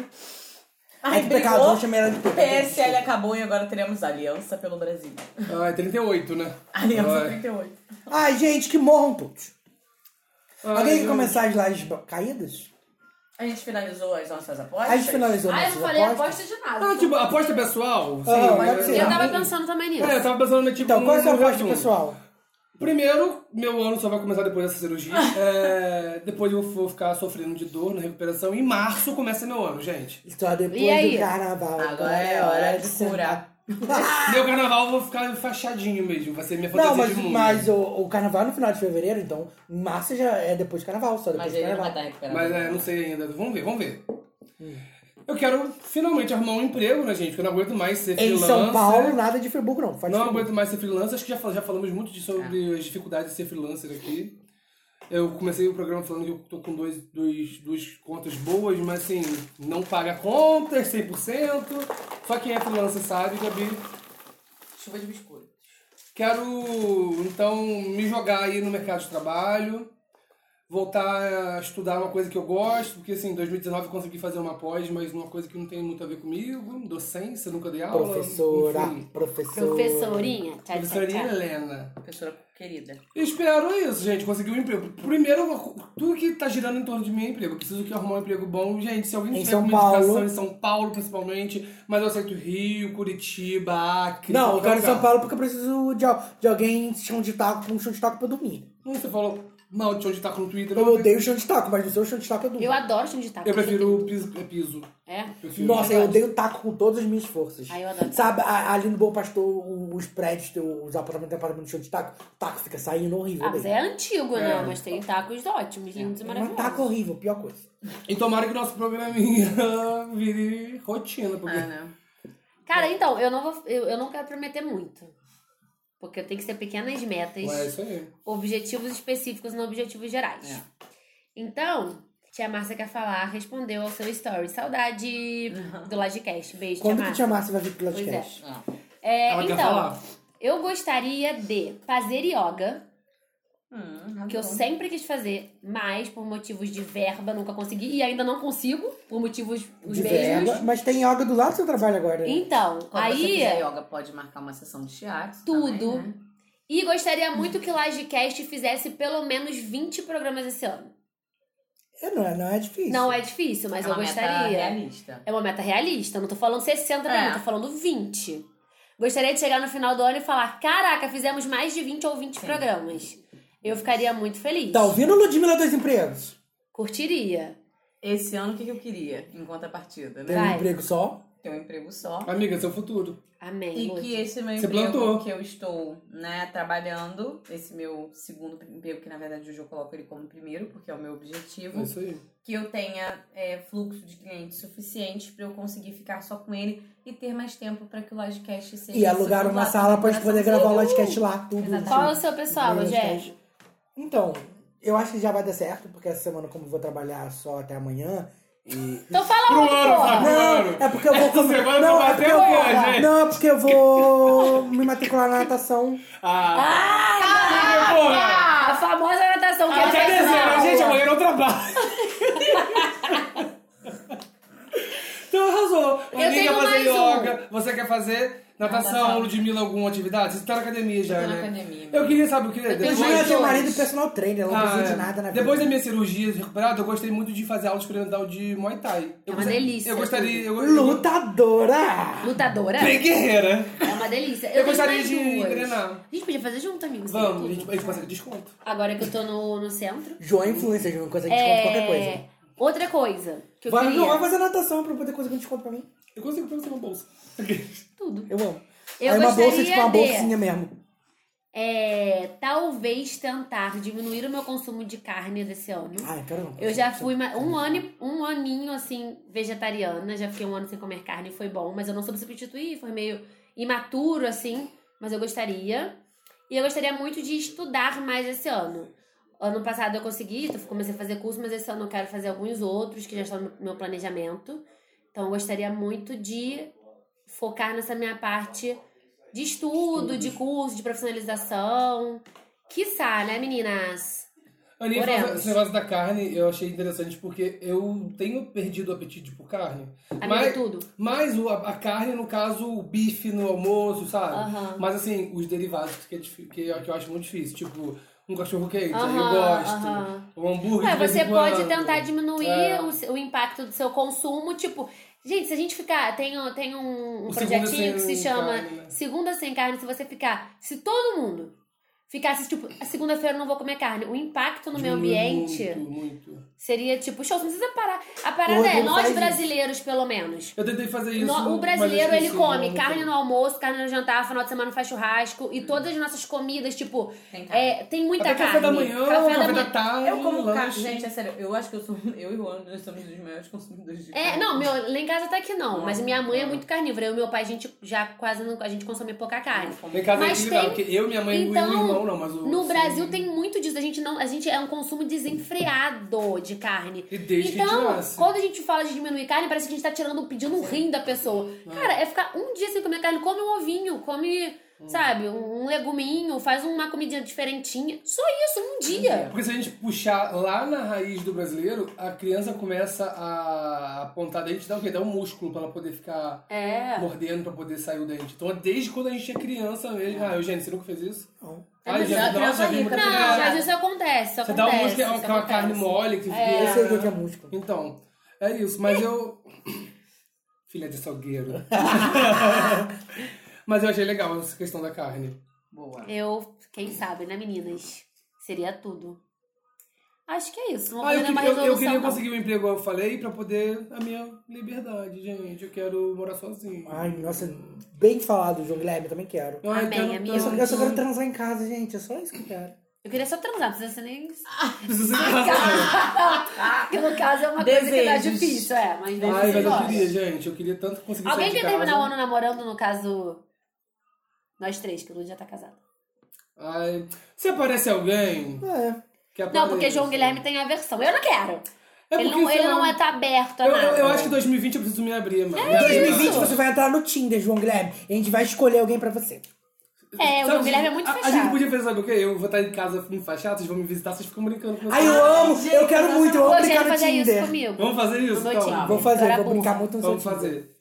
Speaker 3: Ai,
Speaker 2: É que pecador,
Speaker 3: brigou.
Speaker 2: chama ela de Peppa.
Speaker 3: PSL acabou e agora teremos Aliança pelo Brasil.
Speaker 9: Ah, é 38, né?
Speaker 3: Aliança
Speaker 9: Ah,
Speaker 3: 38.
Speaker 2: Ai, gente, que morram todos.
Speaker 9: ah,
Speaker 2: Alguém quer
Speaker 9: eu-
Speaker 2: começar as lives ba- caídas?
Speaker 3: A gente finalizou as nossas apostas?
Speaker 2: A gente finalizou
Speaker 1: Ah, eu
Speaker 2: nossas
Speaker 1: não falei
Speaker 2: apostas.
Speaker 1: aposta de nada.
Speaker 9: Ah, tipo, aposta pessoal? Sim.
Speaker 2: Ah,
Speaker 9: mas-
Speaker 2: pode ser.
Speaker 1: eu tava pensando também nisso.
Speaker 9: É, eu tava pensando, né, tipo,
Speaker 2: Então, qual é a
Speaker 3: Hum,
Speaker 2: sua
Speaker 9: num
Speaker 2: aposta,
Speaker 9: resumo.
Speaker 2: pessoal?
Speaker 9: Primeiro, meu ano só vai começar depois dessa cirurgia. É, depois eu vou ficar sofrendo de dor na recuperação. Em março começa meu ano, gente.
Speaker 2: Só depois
Speaker 1: E aí?
Speaker 2: do carnaval.
Speaker 3: Agora é hora de curar.
Speaker 9: Meu carnaval eu vou ficar fachadinho mesmo. Vai ser minha fantasia
Speaker 2: Não, mas,
Speaker 9: de mundo.
Speaker 2: mas o, o carnaval é no final de fevereiro, então março já é depois do carnaval, só
Speaker 3: Mas
Speaker 2: depois do
Speaker 3: ele não vai
Speaker 2: carnaval.
Speaker 3: estar recuperado.
Speaker 9: Mas é, não sei ainda. Vamos ver, vamos ver.
Speaker 2: Hum.
Speaker 9: Eu quero finalmente arrumar um emprego, né, gente? Porque eu não aguento mais
Speaker 3: tá-
Speaker 9: ser
Speaker 2: Em
Speaker 9: freelancer.
Speaker 2: São Paulo, nada de Friburgo, não. Faz
Speaker 9: Não
Speaker 2: Friburgo.
Speaker 9: aguento mais ser freelancer. Acho que já, fal- já falamos muito de- sobre as dificuldades de ser freelancer aqui. Eu comecei o programa falando que eu tô com dois, dois, duas contas boas, mas assim, não paga contas 100%. Só quem é freelancer sabe, Gabi.
Speaker 3: Chuva de biscoito.
Speaker 9: Quero, então, me jogar aí no mercado de trabalho, voltar a estudar uma coisa que eu gosto, porque assim, em 2019 eu consegui fazer uma pós, mas numa coisa que não tem muito a ver comigo, docência, nunca dei aula.
Speaker 2: Professora,
Speaker 9: enfim.
Speaker 2: professora.
Speaker 1: Professorinha. Tchau, tchau,
Speaker 9: Professoria
Speaker 1: tchau.
Speaker 9: Helena.
Speaker 3: Professora querida.
Speaker 9: Eu espero isso, gente, conseguir um emprego. Primeiro, tudo que tá girando em torno de mim é emprego. Eu preciso que arrumar um emprego bom. Gente, se alguém
Speaker 2: Em
Speaker 9: tiver
Speaker 2: São
Speaker 9: alguma indicação
Speaker 2: Paulo.
Speaker 9: em São Paulo, principalmente, mas eu aceito Rio, Curitiba, Acre.
Speaker 2: Não, eu
Speaker 9: qualquer
Speaker 2: quero em
Speaker 9: é lugar.
Speaker 2: São Paulo porque eu preciso de, al- de alguém chão de taco com um chão de taco pra eu dormir.
Speaker 9: Hum, Você falou mal de onde tá com o Twitter.
Speaker 2: Eu odeio chão de taco, mas no seu chão de taco é eu durmo.
Speaker 1: Eu adoro chão de taco.
Speaker 9: Eu prefiro piso. é piso.
Speaker 1: É?
Speaker 9: Prefiro.
Speaker 2: Nossa, eu odeio taco com todas as minhas forças.
Speaker 1: Ai, eu adoro.
Speaker 2: Sabe, a- ali no Bom Pastor, os prédios, os apartamentos, apartamentos de chão de taco, o taco fica saindo horrível.
Speaker 1: Ah, mas
Speaker 2: odeio.
Speaker 1: é antigo, né?
Speaker 9: É. um
Speaker 1: Mas tem tacos ótimos, lindos e
Speaker 2: Mas
Speaker 1: maravilhosos.
Speaker 2: taco horrível, pior coisa.
Speaker 9: E tomara que o nosso programinha vire rotina, porque.
Speaker 3: Ah, não.
Speaker 1: Cara, então, eu não, vou, eu, eu não quero prometer muito. Porque eu tenho que ser pequenas metas,
Speaker 9: Mas é isso aí.
Speaker 1: objetivos específicos e não objetivos gerais. Então, tia Márcia quer falar, respondeu ao seu story. Saudade do Lodcast. Beijo,
Speaker 2: Quando
Speaker 1: tia Márcia.
Speaker 2: que Tia Márcia vai vir pro
Speaker 1: Pois
Speaker 2: Lodcast?
Speaker 1: É,
Speaker 9: Ela quer
Speaker 1: então,
Speaker 9: falar.
Speaker 1: eu gostaria de fazer yoga,
Speaker 3: Hum,
Speaker 1: que eu sempre quis fazer, mas por motivos de verba nunca consegui e ainda não consigo, por motivos os
Speaker 2: De
Speaker 1: mesmos.
Speaker 2: verba, mas tem yoga do lado do seu trabalho agora. né?
Speaker 1: Então,
Speaker 3: Quando
Speaker 1: aí
Speaker 3: você fizer yoga, pode marcar uma sessão de teatro.
Speaker 1: Tudo.
Speaker 3: também, né?
Speaker 1: E gostaria muito que o Lagecast fizesse pelo menos 20 programas esse ano.
Speaker 2: É, não, é, não é difícil.
Speaker 1: Não é difícil, mas
Speaker 3: é
Speaker 1: eu
Speaker 3: uma meta
Speaker 1: gostaria.
Speaker 3: realista.
Speaker 1: É uma meta realista. Eu não tô falando 60, não,
Speaker 3: É.
Speaker 1: eu tô falando 20. Gostaria de chegar no final do ano e falar: caraca, fizemos mais de 20 ou 20 programas. Eu ficaria muito feliz.
Speaker 2: Tá ouvindo Ludmilla dos Empregos?
Speaker 1: Curtiria.
Speaker 3: Esse ano, o que que eu queria? Em contrapartida,
Speaker 2: Tem
Speaker 3: né?
Speaker 2: um
Speaker 1: Vai.
Speaker 2: emprego só.
Speaker 3: Ter um emprego só.
Speaker 9: Amiga, seu futuro.
Speaker 1: Amém.
Speaker 3: E
Speaker 1: Lud.
Speaker 3: que esse meu
Speaker 9: Você
Speaker 3: emprego
Speaker 9: plantou.
Speaker 3: que eu estou, né, trabalhando, esse meu segundo emprego, que na verdade hoje eu coloco ele como primeiro, porque é o meu objetivo,
Speaker 9: É isso aí.
Speaker 3: que eu tenha é, fluxo de clientes suficiente para eu conseguir ficar só com ele e ter mais tempo para que o Lodcast seja.
Speaker 2: E alugar uma
Speaker 3: circulado
Speaker 2: sala
Speaker 3: no
Speaker 2: pra gente poder
Speaker 3: coração.
Speaker 2: gravar o Lodcast lá, tudo.
Speaker 3: Exatamente.
Speaker 1: Qual é o seu pessoal,
Speaker 2: Lodcast.
Speaker 1: Rogério?
Speaker 2: Então, eu acho que já vai dar certo, porque essa semana, como eu vou trabalhar só até amanhã, e.
Speaker 1: Então fala
Speaker 9: Pro
Speaker 1: outro,
Speaker 9: ano,
Speaker 1: porra.
Speaker 9: Fábio.
Speaker 2: Não, é porque eu vou.
Speaker 9: Essa semana eu
Speaker 2: não,
Speaker 9: vou
Speaker 2: é porque eu
Speaker 9: bater
Speaker 2: vou...
Speaker 9: o quê, gente?
Speaker 2: não, é porque eu vou me matricular na natação.
Speaker 9: Ah, porra!
Speaker 1: Ah, a famosa natação que
Speaker 2: Ah,
Speaker 1: ela
Speaker 9: Até
Speaker 1: faz assim, na
Speaker 9: dezembro,
Speaker 1: aula.
Speaker 9: gente, amanhã não trabalho. então arrasou. A
Speaker 1: Eu
Speaker 9: Aninha
Speaker 1: tenho
Speaker 9: quer fazer
Speaker 1: mais um.
Speaker 9: yoga, você quer fazer natação,
Speaker 3: Natação.
Speaker 9: Ludmilla, alguma atividade? Você tá na academia já,
Speaker 3: tô na
Speaker 9: né?
Speaker 3: academia,
Speaker 9: Eu
Speaker 3: né?
Speaker 9: queria, sabe o que? Depois,
Speaker 2: Imagina ter
Speaker 1: dois.
Speaker 2: marido e personal trainer, ela não
Speaker 9: Ah,
Speaker 2: precisa
Speaker 9: é.
Speaker 2: de nada na vida.
Speaker 9: Depois da minha cirurgia recuperada, eu gostei muito de fazer aula experimental de Muay Thai. Eu
Speaker 1: É uma
Speaker 9: gostei-
Speaker 1: delícia,
Speaker 9: Eu gostaria... Eu, eu,
Speaker 2: Lutadora!
Speaker 1: Lutadora?
Speaker 9: Bem guerreira.
Speaker 1: É uma delícia. Eu,
Speaker 9: Eu
Speaker 1: tenho
Speaker 9: gostaria
Speaker 1: mais
Speaker 9: de
Speaker 1: duas.
Speaker 9: engrenar.
Speaker 1: A gente podia fazer junto, amigos.
Speaker 9: Vamos, a gente, a gente consegue desconto.
Speaker 1: Agora que eu tô no, no centro.
Speaker 2: João é influencer, João consegue desconto
Speaker 1: É...
Speaker 2: qualquer coisa.
Speaker 1: Outra coisa que eu
Speaker 2: Vai,
Speaker 1: queria.
Speaker 2: não, vai fazer natação pra poder conseguir um desconto pra mim.
Speaker 9: Eu consigo pra você uma bolsa.
Speaker 1: Tudo.
Speaker 2: Eu amo.
Speaker 1: Eu
Speaker 2: Aí uma bolsa,
Speaker 1: gostaria
Speaker 2: tipo, uma
Speaker 1: de-
Speaker 2: bolsinha mesmo.
Speaker 1: É, talvez tentar diminuir o meu consumo de carne desse ano.
Speaker 2: Ai, caramba.
Speaker 1: Eu já fui ma- um ano, e- um aninho assim vegetariana, já fiquei um ano sem comer carne, foi bom, mas eu não soube substituir, foi meio imaturo assim, mas eu gostaria. E eu gostaria muito de estudar mais esse ano. Ano passado eu consegui, então comecei a fazer curso, mas esse ano eu quero fazer alguns outros que já estão no meu planejamento. Então eu gostaria muito de focar nessa minha parte de estudo, de curso, de profissionalização. Quiçá, né, meninas?
Speaker 9: Aninha,
Speaker 1: Oremos.
Speaker 9: falou esse negócio da carne eu achei interessante porque eu tenho perdido o apetite por carne.
Speaker 1: Amigo,
Speaker 9: mas,
Speaker 1: tudo.
Speaker 9: mas o- a, a carne, no caso, o bife no almoço, sabe?
Speaker 1: Aham.
Speaker 9: Mas assim, os derivados que, é difí- que, eu- que eu acho muito difícil. Tipo, um cachorro quente, aí eu
Speaker 1: Aham,
Speaker 9: gosto.
Speaker 1: aham.
Speaker 9: Um hambúrguer.
Speaker 1: Ué,
Speaker 9: de vez
Speaker 1: você
Speaker 9: em quando.
Speaker 1: pode tentar diminuir
Speaker 9: É.
Speaker 1: o, seu- o impacto do seu consumo, tipo. Gente, se a gente ficar. Tem, um- tem um, um
Speaker 9: O Segunda
Speaker 1: projetinho que
Speaker 9: Sem
Speaker 1: se chama
Speaker 9: Carne, né?
Speaker 1: Segunda Sem Carne. Se você ficar. Se todo mundo ficasse, tipo, "A segunda-feira eu não vou comer carne, o impacto no meio
Speaker 9: Diminui
Speaker 1: ambiente
Speaker 9: Muito, muito.
Speaker 1: seria, tipo, show, você não precisa parar. A parada
Speaker 9: Hoje
Speaker 1: é,
Speaker 9: não
Speaker 1: nós
Speaker 9: faz isso.
Speaker 1: brasileiros, pelo menos.
Speaker 9: Eu tentei fazer isso.
Speaker 1: No- o
Speaker 9: mas
Speaker 1: brasileiro,
Speaker 9: eu
Speaker 1: ele
Speaker 9: esqueci,
Speaker 1: come
Speaker 9: não, é não
Speaker 1: carne
Speaker 9: tem.
Speaker 1: no almoço, carne no jantar, final de semana faz churrasco. E todas as nossas comidas, tipo,
Speaker 3: Tem carne.
Speaker 1: é, tem muita
Speaker 9: Até
Speaker 1: carne.
Speaker 9: Hum. café da manhã, café, da,
Speaker 1: manhã.
Speaker 9: tarde.
Speaker 3: Eu como
Speaker 9: lanche.
Speaker 3: carne, gente, é sério. Eu acho que eu sou. Eu e o Ana nós somos os maiores consumidores de
Speaker 1: É,
Speaker 3: carne.
Speaker 1: não, meu, lá em casa até que não, mas minha mãe é muito carnívora. Eu e meu pai, a gente já quase não, a gente consome pouca carne.
Speaker 9: Em casa
Speaker 1: Mas
Speaker 9: é
Speaker 1: tem-
Speaker 9: equilibrado, porque eu, minha mãe e o
Speaker 1: Então,
Speaker 9: irmão não, mas o.
Speaker 1: No
Speaker 9: sim.
Speaker 1: Brasil tem muito disso, a gente não, a gente é um consumo desenfreado de carne.
Speaker 9: E desde que a gente
Speaker 1: então,
Speaker 9: nasce.
Speaker 1: quando a gente fala de diminuir carne, parece que a gente tá tirando, pedindo um rim da pessoa. Cara, é ficar um dia sem comer carne, come um ovinho, come,
Speaker 9: Hum.
Speaker 1: sabe, um, um leguminho, faz uma comidinha diferentinha. Só isso, um dia.
Speaker 9: Porque se a gente puxar lá na raiz do brasileiro, a criança começa a apontar dente, dá o quê? Dá um músculo pra ela poder ficar
Speaker 1: É.
Speaker 9: mordendo pra poder sair o dente. Então, desde quando a gente é criança mesmo. Ah, Eugênio, você nunca fez isso?
Speaker 2: Não.
Speaker 1: É,
Speaker 9: Ai,
Speaker 1: mas
Speaker 9: gente,
Speaker 1: é
Speaker 3: uma
Speaker 9: nossa,
Speaker 3: criança
Speaker 9: eu vi
Speaker 3: rica,
Speaker 9: muita
Speaker 1: Não,
Speaker 3: né?
Speaker 9: criança.
Speaker 1: mas isso acontece, isso
Speaker 9: Você
Speaker 1: acontece.
Speaker 9: dá um músculo,
Speaker 1: isso
Speaker 9: é uma
Speaker 1: acontece.
Speaker 9: carne mole que fica.
Speaker 2: Eu sei o que é músculo.
Speaker 9: Então, é isso. Mas eu. Filha de salgueiro. mas eu achei legal essa questão da carne.
Speaker 3: Boa.
Speaker 1: Eu, quem sabe, né, meninas? Seria tudo. Acho que é isso. Não vou
Speaker 9: Ah, eu,
Speaker 1: fazer mais
Speaker 9: queria- eu- eu
Speaker 1: resolução,
Speaker 9: queria
Speaker 1: não.
Speaker 9: conseguir o emprego, eu falei, pra poder. A minha liberdade, gente. Eu quero morar sozinho. Ah,
Speaker 2: Ai, nossa, bem falado, João Guilherme, também quero.
Speaker 9: Ai,
Speaker 1: Amém,
Speaker 9: quero
Speaker 1: amigo.
Speaker 2: Eu só, eu só quero
Speaker 9: tanto.
Speaker 2: transar em casa, gente. É só isso que eu quero.
Speaker 1: Eu queria só transar, não precisa ser nem.
Speaker 9: Preciso ser casado.
Speaker 1: Porque no caso é uma coisa que dá
Speaker 3: Desejos.
Speaker 1: difícil, é. Mas vezes
Speaker 9: Ai,
Speaker 1: você
Speaker 9: mas eu
Speaker 1: gosta.
Speaker 9: queria, gente. Eu queria tanto conseguir
Speaker 1: Alguém
Speaker 9: sair de
Speaker 1: quer
Speaker 9: casa.
Speaker 1: terminar o ano namorando, no caso. Nós três, que o Lu já tá casado.
Speaker 9: Ai, se aparece alguém
Speaker 2: É.
Speaker 9: que
Speaker 1: Não,
Speaker 9: apareça.
Speaker 1: porque João Guilherme tem aversão. Eu não quero.
Speaker 9: É
Speaker 1: ele
Speaker 9: porque,
Speaker 1: não,
Speaker 9: sei
Speaker 1: ele
Speaker 9: lá,
Speaker 1: não é tá aberto a
Speaker 9: Eu,
Speaker 1: nada.
Speaker 9: eu, eu acho que 2020 eu preciso me abrir, mano.
Speaker 2: Em 2020 você vai entrar no Tinder, João Guilherme. E a gente vai escolher alguém pra você.
Speaker 1: É, o
Speaker 9: Sabe, assim,
Speaker 1: João Guilherme é muito
Speaker 9: a,
Speaker 1: fechado.
Speaker 9: A gente podia pensar, o quê? Eu vou estar em casa me fachado, vocês vão me visitar, vocês ficam brincando com
Speaker 2: Ai, eu amo! eu quero muito, eu
Speaker 1: O
Speaker 2: amo
Speaker 1: Rogério
Speaker 2: brincar no
Speaker 1: fazia isso
Speaker 2: Tinder.
Speaker 1: comigo. é
Speaker 9: Vamos fazer isso,
Speaker 1: No
Speaker 9: então?
Speaker 1: Tinder.
Speaker 2: Vou fazer,
Speaker 1: Era
Speaker 2: vou
Speaker 1: burra.
Speaker 2: brincar muito no seu
Speaker 9: Vamos
Speaker 2: Tinder.
Speaker 9: fazer.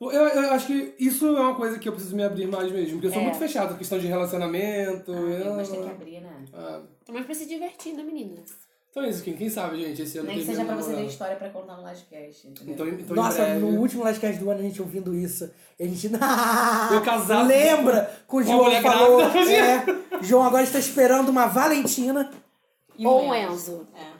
Speaker 9: Pô, Eu, eu acho que isso é uma coisa que eu preciso me abrir mais mesmo, porque eu sou
Speaker 1: É.
Speaker 9: muito fechado, questão de relacionamento. eu-
Speaker 3: Mas tem que abrir, né?
Speaker 9: Ah,
Speaker 1: Mas pra se divertir, né, menina?
Speaker 9: então é isso, Kim. Quem sabe, gente, esse ano
Speaker 3: Nem que
Speaker 9: termina
Speaker 3: seja pra você ter
Speaker 9: namorando.
Speaker 3: história pra contar no livecast, entendeu?
Speaker 9: Então, então em
Speaker 2: Nossa,
Speaker 9: breve...
Speaker 2: no último livecast do ano a gente ouvindo isso. A gente.
Speaker 9: Eu casado-
Speaker 2: Lembra que o
Speaker 9: Com a
Speaker 2: João
Speaker 9: mulher
Speaker 2: falou.
Speaker 9: grávida. né?
Speaker 2: É, João agora está esperando uma Valentina.
Speaker 3: E
Speaker 1: Ou um Enzo.
Speaker 3: É.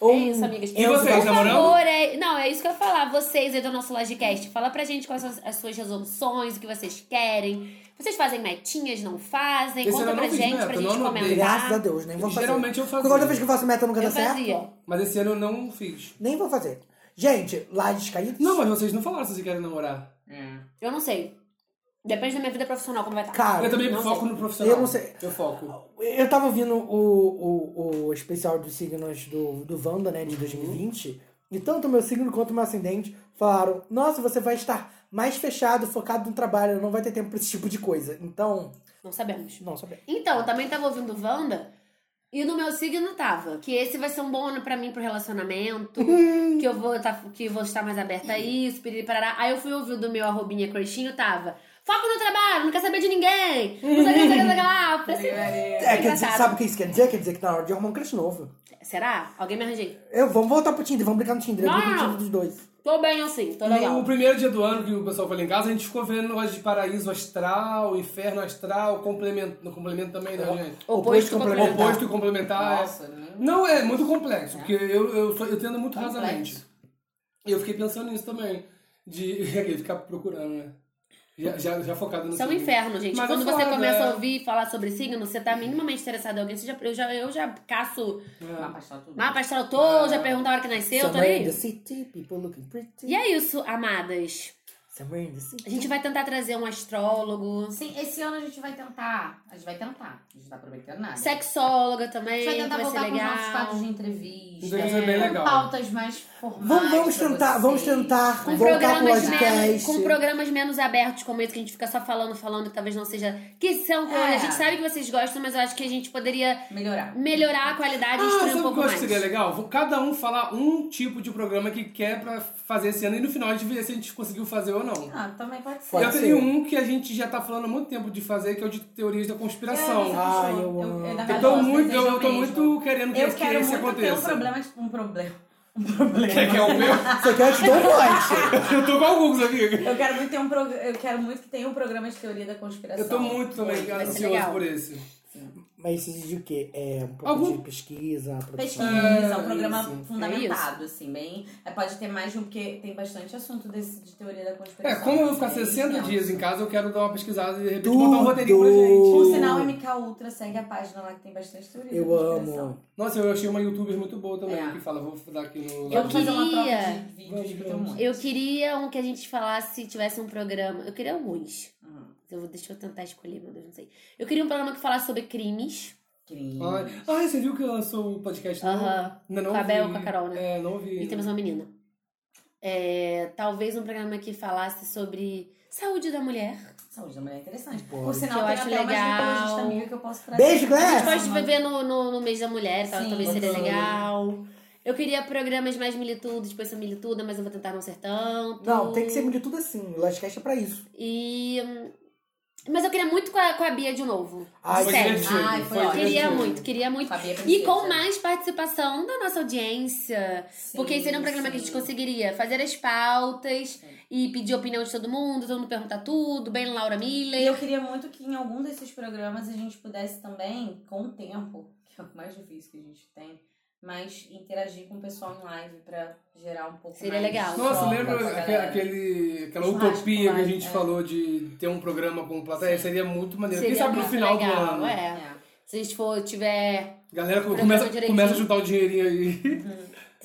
Speaker 2: Ou um
Speaker 1: É isso, amigas.
Speaker 2: E
Speaker 9: vocês,
Speaker 1: Por
Speaker 9: namorando?
Speaker 1: favor, é... Não, é isso que eu ia falar. Vocês aí do nosso Lodcast, fala pra gente quais são as- as suas resoluções, o que vocês querem. Vocês fazem metinhas, não fazem?
Speaker 9: Esse
Speaker 1: Conta
Speaker 9: ano eu
Speaker 1: pra
Speaker 9: não fiz
Speaker 1: gente,
Speaker 9: meta,
Speaker 1: pra
Speaker 9: não
Speaker 1: gente
Speaker 9: anotei.
Speaker 1: comentar.
Speaker 2: Graças a Deus, nem vou fazer.
Speaker 9: Geralmente eu fazia.
Speaker 2: Porque Toda vez que eu faço meta nunca dá
Speaker 1: Eu
Speaker 2: certo.
Speaker 1: fazia.
Speaker 9: Mas esse ano eu não fiz.
Speaker 2: Nem vou fazer. Gente, lajes caídas.
Speaker 9: Não, mas vocês não falaram se vocês querem namorar.
Speaker 1: Eu não sei. Depende da minha vida profissional, como vai estar.
Speaker 2: Cara,
Speaker 9: eu também
Speaker 1: não
Speaker 9: foco
Speaker 1: sei.
Speaker 9: no profissional.
Speaker 2: Eu não sei.
Speaker 9: Eu foco.
Speaker 2: Eu tava ouvindo o, o, o especial dos signos do, do Wanda, né, de 2020. E tanto o meu signo quanto o meu ascendente falaram: Nossa, você vai estar mais fechado, focado no trabalho, não vai ter tempo pra esse tipo de coisa. Então,
Speaker 1: Não sabemos.
Speaker 2: não, sabe.
Speaker 1: Então, eu também tava ouvindo Wanda. E no meu signo tava. Que esse vai ser um bom ano pra mim pro relacionamento.
Speaker 2: Uhum.
Speaker 1: que eu vou, tá, que vou estar mais aberta a isso, piriri, parará. Aí eu fui ouvir o do meu arrobinha crunchinho, tava. Foco no trabalho, não quer saber de ninguém. Não sei o que, não sei o que, não sei o que lá. Eu
Speaker 9: Uhum.
Speaker 1: falei assim,
Speaker 2: É, quer dizer,
Speaker 1: Engraçado.
Speaker 2: sabe o que isso quer dizer? Quer dizer que tá na hora de arrumar um crush novo.
Speaker 1: Será? Alguém me arranjei.
Speaker 2: Eu, vamos voltar pro Tinder, vamos brincar no Tinder. Eu
Speaker 1: Não,
Speaker 2: brinco no
Speaker 1: não,
Speaker 2: Tinder dos dois.
Speaker 1: Tô bem assim,
Speaker 3: É
Speaker 1: tô
Speaker 9: No
Speaker 2: Uhum.
Speaker 1: legal.
Speaker 9: primeiro dia do ano que o pessoal foi lá em casa, a gente ficou vendo negócio de paraíso astral, inferno astral, complemento. No complemento também, né, gente?
Speaker 1: Oposto complementar.
Speaker 9: Oposto e complementar.
Speaker 3: Nossa, né?
Speaker 9: Não, é muito complexo, porque eu, eu, sou- eu tendo muito rasamente. E eu fiquei pensando nisso também. De ficar procurando, né? Já, já, já focado no
Speaker 1: Isso é um
Speaker 9: signo.
Speaker 1: inferno, gente.
Speaker 9: Mas é
Speaker 1: Quando você
Speaker 9: foda,
Speaker 1: começa
Speaker 9: é.
Speaker 1: a ouvir falar sobre signo, você tá minimamente interessado em alguém. Você já, eu, já, eu já caço
Speaker 3: Mapa astral
Speaker 9: É.
Speaker 3: tudo.
Speaker 1: mapa astral
Speaker 2: Ah.
Speaker 1: todo, já pergunto a hora que nasceu, tô
Speaker 2: Somewhere in
Speaker 1: nem
Speaker 2: the
Speaker 1: aí.
Speaker 2: city, people looking pretty.
Speaker 1: E é isso, amadas.
Speaker 2: Somewhere in the city.
Speaker 1: A gente vai tentar trazer um astrólogo,
Speaker 3: Sim, esse ano a gente vai tentar. A gente vai tentar. A gente não tá prometendo nada.
Speaker 1: sexóloga
Speaker 3: A
Speaker 1: também,
Speaker 3: gente vai
Speaker 1: que
Speaker 3: tentar
Speaker 1: vai ser
Speaker 3: voltar com os nossos
Speaker 1: legal.
Speaker 3: quadros de entrevista.
Speaker 9: Isso vai ser bem
Speaker 3: com
Speaker 9: legal.
Speaker 3: pautas mais formais.
Speaker 2: Vamos, vamos
Speaker 3: pra
Speaker 2: tentar,
Speaker 3: vocês.
Speaker 2: vamos tentar
Speaker 1: Com
Speaker 2: voltar pro
Speaker 1: programas, menos,
Speaker 2: podcast.
Speaker 1: com programas menos abertos, como esse que a gente fica só falando, falando, que talvez não seja. Que são.
Speaker 3: É.
Speaker 1: A gente sabe que vocês gostam, mas eu acho que a gente poderia
Speaker 3: Melhorar.
Speaker 1: melhorar a qualidade e
Speaker 9: Ah,
Speaker 1: instruir um
Speaker 9: sabe o que
Speaker 1: pouco
Speaker 9: eu acho
Speaker 1: mais.
Speaker 9: que seria legal? Vou- Cada um falar um tipo de programa que quer pra fazer esse ano e no final a gente vê se a gente conseguiu fazer ou não.
Speaker 3: Ah, também pode ser.
Speaker 2: Pode
Speaker 9: eu
Speaker 2: ser.
Speaker 9: tenho um que a gente já tá falando há muito tempo de fazer, que é o de teorias da
Speaker 1: É,
Speaker 9: conspiração.
Speaker 2: Ah, Ai, eu
Speaker 3: eu,
Speaker 2: amo.
Speaker 3: na
Speaker 9: eu
Speaker 3: verdade,
Speaker 9: tô
Speaker 3: eu
Speaker 9: muito, eu,
Speaker 3: desejo
Speaker 9: eu tô
Speaker 3: mesmo.
Speaker 9: muito querendo que,
Speaker 3: Eu
Speaker 9: que
Speaker 3: quero
Speaker 9: esse
Speaker 3: muito ter um
Speaker 9: aconteça.
Speaker 3: problema, de- um problema. Um problema.
Speaker 9: Quer que é o meu?
Speaker 2: Você quer te dar um monte.
Speaker 9: Eu tô com alguns, amiga.
Speaker 3: Eu quero muito ter um pro... eu quero muito que tenha um programa de teoria da
Speaker 1: Tá
Speaker 3: conspiração.
Speaker 9: Eu tô muito também
Speaker 1: um vai ser
Speaker 9: ansioso
Speaker 1: legal.
Speaker 9: por esse.
Speaker 2: Mas isso exige o quê? É um pouco
Speaker 9: Algum-
Speaker 2: de pesquisa, produção.
Speaker 3: Pesquisa, um
Speaker 9: É,
Speaker 3: programa
Speaker 9: isso.
Speaker 3: fundamentado, assim, bem. é, Pode ter mais de um, porque tem bastante assunto desse de teoria da
Speaker 9: É,
Speaker 3: conspiração.
Speaker 9: como eu vou ficar
Speaker 3: Tem
Speaker 9: 60
Speaker 3: milhão.
Speaker 9: dias em casa, eu quero dar uma pesquisada e de repente
Speaker 2: Tudo.
Speaker 9: botar um roteirinho pra gente.
Speaker 3: Por sinal, o MK Ultra segue a página lá que tem bastante teoria da
Speaker 2: Eu
Speaker 3: conspiração.
Speaker 2: amo.
Speaker 9: Nossa, eu achei uma youtuber muito boa também,
Speaker 3: É.
Speaker 9: que fala, vou dar aqui no...
Speaker 3: Eu vou fazer uma
Speaker 1: queria-
Speaker 3: prova de vídeos que um eu tenho muito.
Speaker 1: Eu queria um que a gente falasse, tivesse um programa. Eu queria alguns.
Speaker 3: Uhum.
Speaker 1: Eu vou, deixa eu tentar escolher, meu Deus, não sei. Eu queria um programa que falasse sobre crimes.
Speaker 3: Crime.
Speaker 9: Ai, ai, você viu que lançou o podcast? novo?
Speaker 1: Aham.
Speaker 9: Ainda não
Speaker 1: Com a
Speaker 9: ouvi.
Speaker 1: Bel, com a Carol, né?
Speaker 9: É, não ouvi.
Speaker 1: E temos uma menina. É, talvez um programa que falasse sobre saúde da mulher.
Speaker 3: Saúde da mulher é interessante.
Speaker 2: Pode.
Speaker 3: Por sinal,
Speaker 1: Eu
Speaker 3: tem
Speaker 1: acho
Speaker 3: até uma
Speaker 1: legal.
Speaker 3: ginecologista amiga que eu posso trazer.
Speaker 2: Beijo, Glenn!
Speaker 1: A gente pode viver no, no, no mês da mulher, tal,
Speaker 3: É, Sim,
Speaker 1: talvez seria
Speaker 9: bacana.
Speaker 1: legal. Eu queria programas mais militudos, depois sou milituda, mas eu vou tentar não ser tanto.
Speaker 2: Não, tem que
Speaker 9: Hum.
Speaker 2: ser de tudo assim. O Lastcast é pra isso.
Speaker 1: E. hum, Mas eu queria muito com a, com a Bia de novo.
Speaker 2: Ai,
Speaker 1: de
Speaker 9: Foi
Speaker 1: série.
Speaker 9: divertido,
Speaker 3: Ai, foi
Speaker 9: foi
Speaker 3: ótimo.
Speaker 1: Queria
Speaker 9: divertido.
Speaker 1: muito, queria muito.
Speaker 3: Fabia
Speaker 1: E
Speaker 3: Princesa.
Speaker 1: com mais participação da nossa audiência.
Speaker 3: Sim,
Speaker 1: Porque seria um programa que a gente
Speaker 3: sim.
Speaker 1: conseguiria fazer as pautas e pedir opinião de todo mundo, todo mundo perguntar tudo, bem Laura
Speaker 3: E
Speaker 1: Miller.
Speaker 3: eu queria muito que em algum desses programas a gente pudesse também, com o tempo, que é o mais difícil que a gente tem, mas interagir com o pessoal em live pra gerar um pouco
Speaker 1: Seria
Speaker 3: mais
Speaker 1: legal.
Speaker 9: Nossa,
Speaker 3: troca
Speaker 9: lembra
Speaker 3: com a
Speaker 9: aque-
Speaker 3: galera.
Speaker 9: aquele, aquela
Speaker 3: Churrasco
Speaker 9: utopia que a
Speaker 3: live,
Speaker 9: gente
Speaker 3: é.
Speaker 9: falou de ter um programa com plateia? Seria muito maneiro.
Speaker 1: Seria
Speaker 9: Quem sabe no
Speaker 1: muito
Speaker 9: final do
Speaker 1: legal,
Speaker 9: ano. né?
Speaker 1: é.
Speaker 3: É.
Speaker 1: Se a gente for, tiver.
Speaker 9: Galera
Speaker 1: Programa
Speaker 9: começa,
Speaker 1: direitinho.
Speaker 9: começa a juntar o dinheirinho aí.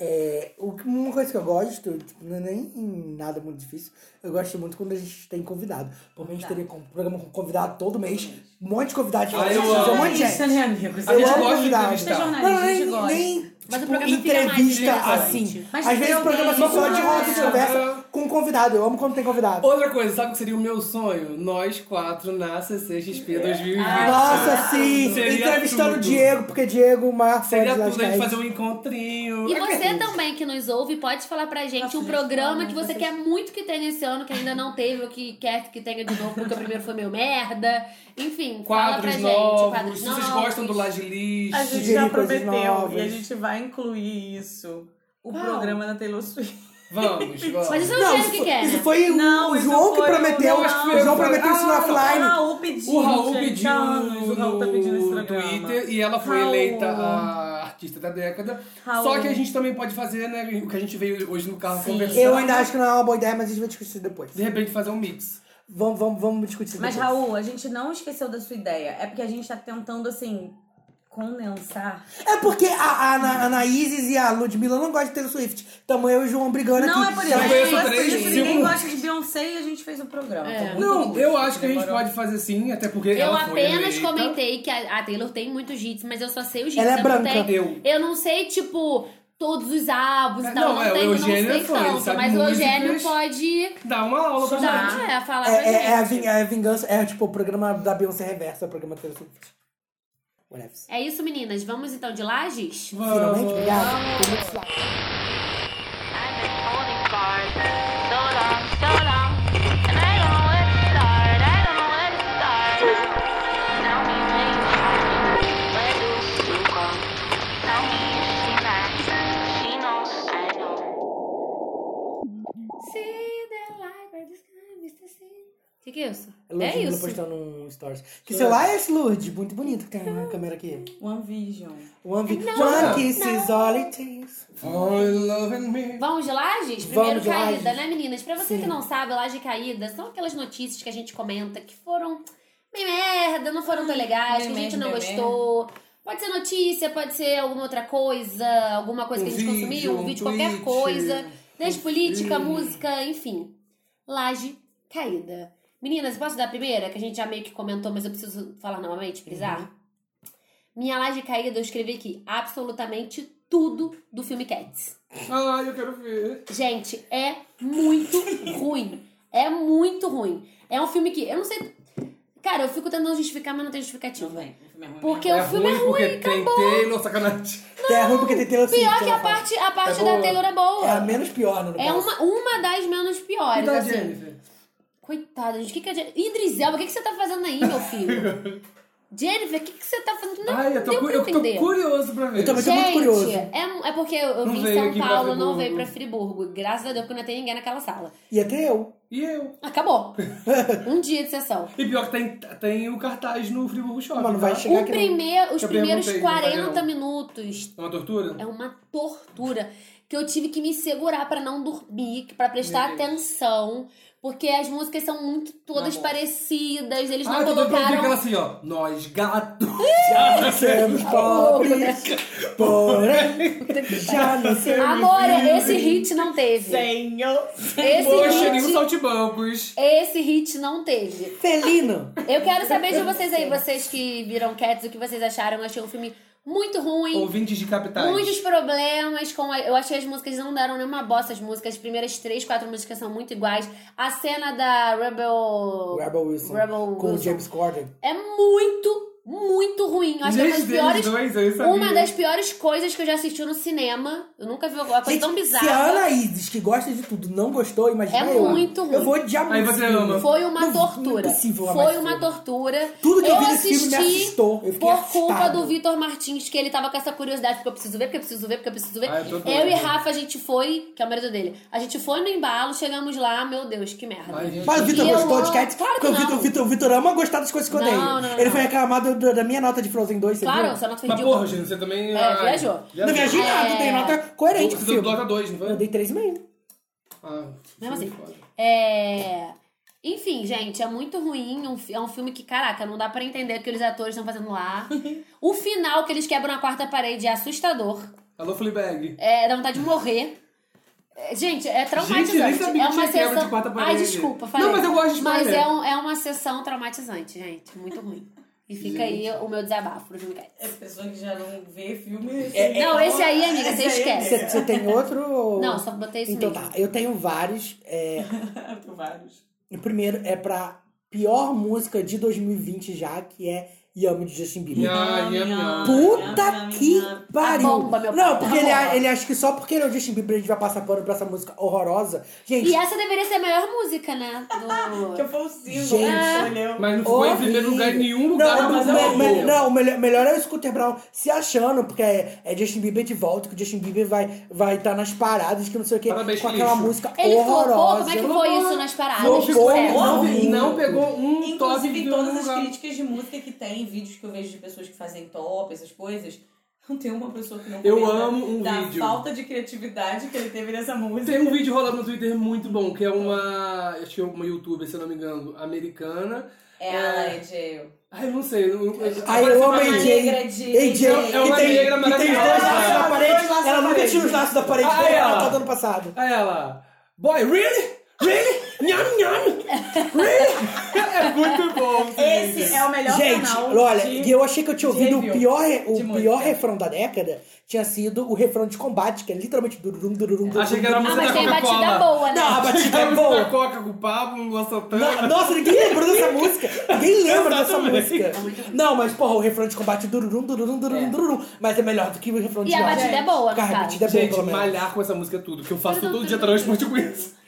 Speaker 2: É, o que- uma coisa que eu gosto, tipo, não é nem nada muito difícil, eu gosto muito quando a gente tem convidado. Porque a gente
Speaker 3: Tá.
Speaker 2: teria com- programa com convidado todo mês, um monte de convidado de
Speaker 9: Ah, eu
Speaker 2: vários tipos, um
Speaker 9: amo.
Speaker 2: monte de gente.
Speaker 3: Jornalista, né, amigos?
Speaker 9: A gente
Speaker 2: amo
Speaker 9: gosta de
Speaker 2: convidado.
Speaker 9: entrevistar.
Speaker 2: Não,
Speaker 3: Jornalista, a gente
Speaker 2: nem,
Speaker 3: gosta.
Speaker 2: nem
Speaker 1: Mas o
Speaker 2: tipo,
Speaker 1: programa fica mais
Speaker 2: entrevista
Speaker 1: interessante.
Speaker 2: assim.
Speaker 3: Mas
Speaker 2: Às
Speaker 3: tem
Speaker 2: vezes o programa assim,
Speaker 3: alguém-
Speaker 2: só de roda de
Speaker 9: É.
Speaker 2: conversa com convidado. Eu amo quando tem convidado.
Speaker 9: Outra coisa, sabe o que seria o meu sonho? Nós quatro na
Speaker 11: É.
Speaker 9: CCXP 2020.
Speaker 11: Ah,
Speaker 2: Nossa, sim!
Speaker 9: Seria
Speaker 2: Entrevistando o
Speaker 9: tudo.
Speaker 2: Diego, porque Diego, é o maior fã
Speaker 9: Seria
Speaker 2: de
Speaker 9: tudo a gente
Speaker 2: Lastcast.
Speaker 9: fazer um encontrinho.
Speaker 1: E você também que nos ouve, pode falar pra gente um programa que você quer muito que tenha esse ano, que ainda não teve, ou que quer que tenha de novo, porque o primeiro foi meio merda. Enfim, fala pra
Speaker 9: Quadros novos.
Speaker 1: gente. Quadros
Speaker 9: Se vocês gostam do Laje Lixo.
Speaker 11: A gente
Speaker 2: Sugerir
Speaker 11: já
Speaker 2: coisas
Speaker 11: prometeu
Speaker 2: novas.
Speaker 11: e a gente vai incluir isso. O programa da Taylor Swift.
Speaker 9: Vamos, vamos.
Speaker 1: Mas
Speaker 11: é um
Speaker 1: isso eu não
Speaker 2: Não,
Speaker 1: sei
Speaker 2: isso
Speaker 1: o que
Speaker 2: foi,
Speaker 1: quer,
Speaker 2: isso
Speaker 1: né?
Speaker 2: foi o-
Speaker 11: Não,
Speaker 2: o
Speaker 11: isso
Speaker 2: João
Speaker 11: foi
Speaker 2: que
Speaker 11: o-
Speaker 2: prometeu.
Speaker 11: não,
Speaker 2: O João
Speaker 9: foi-
Speaker 2: prometeu isso no
Speaker 9: ah,
Speaker 2: offline.
Speaker 11: O Raul pediu.
Speaker 9: O Raul
Speaker 11: gente,
Speaker 9: pediu
Speaker 11: há anos,
Speaker 9: no,
Speaker 11: o Raul tá pedindo esse
Speaker 9: no
Speaker 11: programa.
Speaker 9: Twitter e ela foi
Speaker 11: Raul.
Speaker 9: eleita a artista da década.
Speaker 11: Raul.
Speaker 9: Só que a gente também pode fazer, né? O que a gente veio hoje no carro
Speaker 3: Sim.
Speaker 9: conversando.
Speaker 2: Eu ainda acho que não é uma boa ideia, mas a gente vai discutir isso depois.
Speaker 9: De repente fazer um mix.
Speaker 2: Vamos, vamos, vamos discutir isso
Speaker 3: Mas,
Speaker 2: depois.
Speaker 3: Raul, a gente não esqueceu da sua ideia. É porque a gente tá tentando, assim, condensar.
Speaker 2: É porque a, a, Ana- a Anaíses e a Ludmilla não gostam de Taylor Swift. Tamo eu e o João brigando
Speaker 3: Não
Speaker 2: aqui.
Speaker 3: é por
Speaker 9: Já
Speaker 3: isso.
Speaker 9: conheço
Speaker 3: Não é por
Speaker 9: três,
Speaker 3: isso.
Speaker 9: cinco.
Speaker 3: Ninguém gosta de Beyoncé e a gente fez o programa.
Speaker 1: É.
Speaker 3: Tá bom?
Speaker 9: Não, eu acho que a gente
Speaker 3: Demorou.
Speaker 9: pode fazer sim, até porque
Speaker 1: Eu
Speaker 9: ela foi
Speaker 1: apenas
Speaker 9: eleita.
Speaker 1: comentei que a, a Taylor tem muitos hits, mas eu só sei os hits.
Speaker 2: Ela é
Speaker 1: eu
Speaker 2: branca.
Speaker 1: Não tenho-
Speaker 9: Eu.
Speaker 1: eu não sei, tipo, todos os álbuns e
Speaker 9: É,
Speaker 1: tal.
Speaker 9: não,
Speaker 1: eu
Speaker 9: é, o
Speaker 1: tenho, não
Speaker 9: Eugênio é
Speaker 1: sei
Speaker 9: fã, ele
Speaker 1: tanto.
Speaker 9: sabe
Speaker 1: Mas o
Speaker 9: músicas.
Speaker 1: Eugênio pode
Speaker 9: Dá uma aula pra gente.
Speaker 1: dar, é, falar
Speaker 2: É,
Speaker 1: pra
Speaker 3: né?
Speaker 2: é,
Speaker 1: gente.
Speaker 2: é a vin- é a vingança. É tipo o programa da Beyoncé Reversa, é o programa da Taylor Swift. Whatever.
Speaker 1: É isso, meninas. Vamos então de lajes?
Speaker 2: Finalmente,
Speaker 9: Vamos.
Speaker 3: É
Speaker 2: obrigado. Foi muito suave.
Speaker 8: I've been holding bars so long, so long, and I don't know where to start. I don't know where to start. Tell me where you are, where do you go? Tell me if she mad, she knows I know.
Speaker 1: See the light by the sky, Mr. Sin. O que, que é isso?
Speaker 2: Lourdes
Speaker 1: É
Speaker 2: Miller
Speaker 1: isso.
Speaker 2: postando um stories. Que
Speaker 1: Sure.
Speaker 2: celular é esse, Lourdes? Muito bonito que tem a câmera aqui.
Speaker 3: One Vision.
Speaker 2: One, vi
Speaker 1: Não,
Speaker 2: one
Speaker 1: não.
Speaker 2: kiss is all it takes.
Speaker 1: Vamos de Lages? Primeiro
Speaker 2: Vamos de
Speaker 1: Caída,
Speaker 2: Lages.
Speaker 1: né, meninas? Pra você
Speaker 2: Sim.
Speaker 1: que não sabe, Laje Caída são aquelas notícias que a gente comenta que foram meio merda, não foram tão legais, que
Speaker 3: meio
Speaker 1: a gente
Speaker 3: merda, meio
Speaker 1: não gostou. Pode ser notícia, pode ser alguma outra coisa, alguma coisa
Speaker 3: Um
Speaker 1: que a gente
Speaker 3: vídeo,
Speaker 1: consumiu, um
Speaker 3: um
Speaker 1: vídeo,
Speaker 3: tweet,
Speaker 1: qualquer coisa. Desde política,
Speaker 3: filme.
Speaker 1: música, enfim. Laje Caída. Meninas, posso dar a primeira? Que a gente já meio que comentou, mas eu preciso falar novamente, frisar. Minha laje caída, eu escrevi aqui absolutamente tudo do filme Cats.
Speaker 9: Ai, eu quero ver.
Speaker 1: Gente, é muito ruim. É muito ruim. É um filme que. Eu não sei. Cara, eu fico tentando justificar, mas não tem justificativa. Porque o filme é ruim,
Speaker 9: porque tem
Speaker 1: acabou.
Speaker 9: Taylor, sacanagem.
Speaker 2: É ruim porque tem Taylor Swift.
Speaker 1: Pior que
Speaker 2: ela
Speaker 1: a
Speaker 2: fala.
Speaker 1: parte, a parte
Speaker 2: É
Speaker 1: da
Speaker 2: boa.
Speaker 1: Taylor é boa.
Speaker 2: É a menos pior, né, no
Speaker 1: É
Speaker 2: caso.
Speaker 1: uma, uma das menos piores.
Speaker 9: Então, Tá,
Speaker 2: E da
Speaker 1: assim.
Speaker 2: Jennifer?
Speaker 1: Coitada, gente. O que, que a Jennifer. Idris Elba, o que, que você tá fazendo aí, meu filho? Jennifer, o que, que você tá fazendo? Não
Speaker 9: Ai, eu tô,
Speaker 1: deu
Speaker 9: cu-
Speaker 1: pra
Speaker 9: eu tô
Speaker 1: entender.
Speaker 9: curioso pra ver.
Speaker 1: Gente, É, mu- é porque eu, eu
Speaker 9: Não
Speaker 1: vim em
Speaker 9: veio
Speaker 1: São
Speaker 9: aqui pra
Speaker 1: Paulo, não
Speaker 9: Friburgo.
Speaker 1: veio pra Friburgo. Graças a Deus que não tem ninguém naquela sala.
Speaker 2: E até eu.
Speaker 9: E eu.
Speaker 1: Acabou. um dia de sessão.
Speaker 9: E pior que tem, tem o cartaz no Friburgo Shopping.
Speaker 2: Mas não vai
Speaker 9: tá?
Speaker 1: O primeiro, os
Speaker 9: Eu
Speaker 1: primeiros
Speaker 9: perguntei, não vai
Speaker 1: 40
Speaker 9: não.
Speaker 1: minutos
Speaker 9: É uma tortura?
Speaker 1: é uma tortura que eu tive que me segurar pra não dormir, pra prestar
Speaker 9: Meu Deus.
Speaker 1: atenção, porque as músicas são muito todas
Speaker 9: Não. é
Speaker 1: parecidas, eles
Speaker 9: Ah,
Speaker 1: não
Speaker 9: eu tô doido pra ouvir
Speaker 1: colocaram
Speaker 9: aquela assim, ó. Nós gatos.
Speaker 2: Já somos
Speaker 1: né?
Speaker 2: pobres, porém já não somos
Speaker 1: Amor, esse
Speaker 2: livres.
Speaker 1: hit não teve.
Speaker 3: Senhor.
Speaker 1: Esse
Speaker 9: Poxa, nenhum
Speaker 1: hit,
Speaker 9: saltibancos.
Speaker 1: esse hit não teve.
Speaker 2: Felino.
Speaker 1: Eu quero saber de vocês aí, vocês que viram Cats, o que vocês acharam. Eu achei um filme muito ruim.
Speaker 9: Ouvintes de capitais.
Speaker 1: Muitos problemas com. a- Eu achei as músicas não deram nenhuma bosta. As músicas, as primeiras três, quatro músicas são muito iguais. A cena da Rebel.
Speaker 2: Rebel Wilson.
Speaker 1: Rebel
Speaker 2: com o
Speaker 1: Wilson.
Speaker 2: James Corden.
Speaker 1: É muito, muito ruim. Eu acho que é uma das
Speaker 9: Gente,
Speaker 1: piores.
Speaker 9: dois, eu sabia.
Speaker 1: Uma das piores coisas que eu já assisti no cinema. Eu nunca vi uma coisa
Speaker 2: Gente,
Speaker 1: tão bizarra.
Speaker 2: Se a Anaídes, que gosta de tudo, não gostou, imagina
Speaker 1: É
Speaker 2: eu.
Speaker 1: muito ruim.
Speaker 2: Eu vou odiar
Speaker 9: Aí
Speaker 2: muito.
Speaker 9: você
Speaker 2: esse filme.
Speaker 9: ama.
Speaker 1: Foi uma
Speaker 2: Não-
Speaker 1: tortura.
Speaker 2: impossível amar
Speaker 1: Foi
Speaker 2: esse
Speaker 1: uma
Speaker 2: filme.
Speaker 1: tortura.
Speaker 2: Tudo que eu vi nesse
Speaker 1: assisti
Speaker 2: filme me assustou. Eu fiquei
Speaker 1: por
Speaker 2: assustado.
Speaker 1: culpa do Vitor Martins, que ele tava com essa curiosidade, porque eu preciso ver, porque eu preciso ver, porque eu preciso ver.
Speaker 9: Ah, eu tô doido.
Speaker 1: eu e Rafa, a gente foi, que é o marido dele, a gente foi no embalo, chegamos lá, meu Deus, que merda.
Speaker 9: Ai, gente.
Speaker 2: Mas o Vitor
Speaker 1: E eu
Speaker 2: gostou de
Speaker 1: amo-
Speaker 2: Cats?
Speaker 1: Claro que
Speaker 2: porque o Vitor,
Speaker 1: não.
Speaker 2: o Vitor, o Vitor ama gostar das coisas que eu
Speaker 1: Não,
Speaker 2: odeio.
Speaker 1: não, não,
Speaker 2: Ele
Speaker 1: não.
Speaker 2: foi reclamar do- do- da minha nota de Frozen 2, você
Speaker 1: Claro,
Speaker 2: viu?
Speaker 1: sua nota foi
Speaker 9: Mas
Speaker 1: ridícula.
Speaker 9: porra, gente, você também...
Speaker 1: É,
Speaker 9: ai,
Speaker 1: viajou.
Speaker 2: Não viajei nada,
Speaker 1: É.
Speaker 2: eu dei nota coerente pro
Speaker 9: Você deu
Speaker 2: filme.
Speaker 9: Dota 2, não foi?
Speaker 2: Eu dei 3,5.
Speaker 9: Ah,
Speaker 1: Mesmo assim.
Speaker 9: foda.
Speaker 1: É... Enfim, gente, é muito ruim. um fi- É um filme que, caraca, não dá pra entender o que os atores estão fazendo lá. o final que eles quebram a quarta parede é assustador.
Speaker 9: Alô, Fleabag.
Speaker 1: É, dá vontade de morrer. É, Gente, é traumatizante.
Speaker 9: Gente, eu nem sabia
Speaker 1: é uma
Speaker 9: que tinha quebra
Speaker 1: sessão.
Speaker 9: de quarta parede.
Speaker 1: Ai, desculpa, falei.
Speaker 9: Não, mas eu gosto de
Speaker 1: Mas
Speaker 9: spoiler.
Speaker 1: é, um- é uma sessão traumatizante, gente. Muito ruim. E fica aí o meu desabafo pro filme Cats.
Speaker 3: É pessoa que já não vê filme.
Speaker 9: É,
Speaker 1: Não, esse aí, amiga,
Speaker 3: Esse
Speaker 1: você
Speaker 3: aí,
Speaker 1: esquece.
Speaker 2: Você, você tem outro? ou-
Speaker 1: Não, só botei isso
Speaker 2: Então
Speaker 1: mesmo.
Speaker 2: tá, eu tenho vários. é,
Speaker 3: Eu tenho vários.
Speaker 2: o primeiro é pra pior música de 2020 já, que é Yummy de Justin Bieber.
Speaker 9: Nham, nham, nham.
Speaker 2: Puta que pariu!
Speaker 1: A bomba, Tá meu
Speaker 2: não,
Speaker 1: pai,
Speaker 2: porque
Speaker 1: a
Speaker 2: ele,
Speaker 1: bomba.
Speaker 2: ele acha que só porque ele é o Justin Bieber a gente vai passar pano pra essa música horrorosa. Gente,
Speaker 1: E essa deveria ser a maior música, né? Do...
Speaker 3: Que foi o Silvio
Speaker 2: Gente.
Speaker 3: que escolheu.
Speaker 9: Mas não ficou em
Speaker 2: Horrível.
Speaker 9: primeiro lugar em nenhum lugar
Speaker 2: não,
Speaker 9: do
Speaker 2: mas
Speaker 9: mundo.
Speaker 2: o me- me- não, o melhor, melhor é o Scooter Brown se achando, porque é, é Justin Bieber de volta, que o Justin Bieber vai estar vai tá nas paradas, que não sei o quê,
Speaker 9: Parabéns,
Speaker 2: com aquela
Speaker 9: lixo.
Speaker 2: música
Speaker 1: Ele flopou?
Speaker 2: horrorosa.
Speaker 1: Como é que foi isso nas paradas? Tipo, é,
Speaker 9: Não,
Speaker 1: de
Speaker 9: ficou,
Speaker 1: sucesso?
Speaker 9: não,
Speaker 2: Horrível.
Speaker 9: não pegou um top
Speaker 3: Inclusive,
Speaker 9: de
Speaker 3: em
Speaker 9: um
Speaker 3: todas as
Speaker 9: lugar.
Speaker 3: críticas de música que tem, vídeos que eu vejo de pessoas que fazem top, essas coisas, não tem uma pessoa que não
Speaker 9: Eu
Speaker 3: comenta
Speaker 9: amo um
Speaker 3: da
Speaker 9: vídeo.
Speaker 3: falta de criatividade que ele teve nessa música.
Speaker 9: Tem um vídeo rolando no Twitter muito bom, que é uma. Acho que é uma youtuber, se eu não me engano, americana.
Speaker 3: É a AJ.
Speaker 9: Ai, eu não sei. Eu, eu,
Speaker 2: Ai,
Speaker 9: apareceu
Speaker 2: eu amo
Speaker 9: uma-
Speaker 2: a AJ.
Speaker 3: negra de-
Speaker 2: AJ,
Speaker 9: É uma
Speaker 2: que tem,
Speaker 9: negra
Speaker 2: que tem os dois
Speaker 9: maravilhosa.
Speaker 2: laços na
Speaker 3: Dois
Speaker 2: parede.
Speaker 3: laços
Speaker 2: Ela
Speaker 3: na
Speaker 2: nunca
Speaker 3: parede.
Speaker 2: tira os laços da parede,
Speaker 9: Ah,
Speaker 2: porque
Speaker 9: é.
Speaker 2: ela tá dando passado.
Speaker 9: Aí ela. Boy, really? Really? Nham, nham! Really? É muito bom.
Speaker 3: Esse
Speaker 9: vídeo.
Speaker 3: é o melhor
Speaker 2: Gente,
Speaker 3: canal.
Speaker 2: olha,
Speaker 3: de-
Speaker 2: e eu achei que eu tinha
Speaker 3: de
Speaker 2: ouvido o
Speaker 3: review
Speaker 2: pior, re-
Speaker 3: de
Speaker 2: o
Speaker 3: música.
Speaker 2: pior refrão da década, tinha sido o refrão de combate, que é literalmente durum, durum, durum.
Speaker 9: Achei que era a
Speaker 1: Ah,
Speaker 9: música
Speaker 1: mas
Speaker 9: da
Speaker 1: tem a batida
Speaker 9: Coca-Cola.
Speaker 1: boa, né?
Speaker 2: Não, a batida é
Speaker 9: A música da
Speaker 2: boa.
Speaker 9: Coca com o Pablo, Lua Santana.
Speaker 2: Na- Nossa, ninguém lembrou dessa música. Ninguém lembra dessa
Speaker 9: Exatamente.
Speaker 2: música.
Speaker 1: É
Speaker 2: Não, mas porra, o refrão de combate é dururum, dururum, dururum, durum. Mas é melhor do que o refrão de
Speaker 1: E a
Speaker 2: ódio.
Speaker 1: batida é boa,
Speaker 2: Cara, a
Speaker 1: cara.
Speaker 2: batida é boa,
Speaker 9: Gente,
Speaker 2: pelo menos.
Speaker 9: malhar com essa música é tudo, que eu faço todo dia transporte com isso.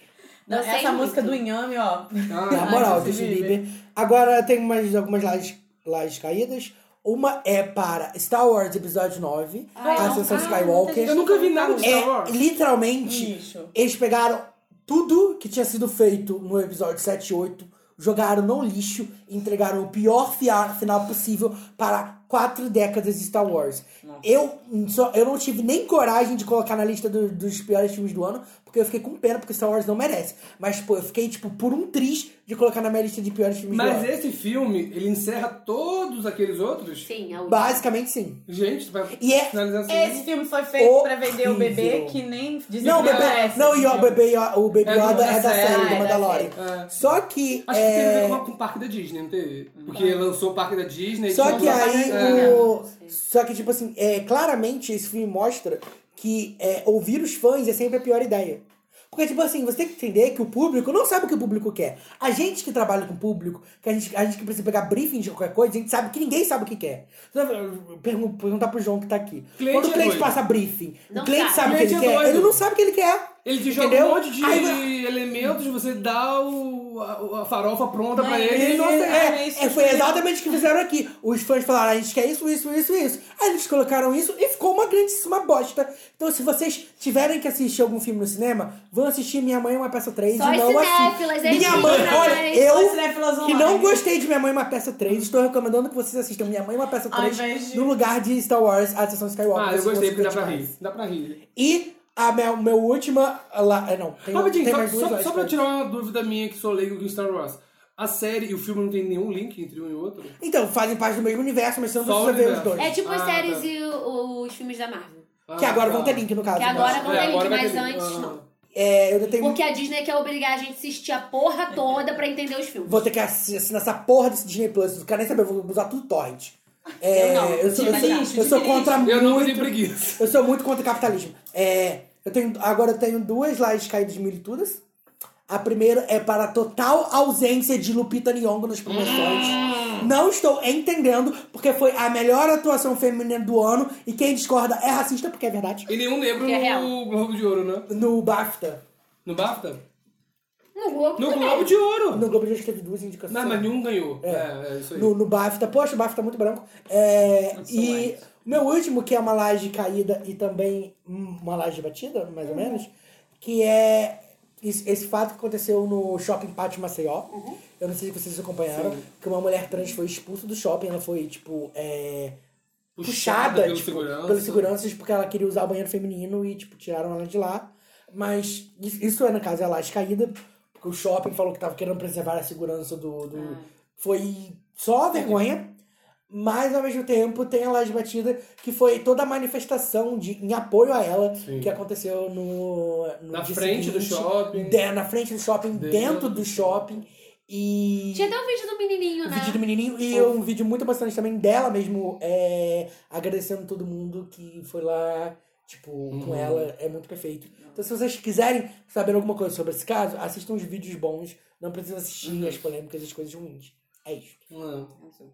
Speaker 3: Não,
Speaker 1: Eu sei
Speaker 3: essa
Speaker 1: muito.
Speaker 3: música do Inhame, ó.
Speaker 2: Na
Speaker 9: Ah,
Speaker 2: moral,
Speaker 3: Justin
Speaker 2: Justin
Speaker 3: Bieber.
Speaker 2: Bieber. Agora tem mais, algumas lajes, lajes caídas. Uma é para Star Wars Episódio 9,
Speaker 1: Ai,
Speaker 2: A
Speaker 1: não.
Speaker 2: Ascensão
Speaker 1: Ah,
Speaker 2: Skywalker.
Speaker 9: eu nunca vi nada de Star
Speaker 2: É,
Speaker 9: Wars.
Speaker 1: Hum.
Speaker 2: literalmente,
Speaker 3: Lixo.
Speaker 2: eles pegaram tudo que tinha sido feito no episódio 7 e 8, jogaram no lixo, entregaram o pior fia- final possível para quatro décadas de Star Wars. Eu, só, eu não tive nem coragem de colocar na lista do- dos piores filmes do ano, porque eu fiquei com pena, porque Star Wars não merece. Mas, pô, eu fiquei, tipo, por um triz de colocar na minha lista de piores filmes do
Speaker 9: Mas
Speaker 2: ano.
Speaker 9: esse filme, ele encerra todos aqueles outros?
Speaker 1: Sim, é o
Speaker 2: Basicamente, sim.
Speaker 9: Gente, vai
Speaker 2: E é-
Speaker 9: finalizar assim.
Speaker 11: Esse filme foi feito pra vender o bebê
Speaker 2: Horrível.
Speaker 11: que nem dizem
Speaker 2: Não, o
Speaker 11: que é
Speaker 2: bebê,
Speaker 11: merece.
Speaker 2: não, e ó, o bebê, o bebê
Speaker 9: É do-
Speaker 2: Yoda é da
Speaker 9: da série,
Speaker 2: série,
Speaker 11: é
Speaker 2: do
Speaker 11: da
Speaker 2: Mandalorian. Só que.
Speaker 9: Acho que
Speaker 2: é,
Speaker 9: teve a ver com, a- com o parque da Disney, não teve? Porque lançou o parque da Disney.
Speaker 2: Só
Speaker 9: tinha
Speaker 2: que
Speaker 9: um parque-
Speaker 2: aí
Speaker 9: É.
Speaker 2: o. Só que, tipo assim, é, claramente esse filme mostra que é, ouvir os fãs é sempre a pior ideia. Porque, tipo assim, você tem que entender que o público não sabe o que o público quer. A gente que trabalha com o público, que a gente, a gente que precisa pegar briefing de qualquer coisa, a gente sabe que ninguém sabe o que quer. Pergun- Perguntar pro João que tá aqui.
Speaker 9: Cliente
Speaker 2: Quando o
Speaker 9: é
Speaker 2: cliente
Speaker 9: doido.
Speaker 2: passa briefing,
Speaker 1: Não
Speaker 2: o cliente
Speaker 1: sabe.
Speaker 2: sabe o que ele
Speaker 9: Cliente é
Speaker 2: quer,
Speaker 9: doido.
Speaker 2: ele não sabe o que ele quer.
Speaker 9: Ele te joga
Speaker 2: Entendeu?
Speaker 9: um monte de
Speaker 2: Aí-
Speaker 9: elementos, você dá o, a, a farofa pronta pra ele.
Speaker 2: Ele não
Speaker 9: ele-
Speaker 2: é, é, foi exatamente o que fizeram aqui. Os fãs falaram, a gente quer isso, isso, isso, isso. Aí eles colocaram isso e ficou uma grandíssima bosta. Então, se vocês tiverem que assistir algum filme no cinema, vão assistir Minha Mãe é uma Peça 3
Speaker 1: Só
Speaker 2: e
Speaker 1: esse
Speaker 2: não
Speaker 1: cinéfilas,
Speaker 9: é
Speaker 2: assistam.
Speaker 1: hein,
Speaker 2: Minha Mãe,
Speaker 1: gente?
Speaker 2: olha,
Speaker 11: Só
Speaker 2: eu
Speaker 11: cinéfilas
Speaker 2: que
Speaker 11: online.
Speaker 2: não gostei de Minha Mãe é uma Peça 3, estou recomendando que vocês assistam Minha Mãe é uma Peça
Speaker 11: Ao
Speaker 2: 3
Speaker 11: invés de-
Speaker 2: no lugar de Star Wars, a sessão Skywalker.
Speaker 9: Ah, eu
Speaker 2: vocês vão
Speaker 9: gostei, porque dá pra
Speaker 2: curtir mais.
Speaker 9: rir. Dá pra rir.
Speaker 2: E a minha, meu última... Lá, é, não, tem,
Speaker 9: Rapidinho,
Speaker 2: tem
Speaker 9: só,
Speaker 2: mais duas
Speaker 9: só,
Speaker 2: horas,
Speaker 9: só pra
Speaker 2: pode.
Speaker 9: tirar uma dúvida minha que sou leigo com Star Wars. A série e o filme não tem nenhum link entre um e outro?
Speaker 2: Então, fazem parte do mesmo universo, mas você não
Speaker 9: Só o
Speaker 2: precisa ver os
Speaker 9: universo.
Speaker 2: dois.
Speaker 1: É tipo as
Speaker 9: Ah,
Speaker 1: séries
Speaker 9: tá.
Speaker 1: e o- os filmes da Marvel.
Speaker 2: Que agora
Speaker 9: Ah,
Speaker 2: vão ter link, no caso.
Speaker 1: Que
Speaker 2: no
Speaker 1: agora
Speaker 2: caso.
Speaker 1: vão ter
Speaker 9: É,
Speaker 1: link,
Speaker 9: agora vai
Speaker 1: mas
Speaker 9: ter link.
Speaker 1: antes
Speaker 9: Ah.
Speaker 1: não.
Speaker 2: É, eu ainda tenho.
Speaker 1: Porque a Disney quer obrigar a gente a assistir a porra toda pra entender os filmes.
Speaker 2: Vou ter que assi- assinar essa porra desse Disney Plus. Não quero nem saber, eu vou usar tudo torrent. É,
Speaker 11: Eu não,
Speaker 2: sou, eu, sou,
Speaker 11: desiste,
Speaker 2: eu sou
Speaker 11: desiste.
Speaker 2: contra
Speaker 9: Ah. Eu não tenho
Speaker 2: muito.
Speaker 9: preguiça.
Speaker 2: Eu sou muito contra o capitalismo. É, eu tenho, agora eu tenho duas lives caídas de milituras. A primeira é para a total ausência de Lupita Nyong'o nas promoções.
Speaker 1: Ah.
Speaker 2: Não estou entendendo, porque foi a melhor atuação feminina do ano. E quem discorda é racista, porque é verdade.
Speaker 9: E nenhum negro
Speaker 1: Que é real.
Speaker 9: no Globo de Ouro, né?
Speaker 2: No BAFTA.
Speaker 9: No BAFTA?
Speaker 1: No Globo
Speaker 9: No
Speaker 1: também.
Speaker 9: Globo de Ouro!
Speaker 2: No Globo de Ouro teve duas indicações.
Speaker 9: Não, mas nenhum ganhou. É, é, isso aí.
Speaker 2: no, no BAFTA. Poxa, o BAFTA é muito branco. É, e o meu último, que é uma laje caída e também hum, uma laje batida, mais ou menos, que é esse, esse fato que aconteceu no shopping Pátio Maceió. Eu não sei se vocês acompanharam, que uma mulher trans foi expulsa do shopping, ela foi, tipo, é, puxada,
Speaker 9: pelo
Speaker 2: tipo,
Speaker 9: segurança.
Speaker 2: pelos seguranças, porque ela queria usar o banheiro feminino e, tipo, tiraram ela de lá. Mas isso isso é, no caso, é a laje caída, porque o shopping falou que tava querendo preservar a segurança do. do- Foi só vergonha. Mas ao mesmo tempo tem a laje batida, que foi toda a manifestação de, em apoio a ela
Speaker 9: Sim.
Speaker 2: que aconteceu no. no
Speaker 9: Na
Speaker 2: dia
Speaker 9: frente do
Speaker 2: seguinte,
Speaker 9: shopping.
Speaker 2: de- na frente do shopping,
Speaker 9: Dentro.
Speaker 2: dentro, do shopping. E
Speaker 1: Tinha até um vídeo do menininho,
Speaker 2: o
Speaker 1: né?
Speaker 2: vídeo do menininho e um vídeo muito emocionante também dela mesmo, é, agradecendo todo mundo que foi lá, tipo,
Speaker 9: Uhum.
Speaker 2: com ela, é muito perfeito. Então, se vocês quiserem saber alguma coisa sobre esse caso, assistam os vídeos bons, não precisam
Speaker 9: Uhum.
Speaker 2: assistir as polêmicas e as coisas ruins. É isso.
Speaker 9: Não.
Speaker 1: assim.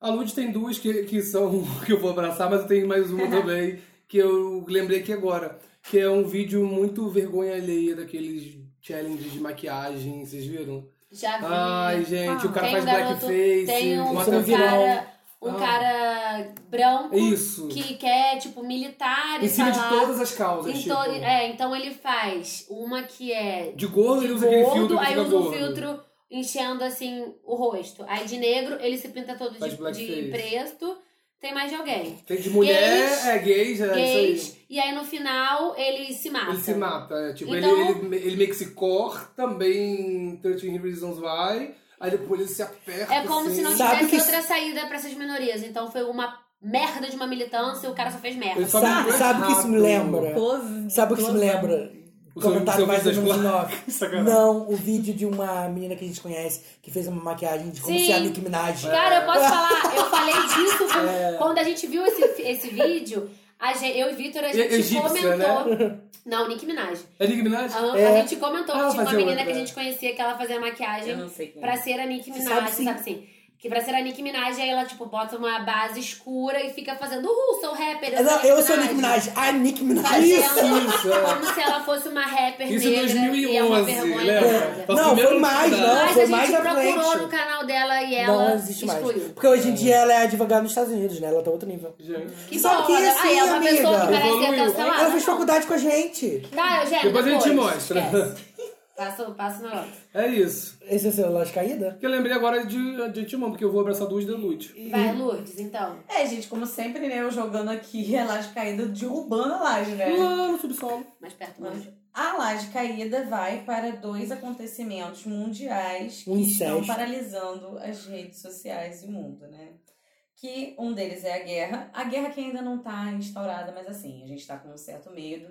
Speaker 9: A Lud tem duas que, que são que eu vou abraçar, mas eu tenho mais uma também que eu lembrei aqui agora. Que é um vídeo muito vergonha alheia daqueles challenges de maquiagem, vocês viram?
Speaker 1: Já vi.
Speaker 9: Ai, gente, o cara
Speaker 1: tem
Speaker 9: faz
Speaker 1: um garoto,
Speaker 9: blackface,
Speaker 1: tem um,
Speaker 9: mata
Speaker 1: um
Speaker 9: vilão.
Speaker 1: cara, um
Speaker 9: Ah.
Speaker 1: cara branco
Speaker 9: Isso.
Speaker 1: que quer, tipo, militar
Speaker 9: Em
Speaker 1: e
Speaker 9: cima
Speaker 1: tá
Speaker 9: de
Speaker 1: lá.
Speaker 9: todas as causas,
Speaker 1: Em
Speaker 9: tipo.
Speaker 1: to- É, então ele faz uma que é
Speaker 9: De gordo,
Speaker 1: de
Speaker 9: ele usa aquele
Speaker 1: gordo,
Speaker 9: filtro que
Speaker 1: aí
Speaker 9: fica
Speaker 1: usa um
Speaker 9: gordo.
Speaker 1: filtro enchendo assim o rosto. Aí de negro ele se pinta todo
Speaker 9: Faz
Speaker 1: de,
Speaker 9: blackface.
Speaker 1: de preto. Tem mais de alguém.
Speaker 9: Tem de mulher,
Speaker 1: Gays,
Speaker 9: é gays, é isso
Speaker 1: Gays,
Speaker 9: aí.
Speaker 1: e aí no final ele se mata.
Speaker 9: Ele se mata, é, tipo,
Speaker 1: Então-
Speaker 9: ele, ele, ele meio que se corta, também em 13 Reasons Why, aí depois ele se aperta.
Speaker 1: É como
Speaker 9: assim.
Speaker 1: se não
Speaker 2: Sabe
Speaker 1: tivesse
Speaker 2: que-
Speaker 1: outra saída pra essas minorias. Então foi uma merda de uma militância e o cara só fez merda.
Speaker 9: Ele só- é
Speaker 2: Sabe,
Speaker 9: muito
Speaker 2: sabe o que isso me
Speaker 9: errado.
Speaker 2: lembra?
Speaker 11: Close-
Speaker 2: Sabe o que isso me
Speaker 11: close-
Speaker 2: lembra?
Speaker 9: O seu-
Speaker 2: Comentário
Speaker 9: seu
Speaker 2: mais ou
Speaker 9: vídeo é
Speaker 2: menos
Speaker 9: das
Speaker 2: nove.
Speaker 9: Sacanagem.
Speaker 2: Não, o vídeo de uma menina que a gente conhece que fez uma maquiagem de como
Speaker 1: Sim.
Speaker 2: se a Nicki Minaj. Ah,
Speaker 1: Cara, eu posso falar, eu falei disso quando,
Speaker 2: É.
Speaker 1: quando a gente viu esse, esse vídeo. a gente- eu e Vitor, a
Speaker 9: E-
Speaker 1: gente
Speaker 9: egípcia,
Speaker 1: comentou. Não, Nicki Minaj.
Speaker 9: É Nick Minaj?
Speaker 1: A, a
Speaker 2: né? É.
Speaker 1: gente comentou
Speaker 9: Ah,
Speaker 1: que tinha uma
Speaker 9: fazer
Speaker 1: menina
Speaker 9: outra.
Speaker 1: que a gente conhecia que ela fazia
Speaker 11: Eu
Speaker 1: maquiagem
Speaker 11: não sei quem. é.
Speaker 1: pra ser a Nicki Minaj,
Speaker 2: Sabe
Speaker 1: sabe
Speaker 2: sim.
Speaker 1: assim? Que pra ser a Nicki Minaj, aí ela, tipo, bota uma base escura e fica fazendo, uhul, sou rapper.
Speaker 2: Não, eu sou Nicki Minaj. A Nicki Minaj.
Speaker 1: Fazendo
Speaker 9: isso, é.
Speaker 1: como se ela fosse uma rapper
Speaker 9: Isso em
Speaker 1: negra. e é uma
Speaker 9: 2011,
Speaker 1: vergonha.
Speaker 9: lembra?
Speaker 1: nada.
Speaker 9: Nosso
Speaker 2: Não,
Speaker 9: primeiro
Speaker 2: foi mais,
Speaker 9: lugar.
Speaker 2: não.
Speaker 1: Mas
Speaker 2: foi
Speaker 1: a gente
Speaker 2: mais à
Speaker 1: procurou
Speaker 2: frente.
Speaker 1: no canal dela e ela
Speaker 2: não existe mais.
Speaker 1: excluiu.
Speaker 2: Porque hoje em dia ela é advogada nos Estados Unidos, né? Ela tá outro nível.
Speaker 9: Gente.
Speaker 1: Que
Speaker 2: Só
Speaker 1: foda.
Speaker 2: que assim,
Speaker 1: Aí é uma
Speaker 2: amiga,
Speaker 1: pessoa que parece ser
Speaker 9: evoluiu.
Speaker 2: ela
Speaker 1: cancelada.
Speaker 2: fez faculdade com a gente.
Speaker 1: Tá, Eugênio,
Speaker 9: Depois a gente
Speaker 1: depois.
Speaker 9: mostra.
Speaker 1: Esquece. Passa, passa o negócio.
Speaker 9: É isso.
Speaker 2: Esse é o seu Loja Caída?
Speaker 9: Que eu lembrei agora é de, de Timão, porque eu vou abraçar duas de Lute.
Speaker 1: Vai, Lourdes, então.
Speaker 3: É, gente, como sempre, né? Eu jogando aqui a laje caída, derrubando a laje,
Speaker 1: É.
Speaker 3: né?
Speaker 9: Lá no subsolo.
Speaker 1: Mais perto, mais.
Speaker 3: A laje caída vai para dois acontecimentos mundiais que
Speaker 2: Um
Speaker 3: estão
Speaker 2: incesto.
Speaker 3: paralisando as redes sociais e o mundo, né? Que um deles é a guerra. A guerra que ainda não está instaurada, mas assim, a gente está com um certo medo.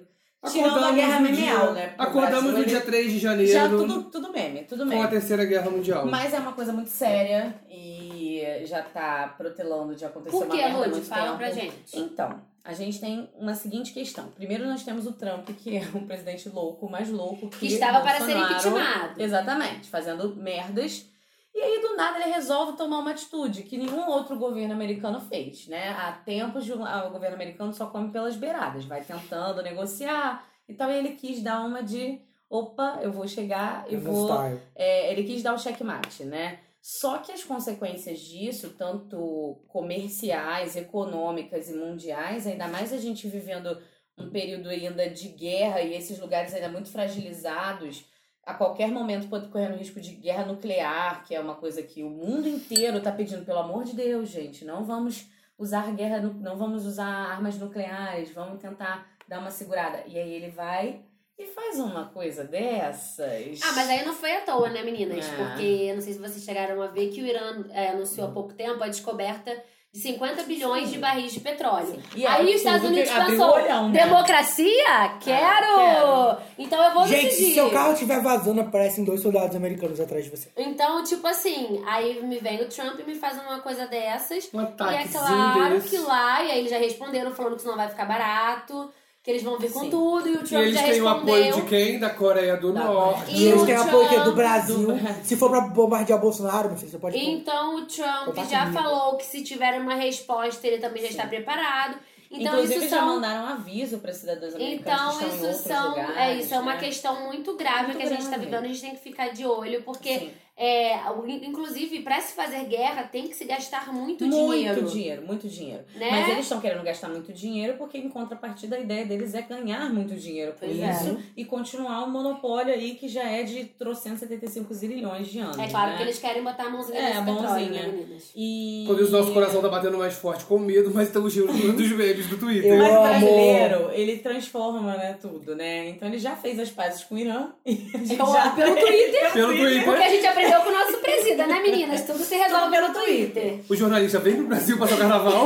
Speaker 3: Tirando a guerra
Speaker 9: no dia-
Speaker 3: memeal, né? Porque o
Speaker 9: Acordamos
Speaker 3: Brasil,
Speaker 9: no
Speaker 3: ele-
Speaker 9: dia 3 de janeiro
Speaker 3: Já tudo, tudo meme, tudo meme.
Speaker 9: com a Terceira Guerra Mundial.
Speaker 3: Mas é uma coisa muito séria e já tá protelando de acontecer
Speaker 1: Por
Speaker 3: uma
Speaker 1: que,
Speaker 3: merda há
Speaker 1: Lourdes?
Speaker 3: muito
Speaker 1: Fala
Speaker 3: tempo.
Speaker 1: pra gente.
Speaker 3: Então, a gente tem uma seguinte questão. Primeiro nós temos o Trump, que é um presidente louco, mais louco que
Speaker 1: Que estava para ser
Speaker 3: Bolsonaro.
Speaker 1: impeachmentado.
Speaker 3: Exatamente, fazendo merdas. E aí, do nada, ele resolve tomar uma atitude que nenhum outro governo americano fez, né? Há tempos de um- ah, o governo americano só come pelas beiradas, vai tentando negociar e tal. E ele quis dar uma de, opa, eu vou chegar e
Speaker 2: Gangnam
Speaker 3: vou
Speaker 2: Style.
Speaker 3: é, ele quis dar o checkmate, né? Só que as consequências disso, tanto comerciais, econômicas e mundiais, ainda mais a gente vivendo um período ainda de guerra e esses lugares ainda muito fragilizados, a qualquer momento pode correr o risco de guerra nuclear, que é uma coisa que o mundo inteiro está pedindo, pelo amor de Deus, gente, não vamos usar guerra, nu- não vamos usar armas nucleares, vamos tentar dar uma segurada. E aí ele vai e faz uma coisa dessas.
Speaker 1: Ah, mas aí não foi à toa, né, meninas?
Speaker 3: É.
Speaker 1: Porque não sei se vocês chegaram a ver que o Irã é, anunciou há pouco tempo a descoberta de 50 bilhões de barris de petróleo.
Speaker 3: E
Speaker 1: aí
Speaker 3: é
Speaker 1: os Estados
Speaker 3: tudo que
Speaker 1: Unidos
Speaker 3: abriu
Speaker 1: pensou,
Speaker 3: o olhão, né?
Speaker 1: democracia? Quero!
Speaker 3: quero.
Speaker 1: Então eu vou
Speaker 2: Gente, se
Speaker 1: decidir.
Speaker 2: seu carro estiver vazando, aparecem dois soldados americanos atrás de você.
Speaker 1: Então, tipo assim, aí me vem o Trump e me faz uma coisa dessas.
Speaker 9: Um
Speaker 1: e é
Speaker 9: ataquezinho
Speaker 1: claro
Speaker 9: desse.
Speaker 1: que lá, e aí eles já responderam falando que isso não vai ficar barato, que eles vão vir com
Speaker 3: Sim.
Speaker 1: tudo, e o
Speaker 9: E
Speaker 1: Trump
Speaker 9: eles
Speaker 1: já
Speaker 9: têm o apoio
Speaker 1: respondeu.
Speaker 9: de quem? Da Coreia do
Speaker 3: Da
Speaker 9: Norte.
Speaker 1: E
Speaker 2: E eles
Speaker 1: o
Speaker 2: têm apoio aqui do
Speaker 1: Trump-
Speaker 2: Brasil. Se for pra bombardear o Bolsonaro, meu filho, você pode.
Speaker 1: Então o Trump
Speaker 2: Opa,
Speaker 1: já
Speaker 2: comigo.
Speaker 1: falou que se tiver uma resposta, ele também já está preparado. Então
Speaker 3: Inclusive,
Speaker 1: isso
Speaker 3: já
Speaker 1: são.
Speaker 3: mandaram um aviso para cidadãos americanos
Speaker 1: Então
Speaker 3: que estão em
Speaker 1: isso
Speaker 3: outros
Speaker 1: são.
Speaker 3: lugares.
Speaker 1: é isso, é uma
Speaker 3: né?
Speaker 1: questão muito grave
Speaker 3: Muito
Speaker 1: que a gente está
Speaker 3: grave.
Speaker 1: vivendo, a gente tem que ficar de olho, porque.
Speaker 3: Sim.
Speaker 1: É, o- inclusive, para se fazer guerra, tem que se gastar muito,
Speaker 3: muito
Speaker 1: dinheiro.
Speaker 3: dinheiro, muito dinheiro.
Speaker 1: Né?
Speaker 3: Mas eles estão querendo gastar muito dinheiro porque, em contrapartida, a ideia deles é ganhar muito dinheiro com
Speaker 1: Pois é.
Speaker 3: isso e continuar um monopólio aí que já é de 375 zilhões de anos.
Speaker 1: É claro
Speaker 3: né?
Speaker 1: que eles querem botar a mãozinha
Speaker 3: É,
Speaker 1: nesse
Speaker 3: a
Speaker 1: petróleo, né,
Speaker 3: mãozinha.
Speaker 1: meninas?
Speaker 3: E...
Speaker 9: Por isso nosso coração tá batendo mais forte com medo, mas estamos rindo dos memes do Twitter.
Speaker 2: Eu
Speaker 3: Mas o
Speaker 2: amo.
Speaker 3: brasileiro, ele transforma, né, tudo, né? Então ele já fez as pazes com o Irã. E ele
Speaker 1: Eu-
Speaker 3: já...
Speaker 1: pelo Twitter.
Speaker 9: Pelo
Speaker 1: é Porque a
Speaker 9: Twitter.
Speaker 1: gente aprendeu com o nosso presida, né, meninas? Tudo se resolve
Speaker 3: Tudo pelo
Speaker 1: pelo Twitter.
Speaker 9: O jornalista vem pro Brasil passar o carnaval.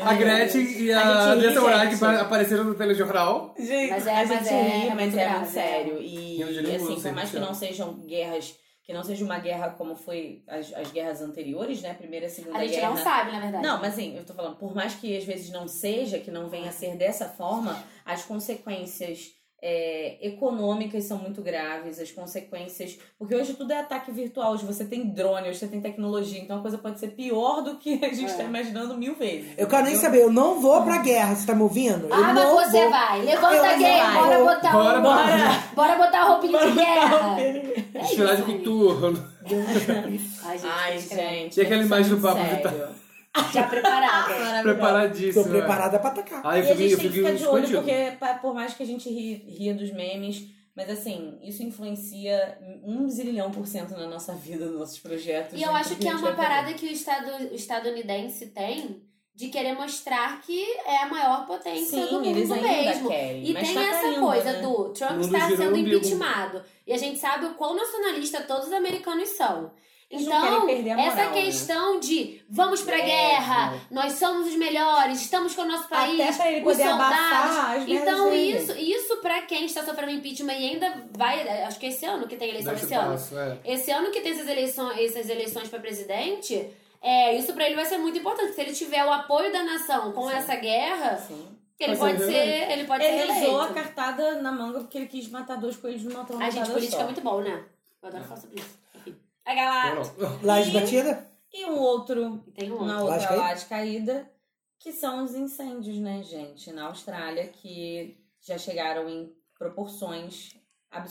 Speaker 9: a Gretchen e a
Speaker 3: A gente ri,
Speaker 9: Andressa Urag
Speaker 3: gente.
Speaker 9: pa- apareceram no telejornal.
Speaker 3: Gente,
Speaker 1: Mas é-
Speaker 3: a gente
Speaker 1: mas é-
Speaker 3: ri,
Speaker 1: é
Speaker 3: mas
Speaker 1: muito
Speaker 3: é
Speaker 1: grave,
Speaker 3: muito sério. E,
Speaker 9: Eu diria
Speaker 3: e,
Speaker 9: um
Speaker 3: assim, por
Speaker 9: lance,
Speaker 3: mais que
Speaker 9: Michel.
Speaker 3: não sejam guerras, que não seja uma guerra como foi as, as guerras anteriores, né? Primeira e segunda
Speaker 1: A gente
Speaker 3: guerra.
Speaker 1: não sabe, na verdade.
Speaker 3: Não, mas assim, eu tô falando, por mais que às vezes não seja, que não venha a ser dessa forma, as consequências é, econômicas são muito graves, as consequências. Porque hoje tudo é ataque virtual, hoje você tem drone, hoje você tem tecnologia, então a coisa pode ser pior do que a gente
Speaker 1: É.
Speaker 3: tá imaginando mil vezes.
Speaker 2: Eu quero nem
Speaker 3: entendeu?
Speaker 2: saber, eu não vou pra guerra, você tá me ouvindo? Eu
Speaker 1: Ah, mas
Speaker 2: não
Speaker 1: você
Speaker 2: vou.
Speaker 1: vai.
Speaker 2: Eu
Speaker 1: Levanta
Speaker 2: não
Speaker 1: gay,
Speaker 2: vou.
Speaker 1: bora botar
Speaker 9: Bora,
Speaker 1: um-
Speaker 9: bora.
Speaker 1: Bora botar a roupinha de guerra. É
Speaker 9: Desfilar de
Speaker 1: isso, amiga.
Speaker 9: coturno.
Speaker 1: Ai, gente,
Speaker 3: Ai,
Speaker 1: pode crer.
Speaker 3: gente.
Speaker 9: E aquela
Speaker 3: isso é
Speaker 9: imagem do
Speaker 3: muito
Speaker 9: Pablo tá?
Speaker 3: sério.
Speaker 1: Já preparada.
Speaker 3: Maravilhosa.
Speaker 9: Preparadíssimo.
Speaker 2: Tô preparada pra atacar.
Speaker 9: Aí eu
Speaker 3: e a
Speaker 9: fiquei,
Speaker 3: gente
Speaker 9: eu
Speaker 3: tem que
Speaker 9: fiquei
Speaker 3: ficar de olho,
Speaker 9: escondido.
Speaker 3: porque pa- por mais que a gente ri- ria dos memes, mas assim, isso influencia um zilhão por cento na nossa vida, nos nossos projetos.
Speaker 1: E eu
Speaker 3: né?
Speaker 1: acho
Speaker 3: Tudo
Speaker 1: que é
Speaker 3: a gente
Speaker 1: uma
Speaker 3: vai fazer.
Speaker 1: parada que o, estado, o estadunidense tem de querer mostrar que é a maior potência
Speaker 3: Sim,
Speaker 1: do mundo
Speaker 3: eles ainda
Speaker 1: mesmo.
Speaker 3: querem.
Speaker 1: E
Speaker 3: mas
Speaker 1: tem
Speaker 3: tá
Speaker 1: essa
Speaker 3: caindo,
Speaker 1: coisa
Speaker 3: né?
Speaker 1: do Trump
Speaker 9: Mundo
Speaker 1: estar
Speaker 9: girando
Speaker 1: sendo
Speaker 9: o umbigo.
Speaker 1: impeachmentado. E a gente sabe o quão nacionalista todos os americanos são.
Speaker 3: Eles não querem
Speaker 1: Então,
Speaker 3: perder a
Speaker 1: essa
Speaker 3: moral, né?
Speaker 1: questão de vamos pra
Speaker 3: Mesmo.
Speaker 1: guerra, nós somos os melhores, estamos com o nosso país,
Speaker 3: Até pra ele
Speaker 1: os
Speaker 3: poder
Speaker 1: soldados.
Speaker 3: abafar né, as merdas
Speaker 1: Então,
Speaker 3: dele.
Speaker 1: isso, isso pra quem está sofrendo impeachment e ainda vai. é, Acho que esse ano que tem eleição,
Speaker 9: Dá-se
Speaker 1: esse ano. tá
Speaker 9: passo, é.
Speaker 1: Esse ano que tem essas eleições, essas eleições para presidente, é, isso pra ele vai ser muito importante. Se ele tiver o apoio da nação com essa guerra,
Speaker 3: Sim.
Speaker 1: ele
Speaker 9: Vai
Speaker 1: pode
Speaker 9: ser
Speaker 1: ser,
Speaker 9: reeleito.
Speaker 1: ele pode ser
Speaker 3: Ele usou a
Speaker 1: eleito.
Speaker 3: cartada na manga porque ele quis matar dois coelhos de uma
Speaker 1: A
Speaker 3: tronca.
Speaker 1: gente política é muito bom, né? Eu adoro falar sobre isso. Enfim. A galera.
Speaker 9: Não.
Speaker 2: Laje
Speaker 3: E-
Speaker 2: batida?
Speaker 3: E um outro
Speaker 1: E Tem um
Speaker 3: na outra
Speaker 1: outro.
Speaker 2: Laje caída?
Speaker 3: lá de caída, que são os incêndios, né, gente, na Austrália, que já chegaram em proporções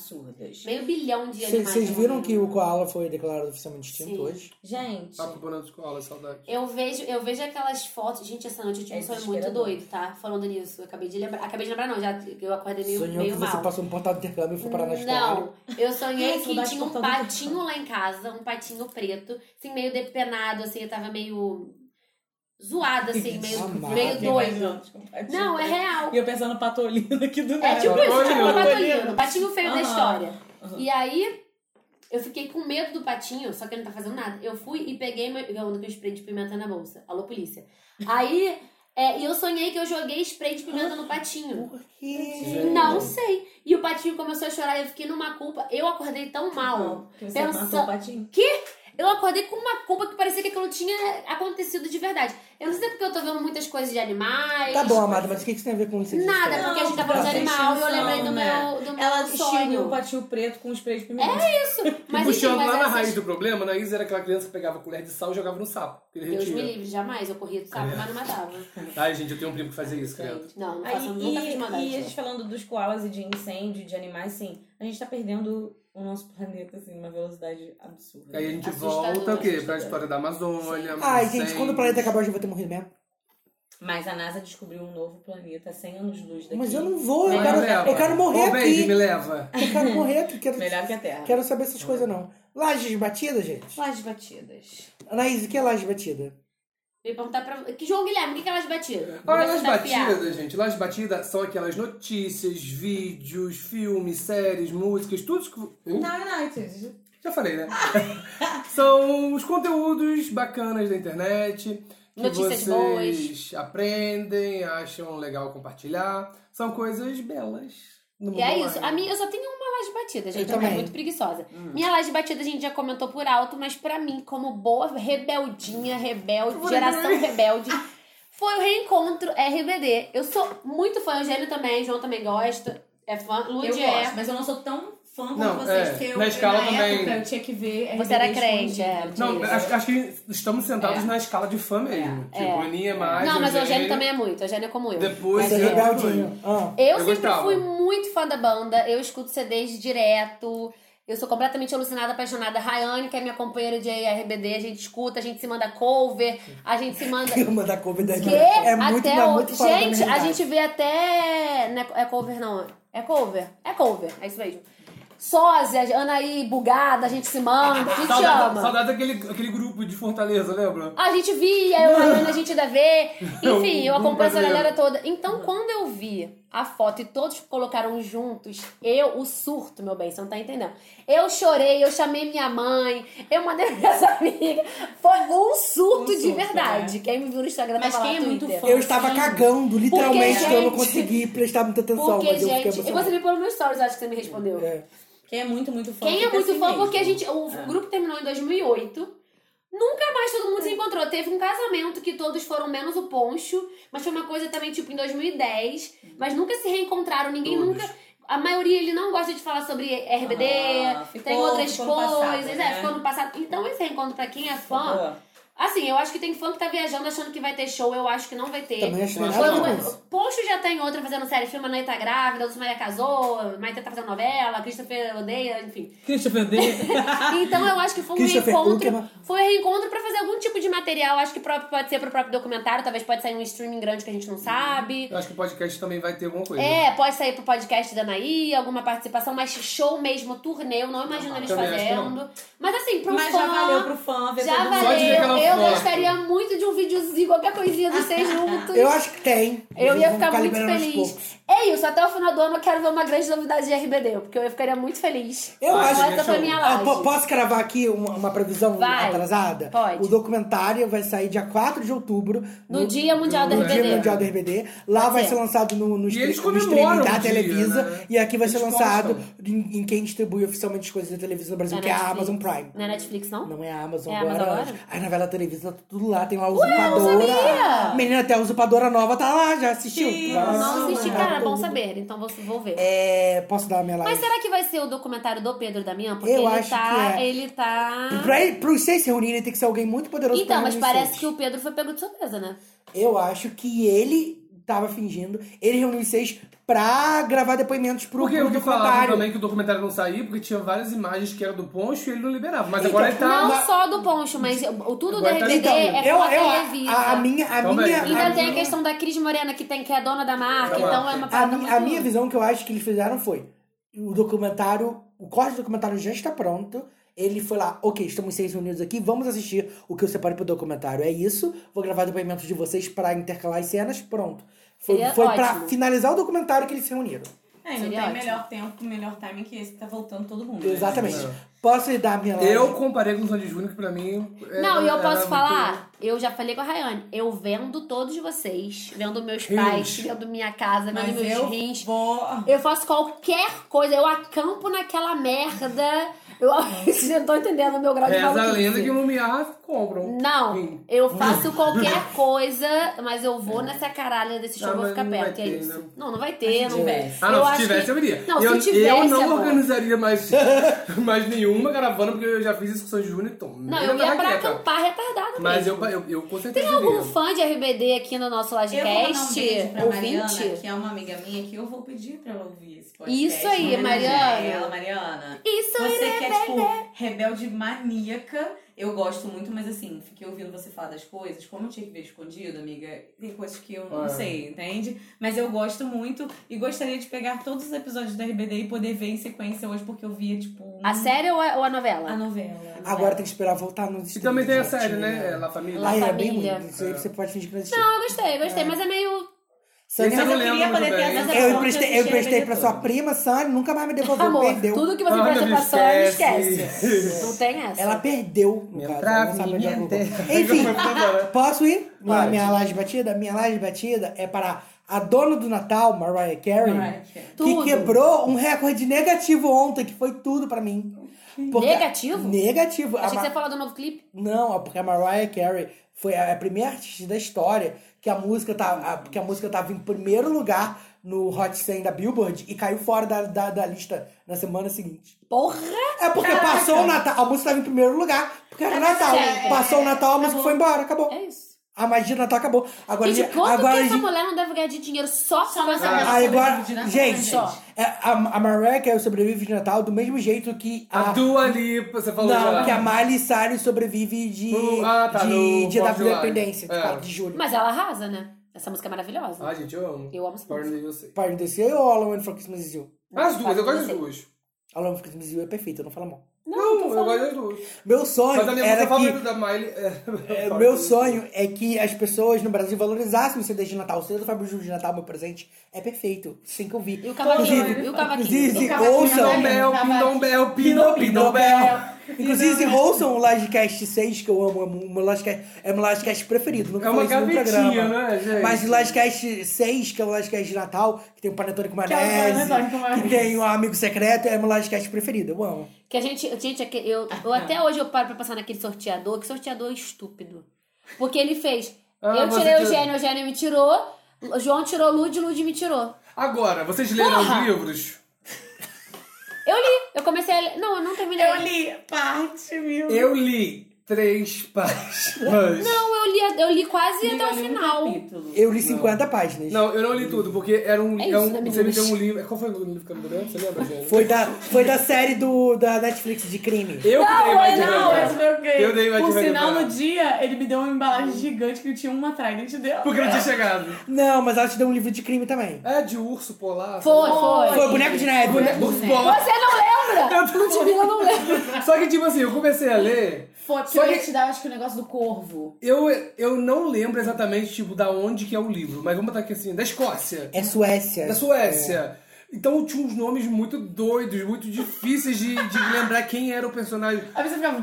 Speaker 3: absurdas.
Speaker 1: Meio bilhão um de
Speaker 2: Vocês
Speaker 1: animais.
Speaker 2: vocês
Speaker 1: no
Speaker 2: viram
Speaker 1: mundo.
Speaker 2: que o Koala foi declarado oficialmente extinto hoje?
Speaker 3: Gente.
Speaker 9: Tá ocupando as escolas, saudade.
Speaker 1: Eu vejo, eu vejo aquelas fotos. Gente, essa noite eu tive
Speaker 3: É
Speaker 1: um sonho muito
Speaker 3: desesperador.
Speaker 1: doido, tá? Falando nisso. eu Acabei de lembrar. Acabei de lembrar, não. Já, eu acordei meio,
Speaker 2: Sonhou
Speaker 1: meio
Speaker 2: que você
Speaker 1: mal.
Speaker 2: passou no portal do intercâmbio e foi parar na história.
Speaker 1: Não, eu sonhei
Speaker 3: Ai,
Speaker 1: que
Speaker 3: saudade
Speaker 1: tinha um
Speaker 3: do computador.
Speaker 1: patinho lá em casa, um patinho preto, assim, meio depenado, assim, eu tava meio zoado, assim, meio,
Speaker 2: Amado.
Speaker 1: meio doido. Não, é real.
Speaker 11: E eu pensando no Patolino aqui do
Speaker 1: É
Speaker 11: nada.
Speaker 1: tipo isso, tipo o
Speaker 9: Patolino.
Speaker 1: patolino, patinho feio da
Speaker 11: Aham.
Speaker 1: história.
Speaker 11: Aham.
Speaker 1: E aí, eu fiquei com medo do patinho, só que ele não tá fazendo nada. Eu fui e peguei meu, eu ando com spray de pimenta na bolsa. Alô, polícia. Aí, é, e eu sonhei que eu joguei spray de pimenta no patinho.
Speaker 2: Por quê?
Speaker 1: Não sei. E o patinho começou a chorar e eu fiquei numa culpa. Eu acordei tão mal.
Speaker 11: Porque você
Speaker 1: Pensa-
Speaker 11: matou o patinho.
Speaker 1: Eu acordei com uma culpa que parecia que aquilo tinha acontecido de verdade. Eu não sei porque eu tô vendo muitas coisas de animais.
Speaker 2: Tá bom, amada, mas o que que isso tem a ver com isso?
Speaker 1: Nada, porque a gente tá falando de
Speaker 2: Não,
Speaker 1: animal e eu lembrei do
Speaker 11: né?
Speaker 1: meu, do meu
Speaker 11: Ela um estimulou
Speaker 1: sonho.
Speaker 11: o patinho preto com os spray de pimenta.
Speaker 1: isso. é assim. Mas
Speaker 9: e puxando
Speaker 1: enfim, mas
Speaker 9: lá na
Speaker 1: essas-
Speaker 9: raiz do problema, na Isa era aquela criança que pegava colher de sal e jogava no sapo. Que ele
Speaker 1: Deus me
Speaker 9: retira.
Speaker 1: livre, jamais. Eu corria do sapo, mas não matava.
Speaker 9: Ai, gente, eu tenho um primo que fazia isso, credo.
Speaker 1: Não, não faço,
Speaker 11: Aí,
Speaker 1: nunca fiz maldade.
Speaker 11: e, e a gente falando dos koalas e de incêndio, de animais, sim, a gente tá perdendo o nosso planeta, assim, numa velocidade absurda.
Speaker 9: Aí a gente
Speaker 1: Assustador,
Speaker 9: volta o quê? Pra
Speaker 1: assustador.
Speaker 9: história da Amazônia.
Speaker 2: Ai,
Speaker 9: sem-
Speaker 2: gente, quando o planeta acabar, eu já vou ter morrido mesmo.
Speaker 11: Mas a NASA descobriu um novo planeta, 100 anos-luz daqui.
Speaker 2: Mas eu não um vou, eu
Speaker 9: Me leva.
Speaker 2: quero, eu quero morrer
Speaker 9: Ô, baby, me
Speaker 2: aqui.
Speaker 9: leva.
Speaker 2: Eu quero morrer aqui, quero,
Speaker 11: Melhor que a Terra.
Speaker 2: quero saber essas coisas não. Lajes batida, gente?
Speaker 11: Lajes batidas.
Speaker 2: Anaís, o que é laje batida?
Speaker 1: Vim perguntar pra... Que João Guilherme, o que que elas batidas?
Speaker 9: Olha,
Speaker 1: Vou
Speaker 9: Las
Speaker 1: desafiar.
Speaker 9: Batidas, gente. Las Batidas são aquelas notícias, vídeos, filmes, séries, músicas, tudo que... Hum?
Speaker 11: Não, United.
Speaker 9: Já falei, né? são os conteúdos bacanas da internet. Que
Speaker 1: Notícias
Speaker 9: vocês aprendem, acham legal compartilhar. São coisas belas. no mundo
Speaker 1: E é isso.
Speaker 9: online.
Speaker 1: A minha, eu só tenho uma laje batida, gente.
Speaker 2: Eu
Speaker 1: Eu, sou
Speaker 2: também.
Speaker 1: muito preguiçosa. Minha laje batida a gente já comentou por alto, mas pra mim, como boa rebeldinha, rebelde, geração rebelde, foi o reencontro RBD. Eu sou muito fã, Eugênio também, João também gosta, é fã,
Speaker 3: Eu
Speaker 1: Lude é.
Speaker 3: gosto, mas eu não sou tão fã como
Speaker 9: Não,
Speaker 3: vocês,
Speaker 9: é,
Speaker 3: porque eu,
Speaker 9: na escala
Speaker 3: na
Speaker 9: também.
Speaker 3: época eu tinha que ver.
Speaker 1: Você
Speaker 3: RBD
Speaker 1: era crente,
Speaker 3: escondido.
Speaker 1: é.
Speaker 9: Não,
Speaker 1: Isso.
Speaker 9: acho, acho que estamos sentados
Speaker 3: É.
Speaker 9: na escala de fã mesmo.
Speaker 1: É.
Speaker 9: Tipo,
Speaker 1: É.
Speaker 9: Aninha é mais.
Speaker 1: Não, mas o Eugênio também é muito, Eugênio é como eu.
Speaker 9: Depois
Speaker 2: Você é
Speaker 9: eu-
Speaker 2: rebeldinho. Ah.
Speaker 1: Eu,
Speaker 9: Eu
Speaker 1: sempre
Speaker 9: gostava.
Speaker 1: fui muito fã da banda, eu escuto CDs direto. Eu sou completamente alucinada, apaixonada. Rayane, que é minha companheira de RBD, a gente escuta, a gente se manda cover, a gente se manda.
Speaker 2: Uma da Covid aí.
Speaker 1: É. Que?
Speaker 2: É muito,
Speaker 1: até
Speaker 2: tá
Speaker 1: o-
Speaker 2: muito fora da
Speaker 1: Gente,
Speaker 2: minha
Speaker 1: a
Speaker 2: idade.
Speaker 1: gente vê até. Não é, é cover, não. É cover. É cover. É isso mesmo. Sósia, Anaí, bugada, a gente se manda, a gente
Speaker 9: Saudade,
Speaker 1: ama.
Speaker 9: saudade daquele, aquele grupo de Fortaleza, lembra?
Speaker 1: A gente via, eu Mariana, a gente ainda vê. Enfim, eu
Speaker 9: O
Speaker 1: acompanho essa
Speaker 9: brasileiro.
Speaker 1: galera toda. Então, quando eu vi a foto e todos colocaram juntos, eu, o surto, meu bem, você não tá entendendo. Eu chorei, eu chamei minha mãe, eu mandei minhas amigas. Foi um surto,
Speaker 11: Um
Speaker 1: de
Speaker 11: surto,
Speaker 1: verdade. Quem me viu no Instagram
Speaker 3: Mas
Speaker 1: tava
Speaker 3: quem é
Speaker 1: lá,
Speaker 3: muito
Speaker 1: Twitter.
Speaker 3: fã
Speaker 2: Eu estava cagando, literalmente,
Speaker 1: Porque,
Speaker 2: então eu não
Speaker 1: gente-
Speaker 2: consegui prestar muita atenção.
Speaker 1: Porque,
Speaker 2: mas eu fiquei
Speaker 1: gente, e você
Speaker 2: emocionado.
Speaker 1: me pôs no meu stories, acho que você me respondeu.
Speaker 2: É.
Speaker 11: Quem é muito, muito fã.
Speaker 1: Quem é
Speaker 11: fica
Speaker 1: muito
Speaker 11: assim
Speaker 1: fã,
Speaker 11: mesmo.
Speaker 1: porque a gente. O
Speaker 11: É.
Speaker 1: grupo terminou em 2008. Nunca mais todo mundo se encontrou. Teve um casamento que todos foram menos o Poncho, mas foi uma coisa também tipo em 2010. Mas nunca se reencontraram, ninguém
Speaker 9: Todos.
Speaker 1: nunca. A maioria ele não gosta de falar sobre RBD,
Speaker 11: Ah,
Speaker 1: tem
Speaker 11: ficou-
Speaker 1: outras
Speaker 11: ficou no
Speaker 1: coisas,
Speaker 11: passado,
Speaker 1: é,
Speaker 11: né?
Speaker 1: ficou no passado. Então esse reencontro pra quem é fã,
Speaker 11: Boa.
Speaker 1: assim, eu acho que tem fã que tá viajando achando que vai ter show, eu acho que não vai ter.
Speaker 2: Também acho que não é
Speaker 9: Mas
Speaker 2: nada
Speaker 9: foi
Speaker 2: a ver
Speaker 1: Quando-
Speaker 2: com isso.
Speaker 1: Poncho já tem outra fazendo série, filme, Anaí tá grávida, Dulce Maria casou, Maite tá fazendo novela, Christopher odeia, enfim.
Speaker 11: Christopher D.
Speaker 1: Então eu acho que foi um
Speaker 2: Christopher é
Speaker 1: reencontro.
Speaker 2: Uckerman.
Speaker 1: Foi um reencontro pra fazer algum tipo de material. Acho que próprio, pode ser pro próprio documentário, talvez pode sair um streaming grande que a gente não sabe.
Speaker 9: Eu acho que o podcast também vai ter alguma coisa.
Speaker 1: É, pode sair pro podcast da Anaí, alguma participação, mas show mesmo, turnê, eu não imagino eles
Speaker 9: Ah, também acho que não.
Speaker 1: fazendo. Mas assim, pro
Speaker 11: Mas
Speaker 1: fã,
Speaker 11: já valeu pro fã. ver
Speaker 1: Já
Speaker 11: todo mundo.
Speaker 9: Só de ver
Speaker 1: valeu.
Speaker 9: aquela
Speaker 1: Eu
Speaker 9: foto.
Speaker 1: gostaria muito de um videozinho, qualquer coisinha dos seis juntos.
Speaker 2: Eu acho que tem.
Speaker 1: Eu ia
Speaker 2: Vamos
Speaker 1: ficar muito
Speaker 2: liberando aos poucos.
Speaker 1: feliz. É isso, até o final do ano eu quero ver uma grande novidade de RBD, porque eu ficaria muito feliz.
Speaker 2: Eu
Speaker 1: Mas
Speaker 2: acho que
Speaker 1: Essa foi a minha
Speaker 2: Ah,
Speaker 1: live.
Speaker 2: po- posso cravar aqui uma, uma previsão
Speaker 1: Vai.
Speaker 2: atrasada?
Speaker 1: Pode.
Speaker 2: O documentário vai sair dia 4 de outubro.
Speaker 1: No Dia Mundial do
Speaker 2: no
Speaker 1: RBD.
Speaker 2: Dia Mundial do RBD. Lá
Speaker 1: Pode
Speaker 2: vai
Speaker 1: ser.
Speaker 2: ser lançado no, no,
Speaker 9: E
Speaker 2: stre-
Speaker 9: eles
Speaker 2: no streaming
Speaker 9: comemoram
Speaker 2: da
Speaker 9: o dia,
Speaker 2: Televisa.
Speaker 9: né?
Speaker 2: E aqui vai ser
Speaker 9: Eles
Speaker 2: lançado
Speaker 9: postam.
Speaker 2: em, em quem distribui oficialmente as coisas da Televisa no Brasil,
Speaker 1: Na
Speaker 2: que é a
Speaker 1: Netflix.
Speaker 2: Amazon Prime.
Speaker 1: Não é Netflix, não?
Speaker 2: Não é a Amazon
Speaker 1: É a
Speaker 2: agora.
Speaker 1: Amazon agora?
Speaker 2: A novela Televisa tá tudo lá, tem lá a usurpadora.
Speaker 1: sabia!
Speaker 2: Menina, até a usurpadora nova tá lá, já assistiu?
Speaker 11: Sim,
Speaker 2: Tá lá.
Speaker 1: Não assisti,
Speaker 2: Tá
Speaker 1: cara, bom
Speaker 2: tudo.
Speaker 1: saber. Então vou, vou ver.
Speaker 2: É, posso dar a minha live?
Speaker 1: Mas será que vai ser o documentário do Pedro Damião? Porque
Speaker 2: Eu
Speaker 1: ele
Speaker 2: acho
Speaker 1: tá.
Speaker 2: que é.
Speaker 1: Ele tá.
Speaker 2: E pra, ele- pros seis se reunirem, tem que ser alguém muito poderoso pra
Speaker 1: Então, mas
Speaker 2: reunir os
Speaker 1: parece
Speaker 2: seis.
Speaker 1: que o Pedro foi pego de surpresa, né?
Speaker 2: Eu acho que ele tava fingindo. Ele reuniu os seis pra gravar depoimentos pro,
Speaker 9: Porque
Speaker 2: pro
Speaker 9: eu que falava
Speaker 2: documentário.
Speaker 9: também que o documentário não saía, porque tinha várias imagens que eram do Poncho e ele não liberava. Mas
Speaker 2: Então,
Speaker 9: agora ele tá.
Speaker 1: Não só do Poncho, mas o tudo do
Speaker 9: Agora tá
Speaker 1: RBD
Speaker 9: ligado.
Speaker 1: é
Speaker 9: Eu-
Speaker 1: foto
Speaker 9: eu-
Speaker 1: e
Speaker 9: a-
Speaker 1: revista.
Speaker 2: a minha- a
Speaker 9: Também. minha-
Speaker 1: Ainda
Speaker 9: a
Speaker 1: tem a
Speaker 9: minha-
Speaker 1: questão da Cris Morena, que, tem, que é a dona da marca,
Speaker 9: Da
Speaker 1: então
Speaker 9: marca.
Speaker 1: é uma
Speaker 2: A,
Speaker 1: parada
Speaker 2: mi-
Speaker 1: muito...
Speaker 2: a minha visão que eu acho que eles fizeram foi: o documentário, o corte do documentário já está pronto. Ele foi lá, ok, estamos seis reunidos aqui, vamos assistir o que eu separo pro documentário. É isso, vou gravar depoimentos de vocês pra intercalar as cenas, pronto. Foi,
Speaker 11: Seria
Speaker 2: foi pra
Speaker 11: ótimo.
Speaker 2: finalizar o documentário que eles se reuniram.
Speaker 11: É, e não
Speaker 2: Seria
Speaker 11: tem
Speaker 2: ótimo.
Speaker 11: melhor tempo, melhor timing que esse que tá voltando todo mundo. né?
Speaker 2: Exatamente. Posso dar a minha
Speaker 9: É. Eu comparei com o Sandy Júnior, que pra mim. é era-
Speaker 1: Não, e eu
Speaker 9: era
Speaker 1: posso
Speaker 9: muito-
Speaker 1: falar, eu já falei com a Rayane, eu vendo todos vocês, vendo meus
Speaker 9: Rins.
Speaker 1: pais, vendo minha casa, vendo
Speaker 11: Mas
Speaker 1: meus
Speaker 11: eu
Speaker 1: rins. Eu faço qualquer coisa, eu acampo naquela merda. Eu vocês não tô entendendo o meu grau de
Speaker 9: Reza a
Speaker 1: maluquice.
Speaker 9: lenda que o Lumiar compram.
Speaker 1: Não, eu faço qualquer coisa, mas eu vou nessa caralha desse show,
Speaker 9: Ah,
Speaker 1: eu vou
Speaker 9: mas
Speaker 1: ficar
Speaker 9: não vai
Speaker 1: perto. e é
Speaker 9: ter,
Speaker 1: isso.
Speaker 9: né?
Speaker 1: Não, não vai ter, não.
Speaker 9: Ah, não,
Speaker 1: eu
Speaker 9: se
Speaker 1: acho
Speaker 9: tivesse
Speaker 1: que-
Speaker 9: eu iria.
Speaker 1: Não,
Speaker 9: eu,
Speaker 1: se tivesse. é
Speaker 9: eu não
Speaker 1: amor.
Speaker 9: organizaria mais, mais nenhuma caravana, porque eu já fiz isso com o Sandy Júnior, então.
Speaker 1: Não,
Speaker 9: ele
Speaker 1: eu
Speaker 9: tava
Speaker 1: ia pra
Speaker 9: quieta.
Speaker 1: acampar retardado
Speaker 9: Mas eu,
Speaker 1: mesmo.
Speaker 9: eu, eu com certeza
Speaker 1: Tem algum
Speaker 9: iria.
Speaker 1: fã de RBD aqui no nosso
Speaker 11: Eu vou mandar um
Speaker 1: Lodcast?
Speaker 11: beijo pra Mariana,
Speaker 1: Ouvinte?
Speaker 11: que é uma amiga minha, que eu vou pedir pra ela ouvir esse podcast.
Speaker 1: Isso aí,
Speaker 11: Homenagear
Speaker 1: Mariana.
Speaker 11: Ela, Mariana.
Speaker 1: Isso aí,
Speaker 11: Você que é, tipo,
Speaker 1: Rebelde.
Speaker 11: rebelde maníaca. Eu gosto muito, mas assim, fiquei ouvindo você falar das coisas. Como eu tinha que ver escondido, amiga, tem coisas que eu não
Speaker 1: Ah.
Speaker 11: sei, entende? Mas eu gosto muito e gostaria de pegar todos os episódios da RBD e poder ver em sequência hoje, porque eu via, tipo... um-
Speaker 1: A série ou a, ou a novela? Ah, A
Speaker 11: novela.
Speaker 2: Agora tem que esperar voltar nos
Speaker 9: E também tem a série, né? La Família.
Speaker 2: Lá é bem
Speaker 1: Família.
Speaker 2: ruim. Isso aí você pode fingir que não existe.
Speaker 1: Não, eu gostei, gostei, mas é meio.
Speaker 2: Sônia,
Speaker 9: Esse é eu não lembro muito bem.
Speaker 2: Eu
Speaker 11: um
Speaker 2: emprestei, eu emprestei pra sua prima, Sônia, nunca mais me devolveu,
Speaker 1: Amor,
Speaker 2: perdeu.
Speaker 1: tudo que você
Speaker 9: Ah,
Speaker 1: empresta pra Sônia, esquece. Não tem essa.
Speaker 2: Ela perdeu, no caso. ela não sabe onde ela colocou. Enfim, posso ir? Na
Speaker 1: Pode.
Speaker 2: minha laje batida? Minha laje batida é para a dona do Natal, Mariah Carey,
Speaker 1: Mariah
Speaker 2: que
Speaker 1: Tudo.
Speaker 2: quebrou um recorde negativo ontem, que foi tudo pra mim. Porque-
Speaker 1: Negativo?
Speaker 2: Negativo. A
Speaker 1: Achei que
Speaker 2: Ma-
Speaker 1: você falou do novo clipe.
Speaker 2: não, é porque a Mariah Carey foi a a primeira artista da história que a música tá, a- que a música tava em primeiro lugar no Hot 100 da Billboard e caiu fora da, da, da lista na semana seguinte.
Speaker 1: Porra!
Speaker 2: É porque
Speaker 1: Caraca!
Speaker 2: passou o Natal, a música tava em primeiro lugar, porque era
Speaker 1: É
Speaker 2: Natal.
Speaker 1: verdade.
Speaker 2: Passou o Natal, a música
Speaker 1: Acabou.
Speaker 2: foi embora, acabou.
Speaker 1: É isso.
Speaker 2: A magia do Natal acabou. Agora,
Speaker 1: Gente,
Speaker 2: gente-
Speaker 1: quanto
Speaker 2: agora
Speaker 1: que
Speaker 2: a
Speaker 1: essa
Speaker 2: gente-
Speaker 1: mulher não deve ganhar de dinheiro só com essa
Speaker 2: Ah,
Speaker 1: música?
Speaker 2: agora, gente,
Speaker 1: Só.
Speaker 2: é, a, a Mariah Carey sobrevive de Natal do mesmo jeito que a,
Speaker 9: A Dua Lipa, você falou
Speaker 2: não,
Speaker 9: já.
Speaker 2: que é a Miley Cyrus sobrevive de,
Speaker 9: Uh, ah, tá,
Speaker 2: de
Speaker 9: no
Speaker 2: Dia da
Speaker 9: Fourth of July.
Speaker 2: Independência,
Speaker 9: É.
Speaker 2: 4 de julho.
Speaker 1: Mas ela arrasa, né? Essa música é maravilhosa.
Speaker 9: Ah, gente, eu amo.
Speaker 1: Eu amo essa
Speaker 9: Born
Speaker 1: música.
Speaker 9: in the USA.
Speaker 2: Party Desse e All I Want for Christmas Is You.
Speaker 9: As duas, eu gosto das duas.
Speaker 2: All I Want for Christmas Is You é perfeito, não fala mal.
Speaker 9: Não, eu gosto das duas.
Speaker 2: Meu sonho
Speaker 9: Mas a minha
Speaker 2: era
Speaker 9: música favorita
Speaker 2: que...
Speaker 9: da Miley é.
Speaker 2: é, meu sonho é que as pessoas no Brasil valorizassem o CD de Natal. O CD do Fábio Júnior de Natal, meu presente, é perfeito. Você tem que ouvir. E o
Speaker 1: cavaquinho,
Speaker 2: Inclusive,
Speaker 1: e o cavaquinho?
Speaker 2: Inclusive,
Speaker 1: E o cavaquinho
Speaker 2: ouçam...
Speaker 1: Pindom Bel,
Speaker 9: Pindom Bel,
Speaker 2: Pindom,
Speaker 9: Pindom,
Speaker 2: Pindom
Speaker 9: Pindom
Speaker 2: Bel.
Speaker 9: Bel.
Speaker 2: Inclusive,
Speaker 9: Pindom Bel.
Speaker 2: ouçam o Livecast 6, que eu amo. amo o meu Livecast, é o meu Livecast preferido. Nunca
Speaker 9: É uma
Speaker 2: falei isso no
Speaker 9: gavetinha,
Speaker 2: programa.
Speaker 9: né, gente?
Speaker 2: Mas o Livecast 6, que é o Livecast de Natal, que tem o Panetone com
Speaker 1: Que é o
Speaker 2: Maionese,
Speaker 1: Panetone com Maionese.
Speaker 2: que tem o Amigo Secreto, é o meu Livecast preferido. Eu amo.
Speaker 1: Que a gente. Gente, é que eu, eu até hoje eu paro pra passar naquele sorteador, que sorteador estúpido. Porque ele fez.
Speaker 9: Ah,
Speaker 1: eu
Speaker 9: você
Speaker 1: tirei o
Speaker 9: tirou.
Speaker 1: Eugênio, o Eugênio me tirou. o João tirou Lud, Lud me tirou.
Speaker 9: Agora, vocês leram
Speaker 1: Porra!
Speaker 9: os livros?
Speaker 1: Eu li, eu comecei a ler. Não, eu não terminei. Eu
Speaker 11: li parte, meu.
Speaker 9: Eu li três páginas.
Speaker 1: Não, eu li, eu li quase até o
Speaker 11: li um
Speaker 1: final.
Speaker 2: Eu li 50 páginas.
Speaker 9: Não, eu não li tudo, porque era um.
Speaker 1: É
Speaker 9: É
Speaker 1: isso,
Speaker 9: um
Speaker 1: né,
Speaker 9: você me
Speaker 1: meninas?
Speaker 9: deu um livro. Qual foi o livro que eu me deu? Você lembra, gente?
Speaker 2: Foi da, foi da série do, da Netflix de crime.
Speaker 9: Eu
Speaker 6: Não,
Speaker 9: dei mais
Speaker 6: eu não,
Speaker 9: devagar.
Speaker 6: eu também ganhei.
Speaker 9: Eu dei mais
Speaker 6: Por
Speaker 9: devagar.
Speaker 6: sinal, no dia, ele me deu uma embalagem gigante que eu tinha uma trident dela.
Speaker 9: Porque não tinha chegado.
Speaker 2: Não, mas ela te deu um livro de crime também.
Speaker 9: É de urso polar.
Speaker 6: Foi,
Speaker 9: sei
Speaker 6: foi.
Speaker 9: lá.
Speaker 6: Foi Boneco de Neve.
Speaker 9: É Boneco
Speaker 6: Você
Speaker 9: urso polar.
Speaker 6: não lembra?
Speaker 9: Eu tô te
Speaker 6: Ludmilla não lembra.
Speaker 9: Só que, tipo assim, eu comecei a ler.
Speaker 6: Foi, porque
Speaker 9: Só
Speaker 6: eu ia
Speaker 9: que-
Speaker 6: te dar, acho que o negócio do corvo.
Speaker 9: Eu, eu não lembro exatamente, tipo, da onde que é o livro, mas vamos botar aqui assim, da Escócia.
Speaker 2: É Suécia.
Speaker 9: Da Suécia. Então tinha uns nomes muito doidos, muito difíceis de, de lembrar quem era o personagem.
Speaker 6: Aí você ficava...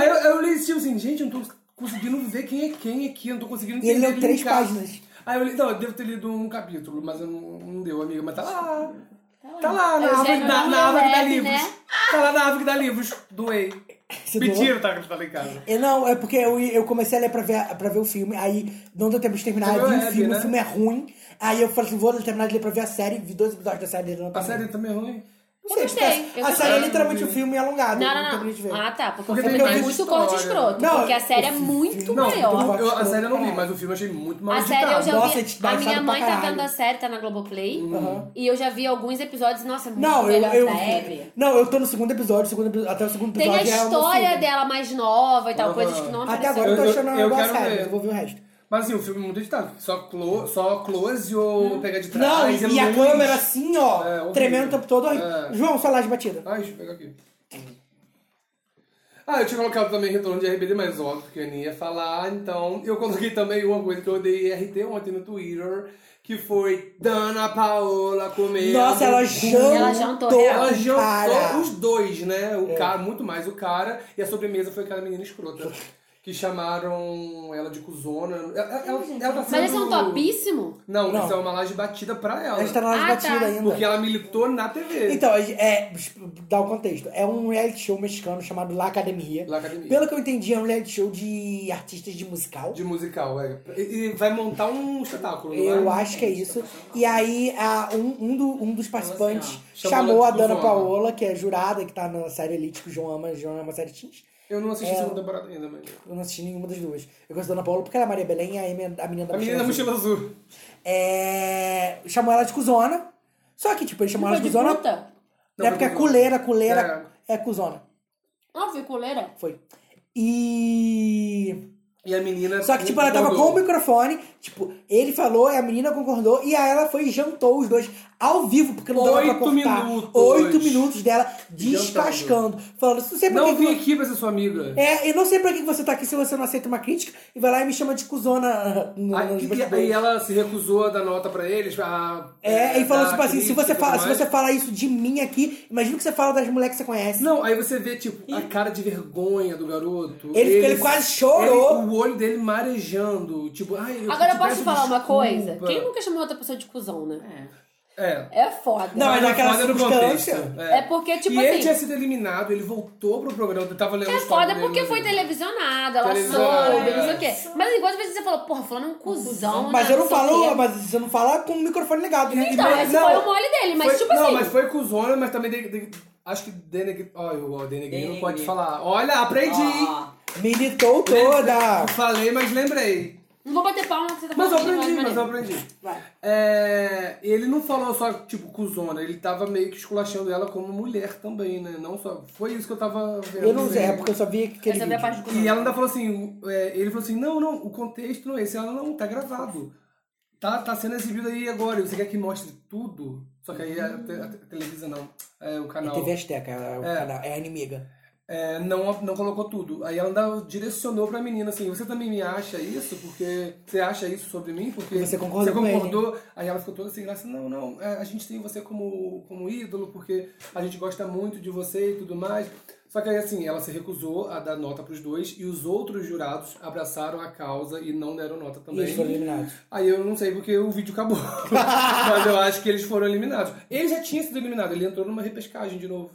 Speaker 9: Aí eu, eu li tipo assim, gente, eu não tô conseguindo ver quem é quem aqui, eu não tô conseguindo
Speaker 2: E ele
Speaker 9: entender.
Speaker 2: leu três
Speaker 9: linkar.
Speaker 2: páginas.
Speaker 9: Aí eu li, não, eu devo ter lido um capítulo, mas eu não, não deu, amiga, mas tá lá. Tá lá, na
Speaker 6: Eu já
Speaker 9: árvore,
Speaker 6: não
Speaker 9: na, na
Speaker 6: leu
Speaker 9: árvore que dá
Speaker 6: leve,
Speaker 9: livros.
Speaker 6: né?
Speaker 9: Tá lá na árvore que dá livros. Doei.
Speaker 2: Você doou?
Speaker 9: Mentira, tá, tá lá em casa.
Speaker 2: É, não, é porque eu, eu comecei a ler pra ver, pra ver o filme, aí não deu tempo de terminar,
Speaker 9: Você viu
Speaker 2: eu vi o
Speaker 9: a Abby,
Speaker 2: filme, é
Speaker 9: né?
Speaker 2: o filme é ruim. Aí eu falei assim, vou terminar de ler pra ver a série, vi dois episódios da série.
Speaker 9: A série também é ruim.
Speaker 2: Não sei,
Speaker 1: gostei,
Speaker 2: porque
Speaker 1: eu
Speaker 2: a, a
Speaker 1: gostei.
Speaker 2: série é literalmente o filme é alongado.
Speaker 1: Não,
Speaker 2: tem
Speaker 1: não,
Speaker 2: pra gente ver.
Speaker 1: não. Ah, tá. Porque,
Speaker 2: Porque
Speaker 1: o filme
Speaker 2: tem
Speaker 1: tem
Speaker 2: coisa
Speaker 1: muito
Speaker 2: de
Speaker 1: corte
Speaker 2: história.
Speaker 1: escroto.
Speaker 2: Não,
Speaker 1: porque a série é muito maior.
Speaker 9: Eu- a série eu não vi, mas o filme eu achei muito mal
Speaker 1: A
Speaker 9: editado.
Speaker 1: série eu já vi. a minha mãe tá vendo a série, tá na Globoplay.
Speaker 2: Uhum.
Speaker 1: E eu já vi alguns episódios. Nossa, é muito
Speaker 2: Não, eu,
Speaker 1: melhor que
Speaker 2: eu,
Speaker 1: da Abby.
Speaker 2: não, eu tô no segundo episódio, segundo epi- até o segundo
Speaker 1: Tem
Speaker 2: episódio.
Speaker 1: a
Speaker 2: é uma
Speaker 1: história
Speaker 2: filha.
Speaker 1: dela mais nova e tal,
Speaker 9: Aham.
Speaker 1: coisas que não
Speaker 2: Até
Speaker 1: apareceram.
Speaker 2: agora eu tô achando
Speaker 9: Eu-
Speaker 2: uma
Speaker 9: eu
Speaker 2: boa
Speaker 9: quero
Speaker 2: série,
Speaker 9: ver.
Speaker 2: eu vou ver o resto.
Speaker 9: Mas assim, o filme é muito editado. Só, clo só close ou pegar de trás.
Speaker 2: Não, e, a
Speaker 9: luz.
Speaker 2: câmera assim, ó,
Speaker 9: É, horrível.
Speaker 2: tremendo o tempo todo.
Speaker 9: É.
Speaker 2: João, sua laje batida.
Speaker 9: Ai, deixa eu pegar aqui. Ah, eu tinha colocado também retorno de RBD, mas óbvio que eu nem ia falar. Então, eu coloquei também uma coisa que eu odeio RT ontem no Twitter, que foi Dana Paola comer.
Speaker 2: Nossa, ela jantou,
Speaker 1: Ela jantou, é.
Speaker 9: Ela jantou
Speaker 2: cara. É.
Speaker 9: os dois, né? O cara, muito mais o cara. E a sobremesa foi aquela menina escrota. Que chamaram ela de cuzona. Ela, ela, ela, ela tá sendo...
Speaker 1: Mas esse é um topíssimo?
Speaker 9: Não,
Speaker 2: Não.
Speaker 9: isso é uma laje batida pra ela.
Speaker 2: A gente tá na laje
Speaker 1: Ah,
Speaker 2: batida
Speaker 1: tá.
Speaker 2: ainda.
Speaker 9: Porque ela militou na TV.
Speaker 2: Então, é, dá o contexto. É um reality show mexicano chamado La Academia.
Speaker 9: La Academia.
Speaker 2: Pelo que eu entendi, é um reality show de artistas de musical.
Speaker 9: De musical, é. E, e vai montar um espetáculo, não
Speaker 2: Eu
Speaker 9: é?
Speaker 2: acho que é isso. E aí, a- um, um do- um dos participantes
Speaker 9: Ah, ó, chamou
Speaker 2: chamou
Speaker 9: ela
Speaker 2: a
Speaker 9: de
Speaker 2: Dana
Speaker 9: cuzona.
Speaker 2: Paola, que é jurada, que tá na série Elite, que o João ama, o João ama a série Teens.
Speaker 9: Eu não assisti
Speaker 2: É.
Speaker 9: a segunda temporada ainda, mas.
Speaker 2: Eu não assisti nenhuma das duas. Eu gosto da Dana Paola porque ela é Maria Belém e a, Amy- a menina da
Speaker 9: A menina da mochila azul.
Speaker 2: É, chamou ela de cuzona. Só que, tipo, ele chamou ela de
Speaker 1: de
Speaker 2: cuzona.
Speaker 1: puta?
Speaker 9: Não,
Speaker 2: é porque é
Speaker 9: foi
Speaker 2: culeira, culeira é, cuzona.
Speaker 1: Óbvio, coleira.
Speaker 2: Foi. E.
Speaker 9: E a menina.
Speaker 2: Só que, tipo, ela tava com o microfone. Tipo, ele falou, a menina concordou. E aí ela foi e jantou os dois ao vivo, porque não dava pra
Speaker 9: Oito
Speaker 2: cortar.
Speaker 9: minutos.
Speaker 2: Oito minutos dela descascando. Falando, "Isso não sei pra
Speaker 9: Não
Speaker 2: que.
Speaker 9: vim
Speaker 2: que
Speaker 9: aqui pra ser sua amiga.
Speaker 2: é, eu não sei pra que que você tá aqui se você não aceita uma crítica e vai lá e me chama de cuzona ah, no,
Speaker 9: é? Aí,
Speaker 2: nos
Speaker 9: e-
Speaker 2: bastidores.
Speaker 9: e ela se recusou a dar nota pra eles. A,
Speaker 2: É, e falou
Speaker 9: dar
Speaker 2: tipo assim, se
Speaker 9: crítica
Speaker 2: você,
Speaker 9: e tá,
Speaker 2: fala,
Speaker 9: tudo
Speaker 2: se
Speaker 9: mais.
Speaker 2: você fala isso de mim aqui, imagina o que você fala das mulheres que você conhece.
Speaker 9: Não, aí você vê, tipo, a cara de vergonha do garoto.
Speaker 2: Ele- ele quase chorou.
Speaker 9: ele- o olho dele marejando. Tipo, ai, eu
Speaker 1: Agora
Speaker 9: te
Speaker 1: eu posso te
Speaker 9: peço
Speaker 1: falar uma
Speaker 9: desculpa.
Speaker 1: coisa? Quem nunca chamou outra pessoa de cuzão, né?
Speaker 9: É.
Speaker 1: É foda.
Speaker 2: Não, mas naquela
Speaker 9: foda no
Speaker 2: circunstância.
Speaker 9: contexto.
Speaker 1: É porque, tipo
Speaker 9: e ele
Speaker 1: assim-
Speaker 9: tinha sido eliminado, ele voltou pro programa, eu tava lendo
Speaker 1: É
Speaker 9: a história
Speaker 1: foda
Speaker 9: dele,
Speaker 1: porque
Speaker 9: né?
Speaker 1: foi televisionada, ela
Speaker 9: Televisionada,
Speaker 1: soube, não
Speaker 9: é.
Speaker 1: sei o quê. Mas enquanto vezes você falou, porra, falando um cuzão.
Speaker 2: mas
Speaker 1: né,
Speaker 2: eu não
Speaker 1: sei o
Speaker 2: falo,
Speaker 1: quê.
Speaker 2: mas você não fala com o microfone ligado. né?
Speaker 1: Então,
Speaker 9: mas
Speaker 1: esse
Speaker 9: não,
Speaker 1: foi o mole dele, mas
Speaker 9: Foi-
Speaker 1: tipo
Speaker 9: não,
Speaker 1: assim.
Speaker 9: mas foi cuzona, mas também. De, de- acho que Denegri. Ó, eu ó, Denegri não
Speaker 11: Denegri.
Speaker 9: pode falar. Olha, aprendi!
Speaker 2: Ah.
Speaker 11: Ó,
Speaker 2: Militou toda.
Speaker 9: Eu Falei, mas lembrei.
Speaker 1: Não vou bater palma que você tá
Speaker 9: Mas eu
Speaker 1: falando de
Speaker 9: aprendi,
Speaker 1: voz
Speaker 9: mas eu
Speaker 1: maneira.
Speaker 9: aprendi.
Speaker 1: Vai.
Speaker 9: É, ele não falou só, tipo, cuzona, ele tava meio que esculachando ela como mulher também, né? Não só. Foi isso que eu tava vendo.
Speaker 2: Eu não sei, é
Speaker 9: né?
Speaker 2: porque eu só vi aquele
Speaker 1: Eu sabia a
Speaker 2: vídeo.
Speaker 1: parte do
Speaker 9: E
Speaker 1: cuzão.
Speaker 9: ela ainda falou assim, o- é, ele falou assim, não, não, o contexto não é esse. Ela, não, tá gravado. Tá, tá sendo exibido aí agora. E você quer que mostre tudo? Só que aí a, te- a te- televisão não, é, o
Speaker 2: É
Speaker 9: canal
Speaker 2: TV Azteca, é o
Speaker 9: É.
Speaker 2: canal, é a inimiga.
Speaker 9: é, não, não colocou tudo. Aí ela ainda direcionou pra menina assim, você também me acha isso? Porque você acha isso sobre mim? Porque
Speaker 2: Você concordou com
Speaker 9: concordou?" Aí ela ficou toda sem graça, não, não, é, a gente tem você como, como ídolo, porque a gente gosta muito de você e tudo mais. Só que aí assim, ela se recusou a dar nota pros dois e os outros jurados abraçaram a causa e não deram nota
Speaker 2: E
Speaker 9: também.
Speaker 2: eles foram eliminados.
Speaker 9: Aí eu não sei porque o vídeo acabou. Mas eu acho que eles foram eliminados. Ele já tinha sido eliminado, ele entrou numa repescagem de novo.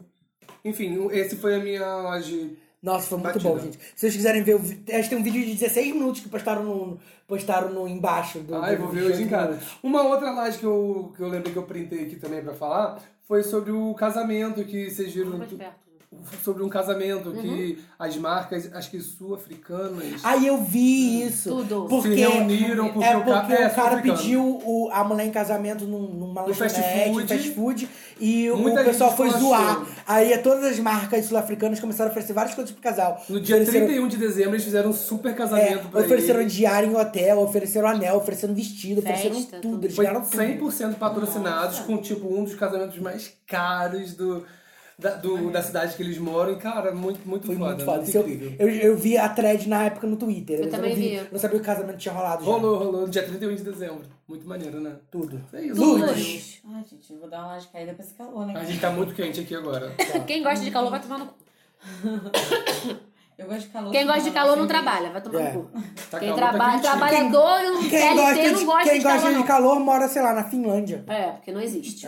Speaker 9: Enfim, esse foi a minha laje.
Speaker 2: Nossa, foi muito
Speaker 9: Batida.
Speaker 2: bom, gente. Se vocês quiserem ver, o vi- acho que tem um vídeo de 16 minutos que postaram no, postaram no embaixo do.
Speaker 9: Ai,
Speaker 2: do-
Speaker 9: Ah, vou
Speaker 2: do-
Speaker 9: ver hoje em casa. Uma outra laje que eu, que eu lembro que eu printei aqui também pra falar foi sobre o casamento que vocês viram.
Speaker 1: Mais perto.
Speaker 9: Sobre um casamento que as marcas, acho que sul-africanas.
Speaker 2: Uhum. Ai, eu vi isso.
Speaker 1: Tudo.
Speaker 2: Porque
Speaker 9: Se reuniram porque
Speaker 2: é
Speaker 9: o
Speaker 2: porque
Speaker 9: ca- é,
Speaker 2: o cara
Speaker 9: sul-africano.
Speaker 2: pediu o- a mulher em casamento num- numa
Speaker 9: No fast
Speaker 2: lanchonete,
Speaker 9: food.
Speaker 2: fast food, e o-
Speaker 9: Muita
Speaker 2: o pessoal
Speaker 9: gente
Speaker 2: foi
Speaker 9: colachou.
Speaker 2: zoar. Aí todas as marcas sul-africanas começaram a oferecer várias coisas pro casal.
Speaker 9: No dia
Speaker 2: Ofereceram-
Speaker 9: 31 de dezembro eles fizeram um super
Speaker 2: é,
Speaker 9: casamento pra
Speaker 2: ofereceram
Speaker 9: ele.
Speaker 2: diário em hotel, ofereceram anel, ofereceram vestido,
Speaker 1: Festa,
Speaker 2: ofereceram tudo.
Speaker 1: tudo.
Speaker 2: Eles
Speaker 9: Foi
Speaker 2: ganharam tudo.
Speaker 9: 100% patrocinados, com tipo um dos casamentos mais caros do, da, do- da cidade que eles moram. E cara, muito, muito
Speaker 2: Foi
Speaker 9: foda.
Speaker 2: muito foda.
Speaker 9: muito
Speaker 2: Isso eu,
Speaker 9: incrível.
Speaker 2: eu, eu vi a thread na época no Twitter.
Speaker 1: Eu
Speaker 2: mas
Speaker 1: também
Speaker 2: não
Speaker 1: vi.
Speaker 2: Não sabia que o casamento tinha rolado já.
Speaker 9: Rolou, rolou. Dia 31 de dezembro. Muito maneiro, né?
Speaker 2: Tudo.
Speaker 9: É isso.
Speaker 2: Lourdes.
Speaker 11: Ai, gente, eu vou dar uma laje caída pra esse calor, né?
Speaker 9: A gente tá muito quente aqui agora.
Speaker 1: Quem gosta de calor vai tomar no cu.
Speaker 11: Eu gosto de calor.
Speaker 1: Quem
Speaker 11: tô
Speaker 1: gosta de
Speaker 11: tomando
Speaker 1: calor não
Speaker 11: cerveja.
Speaker 1: trabalha, vai tomar
Speaker 2: É.
Speaker 1: no cu.
Speaker 9: Tá
Speaker 1: Quem
Speaker 9: calor,
Speaker 1: trabalha,
Speaker 9: tá quentinho.
Speaker 1: trabalhador, não
Speaker 2: Quem gosta
Speaker 1: CLT,
Speaker 2: de,
Speaker 1: não gosta
Speaker 2: quem
Speaker 1: de
Speaker 2: gosta
Speaker 1: calor,
Speaker 2: de
Speaker 1: não.
Speaker 2: calor mora, sei lá, na Finlândia.
Speaker 1: É, porque não existe.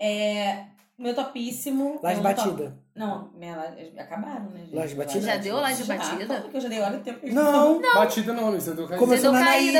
Speaker 11: É, meu topíssimo.
Speaker 2: Lá
Speaker 11: é
Speaker 2: de
Speaker 11: um
Speaker 2: batida.
Speaker 1: tá.
Speaker 11: top-
Speaker 3: Não, minha laje- acabaram, né, gente?
Speaker 2: Laje batida?
Speaker 1: Já deu laje
Speaker 3: Já,
Speaker 1: batida?
Speaker 3: claro que eu já dei olha o tempo. que eu
Speaker 2: Não.
Speaker 3: estou-
Speaker 9: Batida não, Luiz. Você deu caída.
Speaker 2: Começou na
Speaker 3: Ah,
Speaker 2: Naís.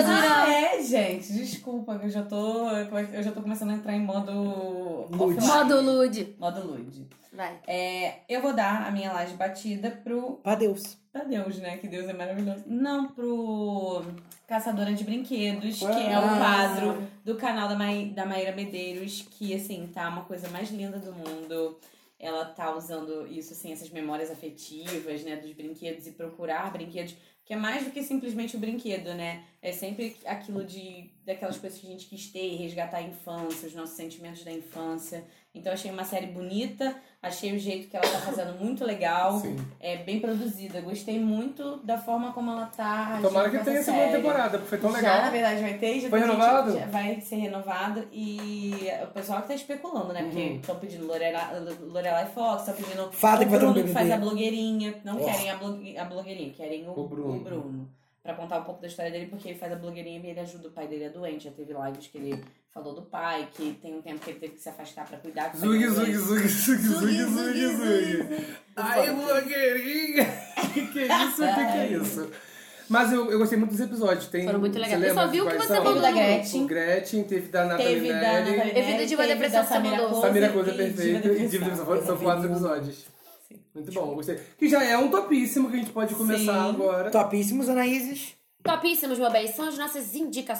Speaker 3: é, gente. Desculpa, que eu já tô. é Eu já tô começando a entrar em modo. offline.
Speaker 1: Modo Lude.
Speaker 3: Modo lude.
Speaker 1: Vai.
Speaker 3: É, eu vou dar a minha laje batida pro.
Speaker 2: Pra Deus.
Speaker 3: Pra Deus, né? Que Deus é maravilhoso. Não, pro Caçadora de Brinquedos, que é
Speaker 2: Ah.
Speaker 3: o quadro do canal da, Mai... da Maíra Medeiros, que, assim, tá uma coisa mais linda do mundo. Ela tá usando isso, assim, essas memórias afetivas, né? Dos brinquedos e procurar brinquedos. Que é mais do que simplesmente o brinquedo, né? É sempre aquilo de daquelas coisas que a gente quis ter, resgatar a infância, os nossos sentimentos da infância. Então achei uma série bonita, achei o jeito que ela tá fazendo muito legal,
Speaker 9: Sim.
Speaker 3: é bem produzida. Gostei muito da forma como ela tá.
Speaker 9: Tomara
Speaker 3: agindo
Speaker 9: que
Speaker 3: com
Speaker 9: tenha
Speaker 3: essa
Speaker 9: segunda
Speaker 3: série.
Speaker 9: temporada, porque foi tão
Speaker 3: Já, na
Speaker 9: legal.
Speaker 3: verdade, vai ter. Já
Speaker 9: Foi
Speaker 3: tem gente-
Speaker 9: renovado?
Speaker 3: já vai ser renovado. E o pessoal que tá especulando, né? Porque
Speaker 9: Uhum.
Speaker 3: estão pedindo Lorela- Lorelai Fox, estão pedindo
Speaker 2: Fada
Speaker 3: o
Speaker 2: que vai ter um no
Speaker 3: Bruno que faz a
Speaker 2: BBB.
Speaker 3: blogueirinha. Não
Speaker 2: É.
Speaker 3: querem a, blogue- a blogueirinha, querem o,
Speaker 9: O
Speaker 3: o
Speaker 9: Bruno.
Speaker 3: Bruno. Pra contar um pouco da história dele, porque ele faz a blogueirinha e ele ajuda o pai dele, é doente. Já teve lives que ele falou do pai, que tem um tempo que ele teve que se afastar pra cuidar. que o pai
Speaker 9: Zug,
Speaker 3: dele é
Speaker 9: zug,
Speaker 3: doente.
Speaker 9: zug, zug, zug, zug, zug. Ai,
Speaker 3: Foda.
Speaker 9: blogueirinha! Que que é isso? Que que é isso? Mas eu, eu gostei muito dos episódios. Tem,
Speaker 1: Foram muito
Speaker 9: você
Speaker 1: legais.
Speaker 9: lembra
Speaker 1: Eu só vi o que
Speaker 9: quais
Speaker 1: você
Speaker 9: são?
Speaker 3: Teve
Speaker 1: mandou
Speaker 3: da
Speaker 1: no grupo.
Speaker 3: Gretchen.
Speaker 9: O Gretchen, teve da Nathalie
Speaker 3: Teve da
Speaker 9: Neri.
Speaker 3: Natalie
Speaker 1: Evita
Speaker 3: Neri,
Speaker 1: Diva
Speaker 3: teve
Speaker 1: Depressão,
Speaker 3: da
Speaker 1: você
Speaker 3: Samira
Speaker 1: mandou.
Speaker 3: Close
Speaker 9: Samira
Speaker 3: e
Speaker 9: Coisa
Speaker 3: Diva
Speaker 9: Perfeita.
Speaker 3: Depressão.
Speaker 9: Diva Depressão. Foram- São quatro episódios.
Speaker 3: Sim.
Speaker 9: Muito bom, gostei. Que já é um topíssimo que a gente pode começar
Speaker 3: Sim.
Speaker 9: agora.
Speaker 2: Topíssimos, Anaíses.
Speaker 1: Topíssimos, meu bem. São as nossas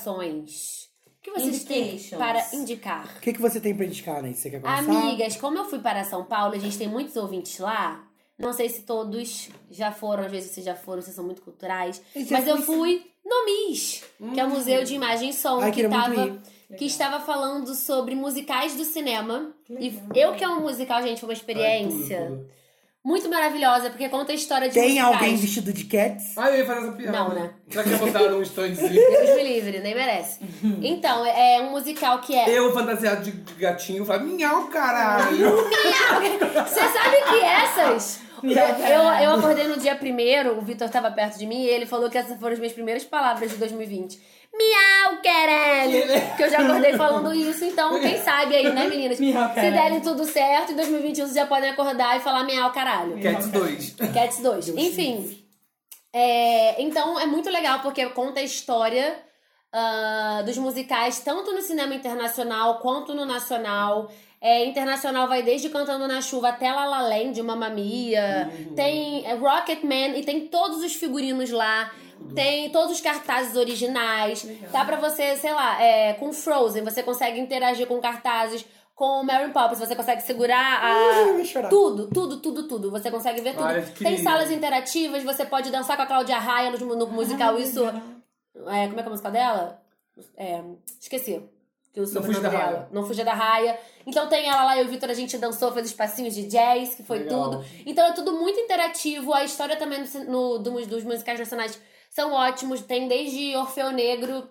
Speaker 1: indicações. O que vocês têm
Speaker 3: Indications.
Speaker 1: para indicar?
Speaker 2: O que, que você tem pra indicar, Anaíses? Você quer começar?
Speaker 1: Amigas, como eu fui para São Paulo, a gente tem muitos ouvintes lá. Não sei se todos já foram, às vezes vocês já foram, vocês são muito culturais.
Speaker 2: Eu já
Speaker 1: Mas eu fui no MIS, que é o Museu de Imagem e Som,
Speaker 2: Hum. Ai,
Speaker 1: que
Speaker 2: queria muito
Speaker 1: tava
Speaker 2: ir.
Speaker 1: que estava falando sobre musicais do cinema. E
Speaker 3: legal.
Speaker 1: eu que amo musical, gente, foi uma experiência
Speaker 9: Ai, tudo, tudo.
Speaker 1: muito maravilhosa, porque conta a história de
Speaker 2: Tem
Speaker 1: musicais.
Speaker 2: alguém vestido de cats?
Speaker 9: Ah, eu ia fazer essa piada.
Speaker 1: Não, né?
Speaker 9: Será que botaram um standzinho?
Speaker 1: Deus me livre, nem merece. Então, é é um musical que é.
Speaker 9: Eu fantasiado de, de gatinho, falava, minhau, caralho!
Speaker 1: Você sabe que essas. Eu, eu- eu acordei no dia primeiro, o Vitor tava perto de mim e ele falou que essas foram as minhas primeiras palavras de 2020. Miau, caralho! Que eu já acordei falando isso, então quem sabe aí, né, meninas?
Speaker 3: Miau,
Speaker 1: Se
Speaker 3: caralho.
Speaker 1: derem tudo certo, em 2021 vocês já podem acordar e falar miau, caralho.
Speaker 9: Cats 2.
Speaker 1: Cats 2. Enfim. É, então é muito legal porque conta a história ah, dos musicais, tanto no cinema internacional quanto no nacional. É, internacional vai desde Cantando na Chuva até La La Land, Mamma Mia. Tem é, Rocketman e tem todos os figurinos lá. Tem todos os cartazes originais. Dá pra você, sei lá, é, com Frozen, você consegue interagir com cartazes. Com Mary Poppins, você consegue segurar a,
Speaker 2: Ih, eu vou chorar.
Speaker 1: tudo, tudo, tudo, tudo. Você consegue ver tudo.
Speaker 9: Ai, que
Speaker 1: Tem
Speaker 9: lindo.
Speaker 1: salas interativas, você pode dançar com a Cláudia Raia no, no
Speaker 9: Ah,
Speaker 1: musical. Isso. é, como é que é a música dela? É, esqueci. Que o sobrenome
Speaker 9: Fuja da
Speaker 1: dela.
Speaker 9: Raia.
Speaker 1: Não fuja da raia. Então tem ela lá, eu e o Vitor, a gente dançou, fez os passinhos de jazz, que foi
Speaker 9: Legal.
Speaker 1: tudo. Então é tudo muito interativo. A história também do, cin- no- do- dos musicais nacionais são ótimos. Tem desde Orfeu Negro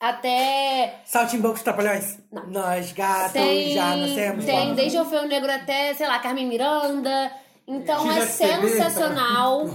Speaker 1: até
Speaker 2: Saltimbancos Trapalhões? Nós, gatos,
Speaker 1: tem,
Speaker 2: já nascemos.
Speaker 1: tem desde Orfeu Negro até, sei lá, Carmen Miranda. Então é
Speaker 9: XSPB,
Speaker 1: sensacional.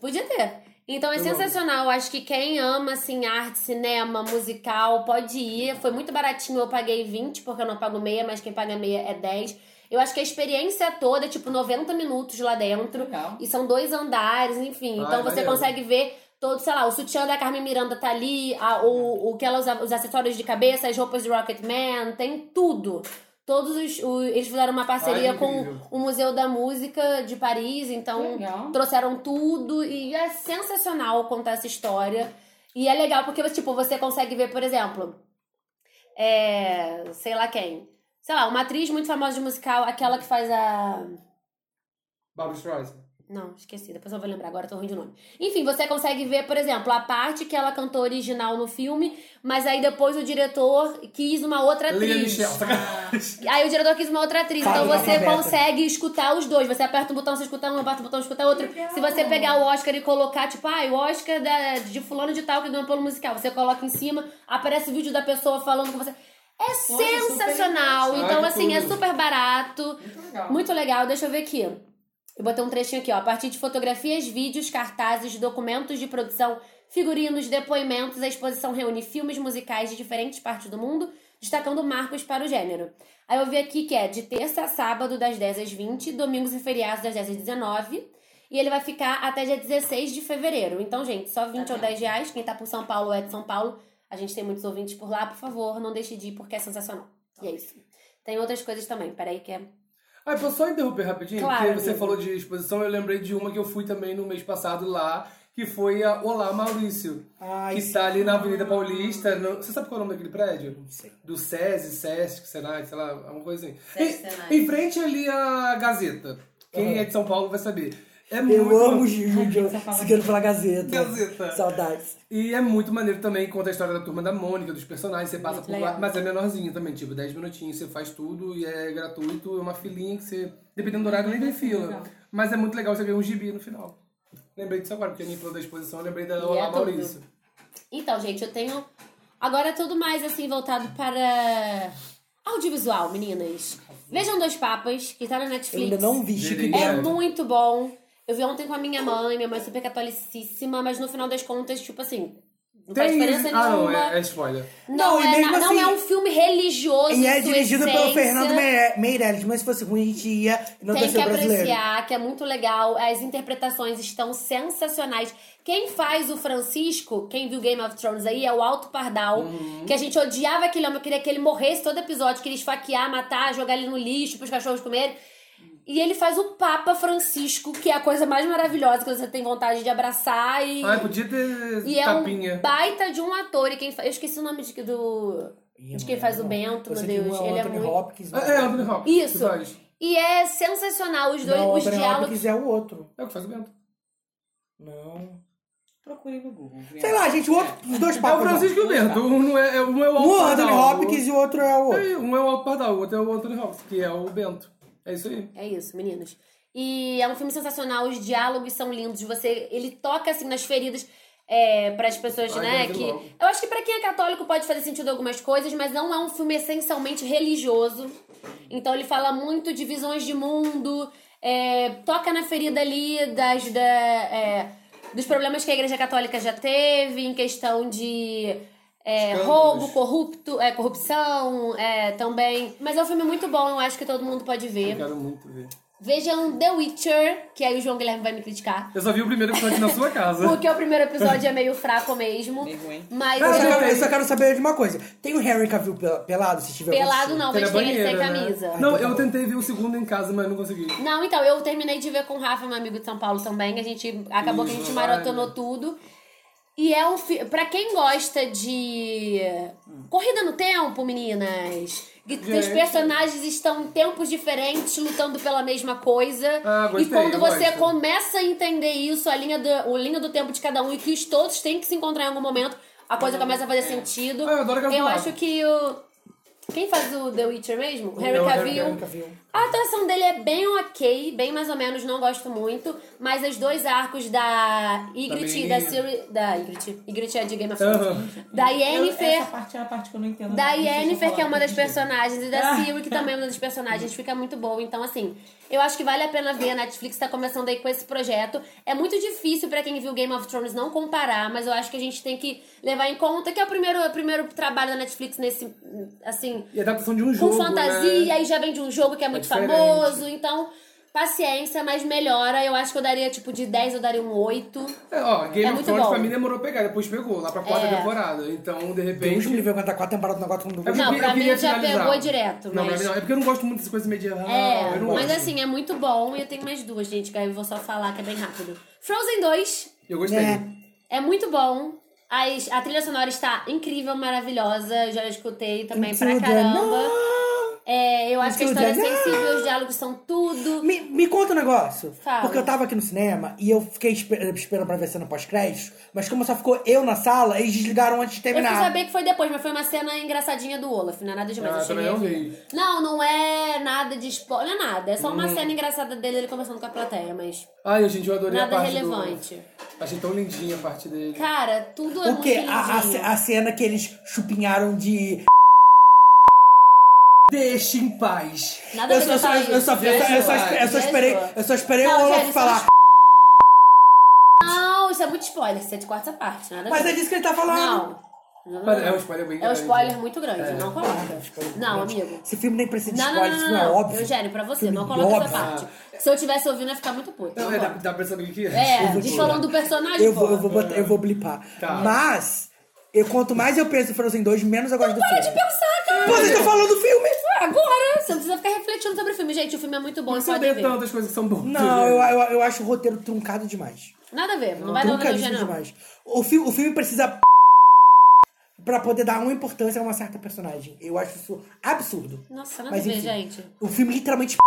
Speaker 1: Podia ter. Então é
Speaker 9: Eu amo.
Speaker 1: sensacional. Acho que quem ama, assim, arte, cinema, musical, pode ir. Foi muito baratinho, eu paguei 20, porque eu não pago meia, mas quem paga meia é 10. Eu acho que a experiência toda é tipo 90 minutos lá dentro.
Speaker 3: Legal.
Speaker 1: E são dois andares, enfim.
Speaker 9: Ah,
Speaker 1: então
Speaker 9: é
Speaker 1: você
Speaker 9: maneiro.
Speaker 1: consegue ver todo, sei lá, o sutiã da Carmen Miranda tá ali, a- o, o que ela usava, os acessórios de cabeça, as roupas de Rocketman, tem tudo. Todos os. o- eles fizeram uma parceria
Speaker 9: Ai, que
Speaker 1: com
Speaker 9: incrível.
Speaker 1: o Museu da Música de Paris, então
Speaker 3: Legal.
Speaker 1: trouxeram tudo e é sensacional contar essa história. E é legal porque, tipo, você consegue ver, por exemplo, é, sei lá quem. Sei lá, uma atriz muito famosa de musical, aquela que faz a.
Speaker 9: Barbra Streisand.
Speaker 1: Não, esqueci, depois eu vou lembrar, agora eu tô ruim de nome. Enfim, você consegue ver, por exemplo, a parte que ela cantou original no filme, mas aí depois o diretor quis uma outra
Speaker 9: Leia
Speaker 1: atriz.
Speaker 9: Michel.
Speaker 1: Aí o diretor quis uma outra atriz,
Speaker 2: Fala
Speaker 1: então
Speaker 2: da
Speaker 1: você
Speaker 2: Roberta.
Speaker 1: consegue escutar os dois. Você aperta um botão, você escuta um, aperta um botão, escuta outro. Se você pegar o Oscar e colocar, tipo, ah, o Oscar da- de fulano de tal que ganhou pelo musical, você coloca em cima, aparece o vídeo da pessoa falando com você. É
Speaker 3: super
Speaker 1: sensacional!
Speaker 9: interessante.
Speaker 1: Então,
Speaker 9: Ai, que
Speaker 1: assim, é
Speaker 9: tudo.
Speaker 1: super barato.
Speaker 3: Muito legal.
Speaker 1: Muito legal, deixa eu ver aqui. Eu botei um trechinho aqui, ó. A partir de fotografias, vídeos, cartazes, documentos de produção, figurinos, depoimentos, a exposição reúne filmes musicais de diferentes partes do mundo, destacando marcos para o gênero. Aí eu vi aqui que é de terça a sábado, das 10 às 20, domingos e feriados, das 10 às 19. E ele vai ficar até dia 16 de fevereiro. Então, gente, só 20 ou 10 reais. Quem tá por São Paulo é de São Paulo. A gente tem muitos ouvintes por lá. Por favor, não deixe de ir, porque é sensacional.
Speaker 2: Tá
Speaker 1: E é isso. Tem outras coisas também. Peraí que é...
Speaker 9: Ah, posso só interromper rapidinho?
Speaker 1: Claro,
Speaker 9: porque você
Speaker 1: amigo.
Speaker 9: falou de exposição, eu lembrei de uma que eu fui também no mês passado lá, que foi a Olá Maurício, que está ali na Avenida Paulista. no- Você sabe qual é o nome daquele prédio? Não sei. Do SESI, SESC, Senai, sei lá, alguma coisa assim.
Speaker 11: SESC,
Speaker 9: Em-
Speaker 11: Senai.
Speaker 9: em, frente ali a Gazeta. Quem
Speaker 2: Aham.
Speaker 9: é de São Paulo vai saber. É muito...
Speaker 2: Eu amo Júlio, seguindo pela é Gazeta.
Speaker 9: tá Gazeta.
Speaker 2: Saudades.
Speaker 9: E é muito maneiro também, conta a história da turma da Mônica, dos personagens, você passa
Speaker 2: Muito
Speaker 9: por
Speaker 2: legal.
Speaker 9: lá, mas é menorzinho também, tipo, 10 minutinhos, você faz tudo e é gratuito, é uma filinha que você, dependendo do horário, nem tem fila. Mas é muito legal você ver um gibi no final. Lembrei disso agora, porque a gente falou da exposição, eu lembrei da Olá
Speaker 1: é tudo.
Speaker 9: Maurício.
Speaker 1: Então, gente, eu tenho. Agora é tudo mais assim voltado para audiovisual, meninas. Vejam Dois Papas, que tá na Netflix.
Speaker 2: Eu ainda não vi, Chico e
Speaker 1: É
Speaker 2: Bento.
Speaker 1: muito bom. Eu vi ontem com a minha mãe, minha mãe é super catolicíssima, mas no final das contas, tipo assim, não faz diferença
Speaker 9: Ah,
Speaker 1: nenhuma.
Speaker 9: não, é, é spoiler.
Speaker 1: Não,
Speaker 2: Não, e
Speaker 1: é,
Speaker 2: mesmo
Speaker 1: na- não
Speaker 2: assim-
Speaker 1: é um filme religioso.
Speaker 2: E é
Speaker 1: em sua
Speaker 2: dirigido pelo
Speaker 1: essência.
Speaker 2: Fernando Meire- Meirelles, mas se fosse ruim, a gente ia e não
Speaker 1: Tem que
Speaker 2: torcer brasileiro.
Speaker 1: apreciar, que é muito legal. As interpretações estão sensacionais. Quem faz o Francisco, quem viu Game of Thrones aí, é o Alto Pardal.
Speaker 2: Uhum.
Speaker 1: Que a gente odiava aquele homem, queria que ele morresse todo episódio, queria esfaquear, matar, jogar ele no lixo pros cachorros comerem. E ele faz o Papa Francisco, que é a coisa mais maravilhosa que você tem vontade de abraçar e.
Speaker 9: Ai, Ah, podia ter
Speaker 1: E é
Speaker 9: tapinha.
Speaker 1: um baita de um ator. E quem fa... Eu esqueci o nome de, do. De quem faz o Bento, meu
Speaker 2: Você que
Speaker 1: Deus.
Speaker 2: não é o
Speaker 1: Ele é
Speaker 2: Anthony
Speaker 1: muito.
Speaker 2: Hopkins.
Speaker 9: É, é, Anthony Hopkins.
Speaker 1: Isso.
Speaker 9: que faz.
Speaker 1: E é sensacional os dois,
Speaker 2: Não, o
Speaker 1: os
Speaker 2: Anthony
Speaker 1: diálogos.
Speaker 2: Hopkins é o outro.
Speaker 9: É o que faz o Bento.
Speaker 2: Não.
Speaker 11: Procurei no Google.
Speaker 2: Sei lá, gente, o outro, os dois
Speaker 9: É o
Speaker 2: papos.
Speaker 9: Francisco e o Bento, um não é, é- um é o
Speaker 2: não.
Speaker 9: Alto
Speaker 2: Um é o
Speaker 9: Pardal.
Speaker 2: Anthony Hopkins e o outro é o outro.
Speaker 9: É, um é o Alto Pardal, o outro é o Anthony Hopkins, que é o Bento. É isso aí.
Speaker 1: É isso, meninos. E é um filme sensacional, os diálogos são lindos, você ele toca assim nas feridas é, para as pessoas,
Speaker 5: Ai,
Speaker 1: né,
Speaker 5: quero ver
Speaker 1: que
Speaker 5: logo.
Speaker 1: eu acho que pra quem é católico pode fazer sentido algumas coisas, mas não é um filme essencialmente religioso. Então ele fala muito de visões de mundo, é, toca na ferida ali das da, é, dos problemas que a Igreja Católica já teve em questão de é,
Speaker 5: Escândalos.
Speaker 1: roubo, corrupto, é, corrupção, é, também. Mas é um filme muito bom, eu acho que todo mundo pode ver.
Speaker 9: Eu quero muito ver.
Speaker 1: Vejam The Witcher, que aí o João Guilherme vai me criticar.
Speaker 9: Eu só vi o primeiro episódio na sua casa.
Speaker 1: Porque o primeiro episódio é meio fraco mesmo. Mas
Speaker 9: é,
Speaker 2: Cara, eu, só quero, eu
Speaker 1: eu...
Speaker 2: só quero saber de uma coisa. Tem o Harry Cavill pe- pelado, se tiver
Speaker 1: é Pelado
Speaker 2: você?
Speaker 1: não, mas tem ele
Speaker 2: né?
Speaker 1: sem camisa. Ah,
Speaker 9: né? Não,
Speaker 1: então
Speaker 9: eu tentei ver o segundo em casa, mas não consegui.
Speaker 1: Não, então, eu terminei de ver com o Rafa, meu amigo de São Paulo também. A gente acabou que a gente
Speaker 9: Isso,
Speaker 1: maratonou tudo. E é um filme. Pra quem gosta de. Corrida no tempo, meninas. Que
Speaker 5: Gente.
Speaker 1: os personagens estão em tempos diferentes, lutando pela mesma coisa.
Speaker 5: Ah, gostei,
Speaker 1: e quando
Speaker 5: eu
Speaker 1: você
Speaker 5: gosto.
Speaker 1: começa a entender isso, a linha, do, a linha do tempo de cada um e que os todos têm que se encontrar em algum momento, a coisa começa a fazer sentido. eu
Speaker 9: adoro Casa do Lago.
Speaker 1: acho que o. Quem faz o The Witcher mesmo? O Harry
Speaker 9: Não,
Speaker 1: Cavill.
Speaker 9: Harry Cavill.
Speaker 1: A atuação dele é bem ok, bem mais ou menos, não gosto muito, mas os dois arcos da Ygritte e da
Speaker 11: menininha.
Speaker 1: Siri... Da Ygritte. Ygritte é de Game of
Speaker 11: Aham.
Speaker 1: Thrones. Da
Speaker 11: Eu-
Speaker 1: Yennefer...
Speaker 11: Essa parte é a parte que eu não entendo.
Speaker 1: Da
Speaker 11: não sei se eu
Speaker 1: Yennefer, que é
Speaker 11: falar.
Speaker 1: uma das personagens, e da
Speaker 11: Ah.
Speaker 1: Siri, que também é uma das personagens, fica muito boa. Então, assim, eu acho que vale a pena ver. A Netflix tá começando aí com esse projeto. É muito difícil pra quem viu Game of Thrones não comparar, mas eu acho que a gente tem que levar em conta que é o primeiro, o primeiro trabalho da Netflix nesse, assim,
Speaker 9: E a adaptação de um
Speaker 1: com
Speaker 9: jogo.
Speaker 1: fantasia,
Speaker 9: né?
Speaker 1: e já vem de um jogo que é muito
Speaker 9: diferente.
Speaker 1: famoso, então paciência, mas melhora. Eu acho que eu daria tipo de 10, eu daria um 8.
Speaker 9: É, ó, Game
Speaker 1: É
Speaker 9: of
Speaker 1: muito
Speaker 9: Thrones
Speaker 1: bom.
Speaker 9: pra mim demorou a pegar, depois pegou, lá pra quarta
Speaker 1: É.
Speaker 9: temporada. Então, de
Speaker 2: Deus
Speaker 9: repente.
Speaker 2: me livre, eu cantar quatro temporadas no negócio que eu não
Speaker 9: É
Speaker 2: vou
Speaker 1: Não,
Speaker 9: eu
Speaker 1: pra
Speaker 9: queria
Speaker 1: mim já
Speaker 9: finalizar.
Speaker 1: pegou direto,
Speaker 9: Não, pra
Speaker 1: mas-
Speaker 9: mim não. É porque eu não gosto muito dessas coisas medieval.
Speaker 1: É,
Speaker 9: Ah, eu não
Speaker 1: mas
Speaker 9: gosto.
Speaker 1: assim, é muito bom e eu tenho mais duas, gente, que aí eu vou só falar que é bem rápido. Frozen 2
Speaker 9: Eu gostei.
Speaker 1: é muito bom. As- a trilha sonora está incrível, maravilhosa, já escutei também pra
Speaker 2: Until the
Speaker 1: caramba. É, eu acho que a
Speaker 2: Until the
Speaker 1: história é sensível, os diálogos são tudo.
Speaker 2: Me, me conta um negócio.
Speaker 1: Fala.
Speaker 2: Porque eu tava aqui no cinema e eu fiquei esper- esperando pra ver cena pós-crédito, mas como só ficou eu na sala, eles desligaram antes de
Speaker 1: Eu fui
Speaker 2: terminar.
Speaker 1: saber que foi depois, mas foi uma cena engraçadinha do Olaf, não é nada demais.
Speaker 2: Ah,
Speaker 1: eu cheguei
Speaker 2: também
Speaker 1: a ver.
Speaker 2: ouvi.
Speaker 1: Não, não é nada de spoiler, não é nada. É só uma
Speaker 9: Hum.
Speaker 1: cena engraçada dele, ele conversando com a plateia, mas
Speaker 9: Ai, gente, eu adorei
Speaker 1: nada
Speaker 9: a parte. do-
Speaker 1: relevante.
Speaker 9: Achei tão lindinha a parte dele.
Speaker 1: Cara, tudo é
Speaker 2: O quê?
Speaker 1: muito
Speaker 2: A, a ce-
Speaker 1: lindinho.
Speaker 2: a cena que eles chupinharam de.
Speaker 9: Deixa em paz.
Speaker 1: Nada
Speaker 2: eu,
Speaker 1: de
Speaker 2: só, eu, só,
Speaker 1: botar
Speaker 2: eu,
Speaker 1: isso.
Speaker 2: só, eu, só, eu, só,
Speaker 1: Deixa,
Speaker 2: eu só esperei,
Speaker 1: deixa.
Speaker 2: eu só esperei
Speaker 1: Não,
Speaker 2: o Olaf
Speaker 1: Jenny, só
Speaker 2: falar.
Speaker 1: deixa. Não, isso é muito spoiler, isso é de quarta parte, nada
Speaker 2: Mas
Speaker 1: disso.
Speaker 2: é disso que ele tá falando.
Speaker 1: Não.
Speaker 9: É um spoiler bem
Speaker 1: É um
Speaker 9: grande.
Speaker 1: spoiler muito grande,
Speaker 9: É.
Speaker 1: não coloca. Não, amigo.
Speaker 2: Esse filme nem precisa de
Speaker 1: Não, não,
Speaker 2: spoiler,
Speaker 1: não,
Speaker 2: isso
Speaker 1: não,
Speaker 2: não é
Speaker 1: não.
Speaker 2: óbvio.
Speaker 1: Eugênio, pra você,
Speaker 2: Filme
Speaker 1: não coloca essa
Speaker 2: óbvio.
Speaker 1: parte. Se eu tivesse ouvindo, eu ia ficar muito puta.
Speaker 9: Não,
Speaker 1: Não
Speaker 9: é, dá,
Speaker 1: coloca.
Speaker 9: dá pra saber o que
Speaker 1: É,
Speaker 9: Eu vou
Speaker 1: diz
Speaker 9: pular.
Speaker 1: falando do personagem,
Speaker 2: Eu vou, eu
Speaker 1: porra.
Speaker 2: vou, botar- eu vou blipar.
Speaker 9: Tá.
Speaker 2: Mas, eu, quanto mais eu penso em Frozen 2, menos eu gosto do
Speaker 1: Para de
Speaker 2: filme.
Speaker 1: pensar, cara!
Speaker 2: Você tá falando do filme?
Speaker 1: Agora! Você não precisa ficar refletindo sobre o filme. Gente, o filme é muito bom,
Speaker 9: Não então.
Speaker 1: você pode
Speaker 9: saber
Speaker 1: ver.
Speaker 9: tantas coisas que são boas.
Speaker 2: Não, eu, eu, eu acho o roteiro truncado demais.
Speaker 1: Nada a ver, não, vai dar nada
Speaker 2: Truncadíssimo
Speaker 1: Eugênio, não.
Speaker 2: demais. O filme, o filme precisa p- pra poder dar uma importância a uma certa personagem. Eu acho isso absurdo.
Speaker 1: Nossa, nada
Speaker 2: Mas
Speaker 1: a ver,
Speaker 2: enfim.
Speaker 1: gente.
Speaker 2: O filme literalmente p-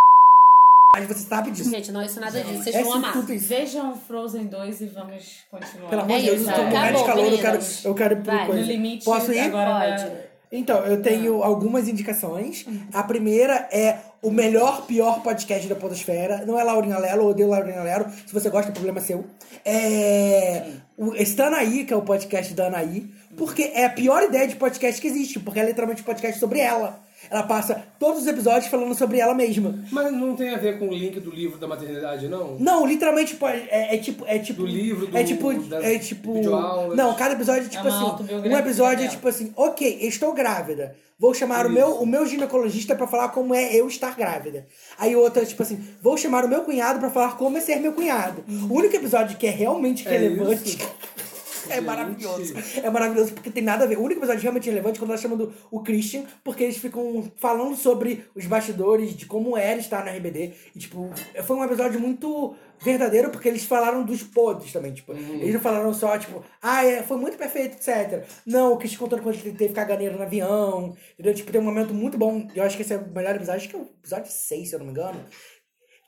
Speaker 2: mas você sabe disso.
Speaker 1: Gente, não é isso nada disso. Vocês
Speaker 2: é
Speaker 1: vão
Speaker 2: isso
Speaker 1: amar.
Speaker 2: tudo isso.
Speaker 11: Vejam Frozen 2 e vamos continuar.
Speaker 2: Pelo amor
Speaker 1: É
Speaker 2: de Deus,
Speaker 1: isso,
Speaker 2: eu tô
Speaker 1: é.
Speaker 3: tá
Speaker 2: morrendo de
Speaker 1: Acabou,
Speaker 2: calor, eu quero,
Speaker 1: meninas.
Speaker 2: eu quero ir pro
Speaker 1: Vai, no
Speaker 2: coisa.
Speaker 11: No limite,
Speaker 2: Posso ir?
Speaker 11: agora
Speaker 1: Pode.
Speaker 11: da-
Speaker 2: Então, eu tenho algumas indicações. A primeira é o melhor, pior podcast da Podosfera. Não é Laurinha Lero, eu odeio Laurinha Lero. Se você gosta, o problema é seu. É. O Estanaí, que é o podcast da Anaí. Porque é a pior ideia de podcast que existe, porque é literalmente um podcast sobre ela. Ela passa todos os episódios falando sobre ela mesma.
Speaker 9: Mas não tem a ver com o link do livro da maternidade, não?
Speaker 2: Não, literalmente pô, é, é tipo. É tipo
Speaker 9: Do livro, do-
Speaker 2: É tipo.
Speaker 9: das
Speaker 2: é tipo.
Speaker 9: videoaulas.
Speaker 2: Não, cada episódio é tipo
Speaker 11: uma
Speaker 2: assim.
Speaker 11: autobiografia né?
Speaker 2: Um episódio é
Speaker 11: dela.
Speaker 2: tipo assim, ok, estou grávida. Vou chamar o meu, o meu ginecologista pra falar como é eu estar grávida. Aí outra, tipo assim, vou chamar o meu cunhado pra falar como é ser meu cunhado. O único episódio que é realmente
Speaker 9: Uhum. É
Speaker 2: relevante.
Speaker 9: isso?
Speaker 2: É maravilhoso. É maravilhoso porque tem nada a ver. O único episódio realmente relevante é quando ela chama do, o Christian, porque eles ficam falando sobre os bastidores, de como era estar na RBD. E, tipo, foi um episódio muito verdadeiro porque eles falaram dos podres também. Tipo, eles não falaram só, tipo, ah, é, foi muito perfeito, etc. Não, o Christian contando quando ele teve caganeira no avião. Entendeu? Tipo, tem um momento muito bom. Eu acho que esse é o melhor episódio. Acho que é o episódio 6, se eu não me engano.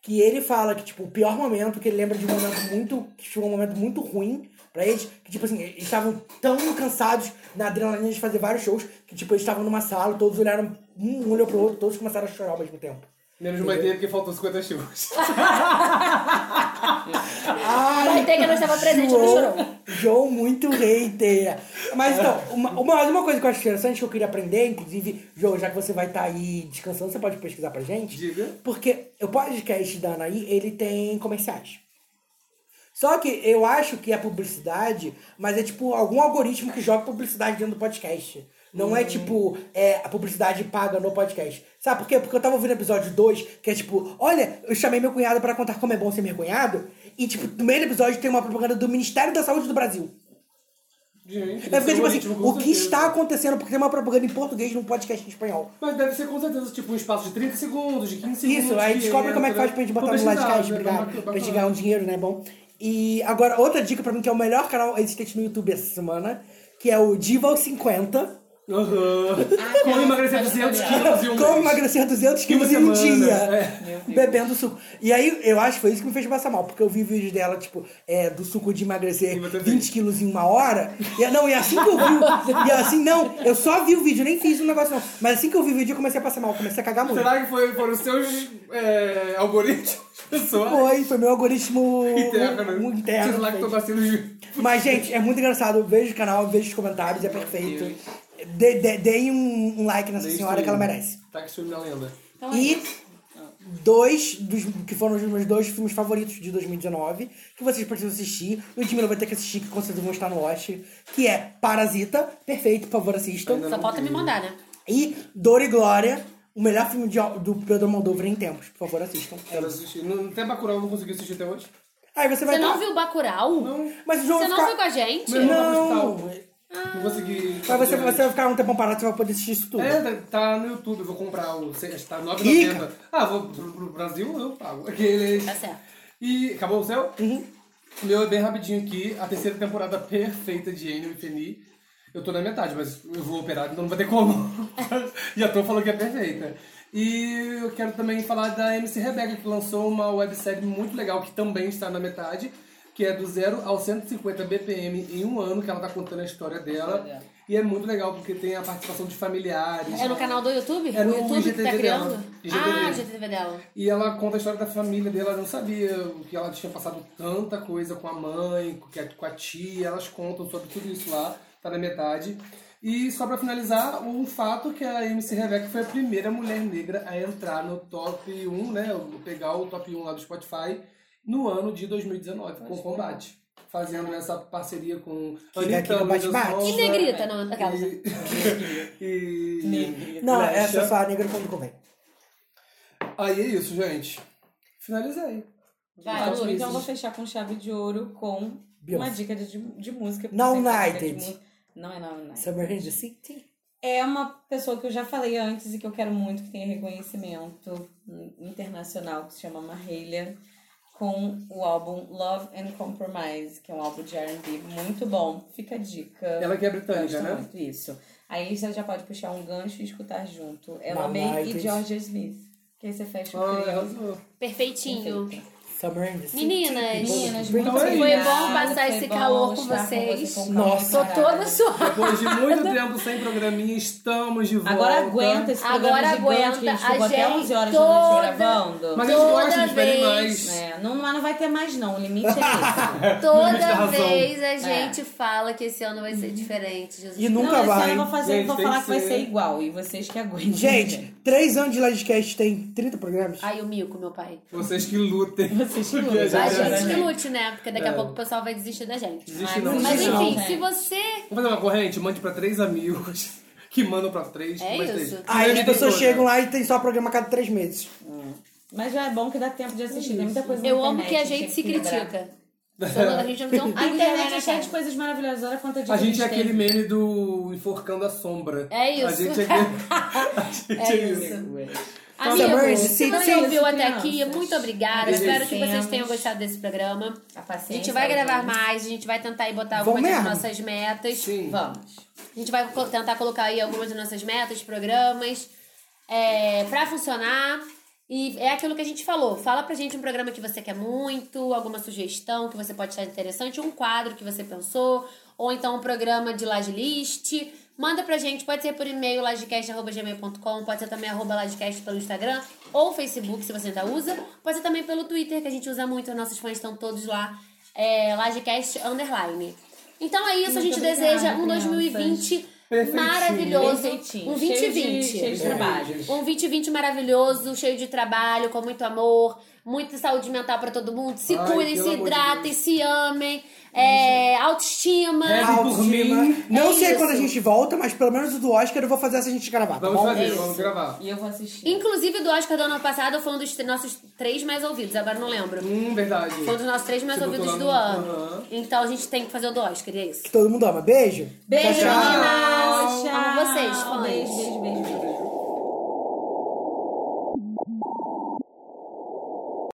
Speaker 2: Que ele fala que, tipo, o pior momento, que ele lembra de um momento muito. que chegou um momento muito ruim pra eles, que, tipo assim, eles estavam tão cansados na adrenalina de fazer vários shows, que, tipo, eles estavam numa sala, todos olharam, um olhou pro outro, todos começaram a chorar ao mesmo tempo.
Speaker 9: Menos de uma ideia porque faltou 50 chivos.
Speaker 2: Ai,
Speaker 1: Vai ter que não estava presente, não
Speaker 2: João-
Speaker 1: chorou.
Speaker 2: João muito hater. Mas então, uma, uma, uma coisa que eu acho interessante que eu queria aprender, inclusive, João, já que você vai estar aí descansando, você pode pesquisar pra gente?
Speaker 9: Diga.
Speaker 2: Porque o podcast da Anaí, ele tem comerciais. Só que eu acho que é publicidade, mas é tipo algum algoritmo que joga publicidade dentro do podcast. Não
Speaker 9: Hum.
Speaker 2: é tipo é, a publicidade paga no podcast. Sabe por quê? Porque eu tava ouvindo o episódio 2, que é tipo, olha, eu chamei meu cunhado pra contar como é bom ser meu cunhado. E, tipo, no meio do episódio tem uma propaganda do Ministério da Saúde do Brasil.
Speaker 9: Gente,
Speaker 2: É porque, tipo assim,
Speaker 9: um algoritmo, com
Speaker 2: o que
Speaker 9: certeza.
Speaker 2: está acontecendo? Porque tem uma propaganda em português num podcast em espanhol.
Speaker 9: Mas deve ser com certeza, tipo, um espaço de 30 segundos, um de 15 segundos.
Speaker 2: Isso, aí
Speaker 9: que
Speaker 2: descobre como é que
Speaker 9: entra.
Speaker 2: faz pra gente botar
Speaker 9: Vou
Speaker 2: no lado de
Speaker 9: pesquisar,
Speaker 2: caixa,
Speaker 9: né?
Speaker 2: obrigado.
Speaker 9: Bacana,
Speaker 2: Pra gente
Speaker 9: bacana.
Speaker 2: ganhar um dinheiro, né? Bom. E agora, outra dica pra mim, que é o melhor canal existente no YouTube essa semana, que é o Dival 50.
Speaker 9: Aham. Como emagrecer 200 quilos em um
Speaker 2: Como
Speaker 9: mês.
Speaker 2: emagrecer 200
Speaker 9: Em uma
Speaker 2: quilos em um
Speaker 9: semana,
Speaker 2: dia.
Speaker 9: é.
Speaker 2: Bebendo suco. E aí, eu acho que foi isso que me fez passar mal, porque eu vi vídeos dela, tipo, é, do suco de emagrecer
Speaker 9: E você fez.
Speaker 2: 20 quilos em uma hora. E, não, e assim que eu vi. e assim, não, eu só vi o vídeo, nem fiz o negócio, não. Mas assim que eu vi o vídeo, eu comecei a passar mal, comecei a cagar muito.
Speaker 9: Será que foi, foram os seus é, algoritmos pessoais?
Speaker 2: Foi, foi meu algoritmo
Speaker 9: Interno. né?
Speaker 2: um- um
Speaker 9: Seus
Speaker 2: interno.
Speaker 9: lactobacilos de-
Speaker 2: Mas, gente, é muito engraçado. Veja o canal, veja os comentários, é perfeito. De, de- deem um, um like nessa
Speaker 9: Deixa
Speaker 2: senhora
Speaker 9: aí.
Speaker 2: que ela merece.
Speaker 9: Tá que filme da lenda.
Speaker 1: Então é
Speaker 2: E dois dos que foram os meus dois filmes favoritos de 2019, que vocês precisam assistir. O Edmila vai ter que assistir, que com certeza vão estar no Watch, que é Parasita, perfeito, por favor, assistam.
Speaker 1: Só falta me mandar, né?
Speaker 2: E Dor e Glória, o melhor filme de- do Pedro Moldova em tempos. Por favor, assistam. É
Speaker 9: Quero
Speaker 2: isso.
Speaker 9: assistir. Não, até Bacurau eu não consegui assistir até hoje. Então,
Speaker 2: Aí você vai
Speaker 1: Você não
Speaker 2: tá-
Speaker 1: viu o Bacurau?
Speaker 2: Mas o João
Speaker 1: Você
Speaker 2: vai
Speaker 1: não
Speaker 2: ficar-
Speaker 1: foi com a gente?
Speaker 9: Meu irmão tá
Speaker 2: Não. Ah.
Speaker 9: no hospital. Não consegui.
Speaker 2: Mas você, você vai ficar um tempão parado, você vai poder assistir isso tudo.
Speaker 9: É, tá- tá no YouTube, eu vou comprar o. sei- Tá R$ 9,90.
Speaker 2: Rica.
Speaker 9: Ah, vou pro, pro Brasil, eu pago. Aqueles.
Speaker 1: Tá certo.
Speaker 9: E acabou o céu?
Speaker 1: Uhum.
Speaker 9: O meu é bem rapidinho aqui. A terceira temporada perfeita de Enio e Feni. Eu tô na metade, mas eu vou operar, então não vai ter como. e a Tom falou que é perfeita. E eu quero também falar da MC Rebeca, que lançou uma websérie muito legal, que também está na metade, que é do 0 ao 150 BPM em um ano, que ela tá contando a história dela. E é muito legal, porque tem a participação de familiares.
Speaker 1: É no canal do YouTube?
Speaker 9: É no
Speaker 1: o YouTube que tá
Speaker 9: IGTV dela.
Speaker 1: criando?
Speaker 9: IGTV.
Speaker 1: Ah, GTV dela.
Speaker 9: E ela conta a história da família dela, ela não sabia o que ela tinha passado tanta coisa com a mãe, com a- com a tia, elas contam sobre tudo isso lá, tá na metade. E só pra finalizar, um fato que a MC Rebeca foi a primeira mulher negra a entrar no top 1, né, pegar o top 1 lá do Spotify, no ano de 2019, com o combate. fazendo essa parceria com
Speaker 2: Que daqui no
Speaker 9: Luísa
Speaker 2: bate-bate.
Speaker 9: Sonza
Speaker 1: E Negrita, não, aquela.
Speaker 9: né? E... e...
Speaker 2: Não,
Speaker 9: Lecha.
Speaker 2: essa é só a negra quando convém.
Speaker 9: Aí é isso, gente. Finalizei.
Speaker 3: Vai,
Speaker 9: Faz
Speaker 3: Lu, então eu
Speaker 9: isso.
Speaker 3: vou fechar com chave de ouro com
Speaker 2: Beyoncé.
Speaker 3: uma dica de, de música. porque
Speaker 2: Não
Speaker 3: sempre a dica de
Speaker 2: United.
Speaker 3: mu- Não é não United.
Speaker 2: Summer in the City.
Speaker 3: É uma pessoa que eu já falei antes e que eu quero muito que tenha reconhecimento hum, internacional, que se chama Mahalia, com o álbum Love and Compromise, que é um álbum de R&B muito bom. Fica a dica.
Speaker 9: Ela que é britânica,
Speaker 3: Gosto
Speaker 9: né?
Speaker 3: muito, isso. Aí você já pode puxar um gancho e escutar junto. Ela
Speaker 2: Não
Speaker 3: May e
Speaker 2: United.
Speaker 3: Georgia Smith. Que aí você fecha o
Speaker 9: Ah,
Speaker 3: trio.
Speaker 9: arrasou.
Speaker 1: Perfeitinho.
Speaker 2: Summer in the City.
Speaker 1: Meninas,
Speaker 3: Meninas,
Speaker 2: Bring
Speaker 3: muito
Speaker 9: it on.
Speaker 3: obrigada.
Speaker 1: Foi bom passar
Speaker 3: Foi
Speaker 1: esse
Speaker 3: bom
Speaker 1: calor com
Speaker 3: estar com
Speaker 1: vocês.
Speaker 3: você, com
Speaker 2: Nossa.
Speaker 1: Tô
Speaker 3: calor do
Speaker 1: toda
Speaker 3: caralho.
Speaker 1: suada.
Speaker 9: Depois de muito tempo sem programinha, estamos de volta.
Speaker 3: Agora aguenta esse programa
Speaker 1: Agora
Speaker 3: gigante
Speaker 1: aguenta,
Speaker 3: que a gente
Speaker 1: a
Speaker 3: ficou até
Speaker 1: gente
Speaker 3: 11 horas
Speaker 1: toda-
Speaker 3: da noite gravando.
Speaker 9: Mas eles gostam,
Speaker 1: Toda
Speaker 9: esperem
Speaker 1: vez.
Speaker 9: mais.
Speaker 3: É, não, mas não vai ter mais não, o limite é esse.
Speaker 9: Limite da
Speaker 1: Toda
Speaker 9: razão.
Speaker 1: vez a
Speaker 3: É. Uhum.
Speaker 1: gente fala que esse ano vai ser diferente, Jesus.
Speaker 2: E
Speaker 1: Cristo.
Speaker 2: nunca
Speaker 3: não,
Speaker 2: vai.
Speaker 3: Esse ano eu vou, fazer,
Speaker 9: Gente,
Speaker 3: vou
Speaker 9: tem
Speaker 3: falar
Speaker 9: que
Speaker 3: que vai
Speaker 9: ser.
Speaker 3: ser igual e vocês que aguentem.
Speaker 2: Gente, três anos de Livecast tem 30 programas.
Speaker 1: Ai, o mico, meu pai.
Speaker 9: Vocês que lutem.
Speaker 3: Vocês que
Speaker 9: Porque
Speaker 3: lutem.
Speaker 1: A
Speaker 3: Vai,
Speaker 9: já-
Speaker 1: gente
Speaker 3: né?
Speaker 1: que lute, né? Porque daqui
Speaker 9: É.
Speaker 1: a pouco o pessoal vai desistir da gente.
Speaker 9: Desiste
Speaker 3: Ai,
Speaker 9: não.
Speaker 3: não
Speaker 1: Mas
Speaker 3: Sim,
Speaker 1: enfim,
Speaker 3: gente.
Speaker 1: se você.
Speaker 9: Vamos fazer uma corrente? Mande pra três amigos que mandam pra três.
Speaker 1: É
Speaker 9: mais
Speaker 1: isso.
Speaker 9: três.
Speaker 2: Aí as
Speaker 9: Três
Speaker 2: pessoas
Speaker 9: amigos,
Speaker 2: chegam
Speaker 9: né?
Speaker 2: lá e tem só programa a cada três meses.
Speaker 3: Mas já é bom que dá tempo de assistir, tem muita coisa na
Speaker 1: Eu amo
Speaker 3: internet,
Speaker 1: que a
Speaker 3: tem
Speaker 1: gente se
Speaker 3: equilibrar.
Speaker 1: critica. Só- A gente não tem um
Speaker 3: A
Speaker 1: pingo de
Speaker 3: internet
Speaker 1: vergonha
Speaker 3: é
Speaker 1: na
Speaker 3: cheia de
Speaker 1: cara.
Speaker 3: coisas maravilhosas, olha quanta dica
Speaker 9: A gente é
Speaker 3: teve.
Speaker 9: aquele meme do Enforcando a Sombra.
Speaker 1: É isso.
Speaker 9: A gente é aquele... a gente é isso.
Speaker 1: Amigo,
Speaker 2: Sim,
Speaker 1: se você
Speaker 3: sim,
Speaker 1: ouviu
Speaker 3: sim,
Speaker 1: até
Speaker 3: crianças.
Speaker 1: aqui, muito obrigada.
Speaker 9: Beijos.
Speaker 1: Espero que vocês
Speaker 3: Temos.
Speaker 1: tenham gostado desse programa.
Speaker 3: A
Speaker 1: A
Speaker 3: Tá paciência.
Speaker 1: gente vai gravar
Speaker 3: gente.
Speaker 1: mais, a gente vai tentar aí botar
Speaker 2: Vão
Speaker 1: algumas das
Speaker 2: mesmo?
Speaker 1: nossas metas.
Speaker 9: Sim.
Speaker 3: Vamos.
Speaker 1: A gente vai co- tentar colocar aí algumas das nossas metas, programas, é, pra funcionar. E é aquilo que a gente falou. Fala pra gente um programa que você quer muito, alguma sugestão que você pode achar interessante, um quadro que você pensou, ou então um programa de laje list. Manda pra gente, pode ser por e-mail, lagecast.gmail.com, pode ser também arroba lagecast pelo Instagram ou Facebook, se você ainda usa. Pode ser também pelo Twitter, que a gente usa muito, os nossos fãs estão todos lá, é, lagecast underline. Então é isso, a
Speaker 3: Muito
Speaker 1: gente
Speaker 3: obrigada,
Speaker 1: deseja um
Speaker 3: crianças.
Speaker 1: 2020
Speaker 9: Perfeitinho.
Speaker 1: maravilhoso.
Speaker 3: Perfeitinho.
Speaker 1: Um
Speaker 3: Cheio de-
Speaker 1: 2020.
Speaker 3: Cheio de trabalho.
Speaker 1: Um 2020 maravilhoso, cheio de trabalho, com muito amor, muita saúde mental pra todo mundo. Se
Speaker 9: Ai,
Speaker 1: cuidem,
Speaker 9: pelo
Speaker 1: se
Speaker 9: amor de
Speaker 1: hidratem, se amem, é,
Speaker 3: Uhum.
Speaker 1: autoestima.
Speaker 9: Rezem por
Speaker 2: Autoestima.
Speaker 9: mim.
Speaker 2: Não
Speaker 1: É
Speaker 2: sei
Speaker 1: isso.
Speaker 2: quando a gente volta, mas pelo menos o do Oscar eu vou fazer essa gente gravar. Tá
Speaker 9: Vamos
Speaker 2: bom?
Speaker 9: fazer,
Speaker 1: isso.
Speaker 9: vamos gravar.
Speaker 3: E eu vou assistir.
Speaker 1: Inclusive, do Oscar do ano passado foi um dos tr- nossos três mais ouvidos, agora eu não lembro.
Speaker 9: Hum, verdade.
Speaker 1: Foi um dos nossos três mais
Speaker 9: Você botou
Speaker 1: ouvidos do
Speaker 9: lá no-
Speaker 1: ano.
Speaker 9: Aham.
Speaker 1: Então a gente tem que fazer o do Oscar, e é isso.
Speaker 2: Todo mundo ama. Beijo.
Speaker 3: Beijo,
Speaker 2: Tchau, tchau.
Speaker 3: meninas.
Speaker 1: Amo vocês, fãs.
Speaker 3: Beijo, beijo, beijo, beijo.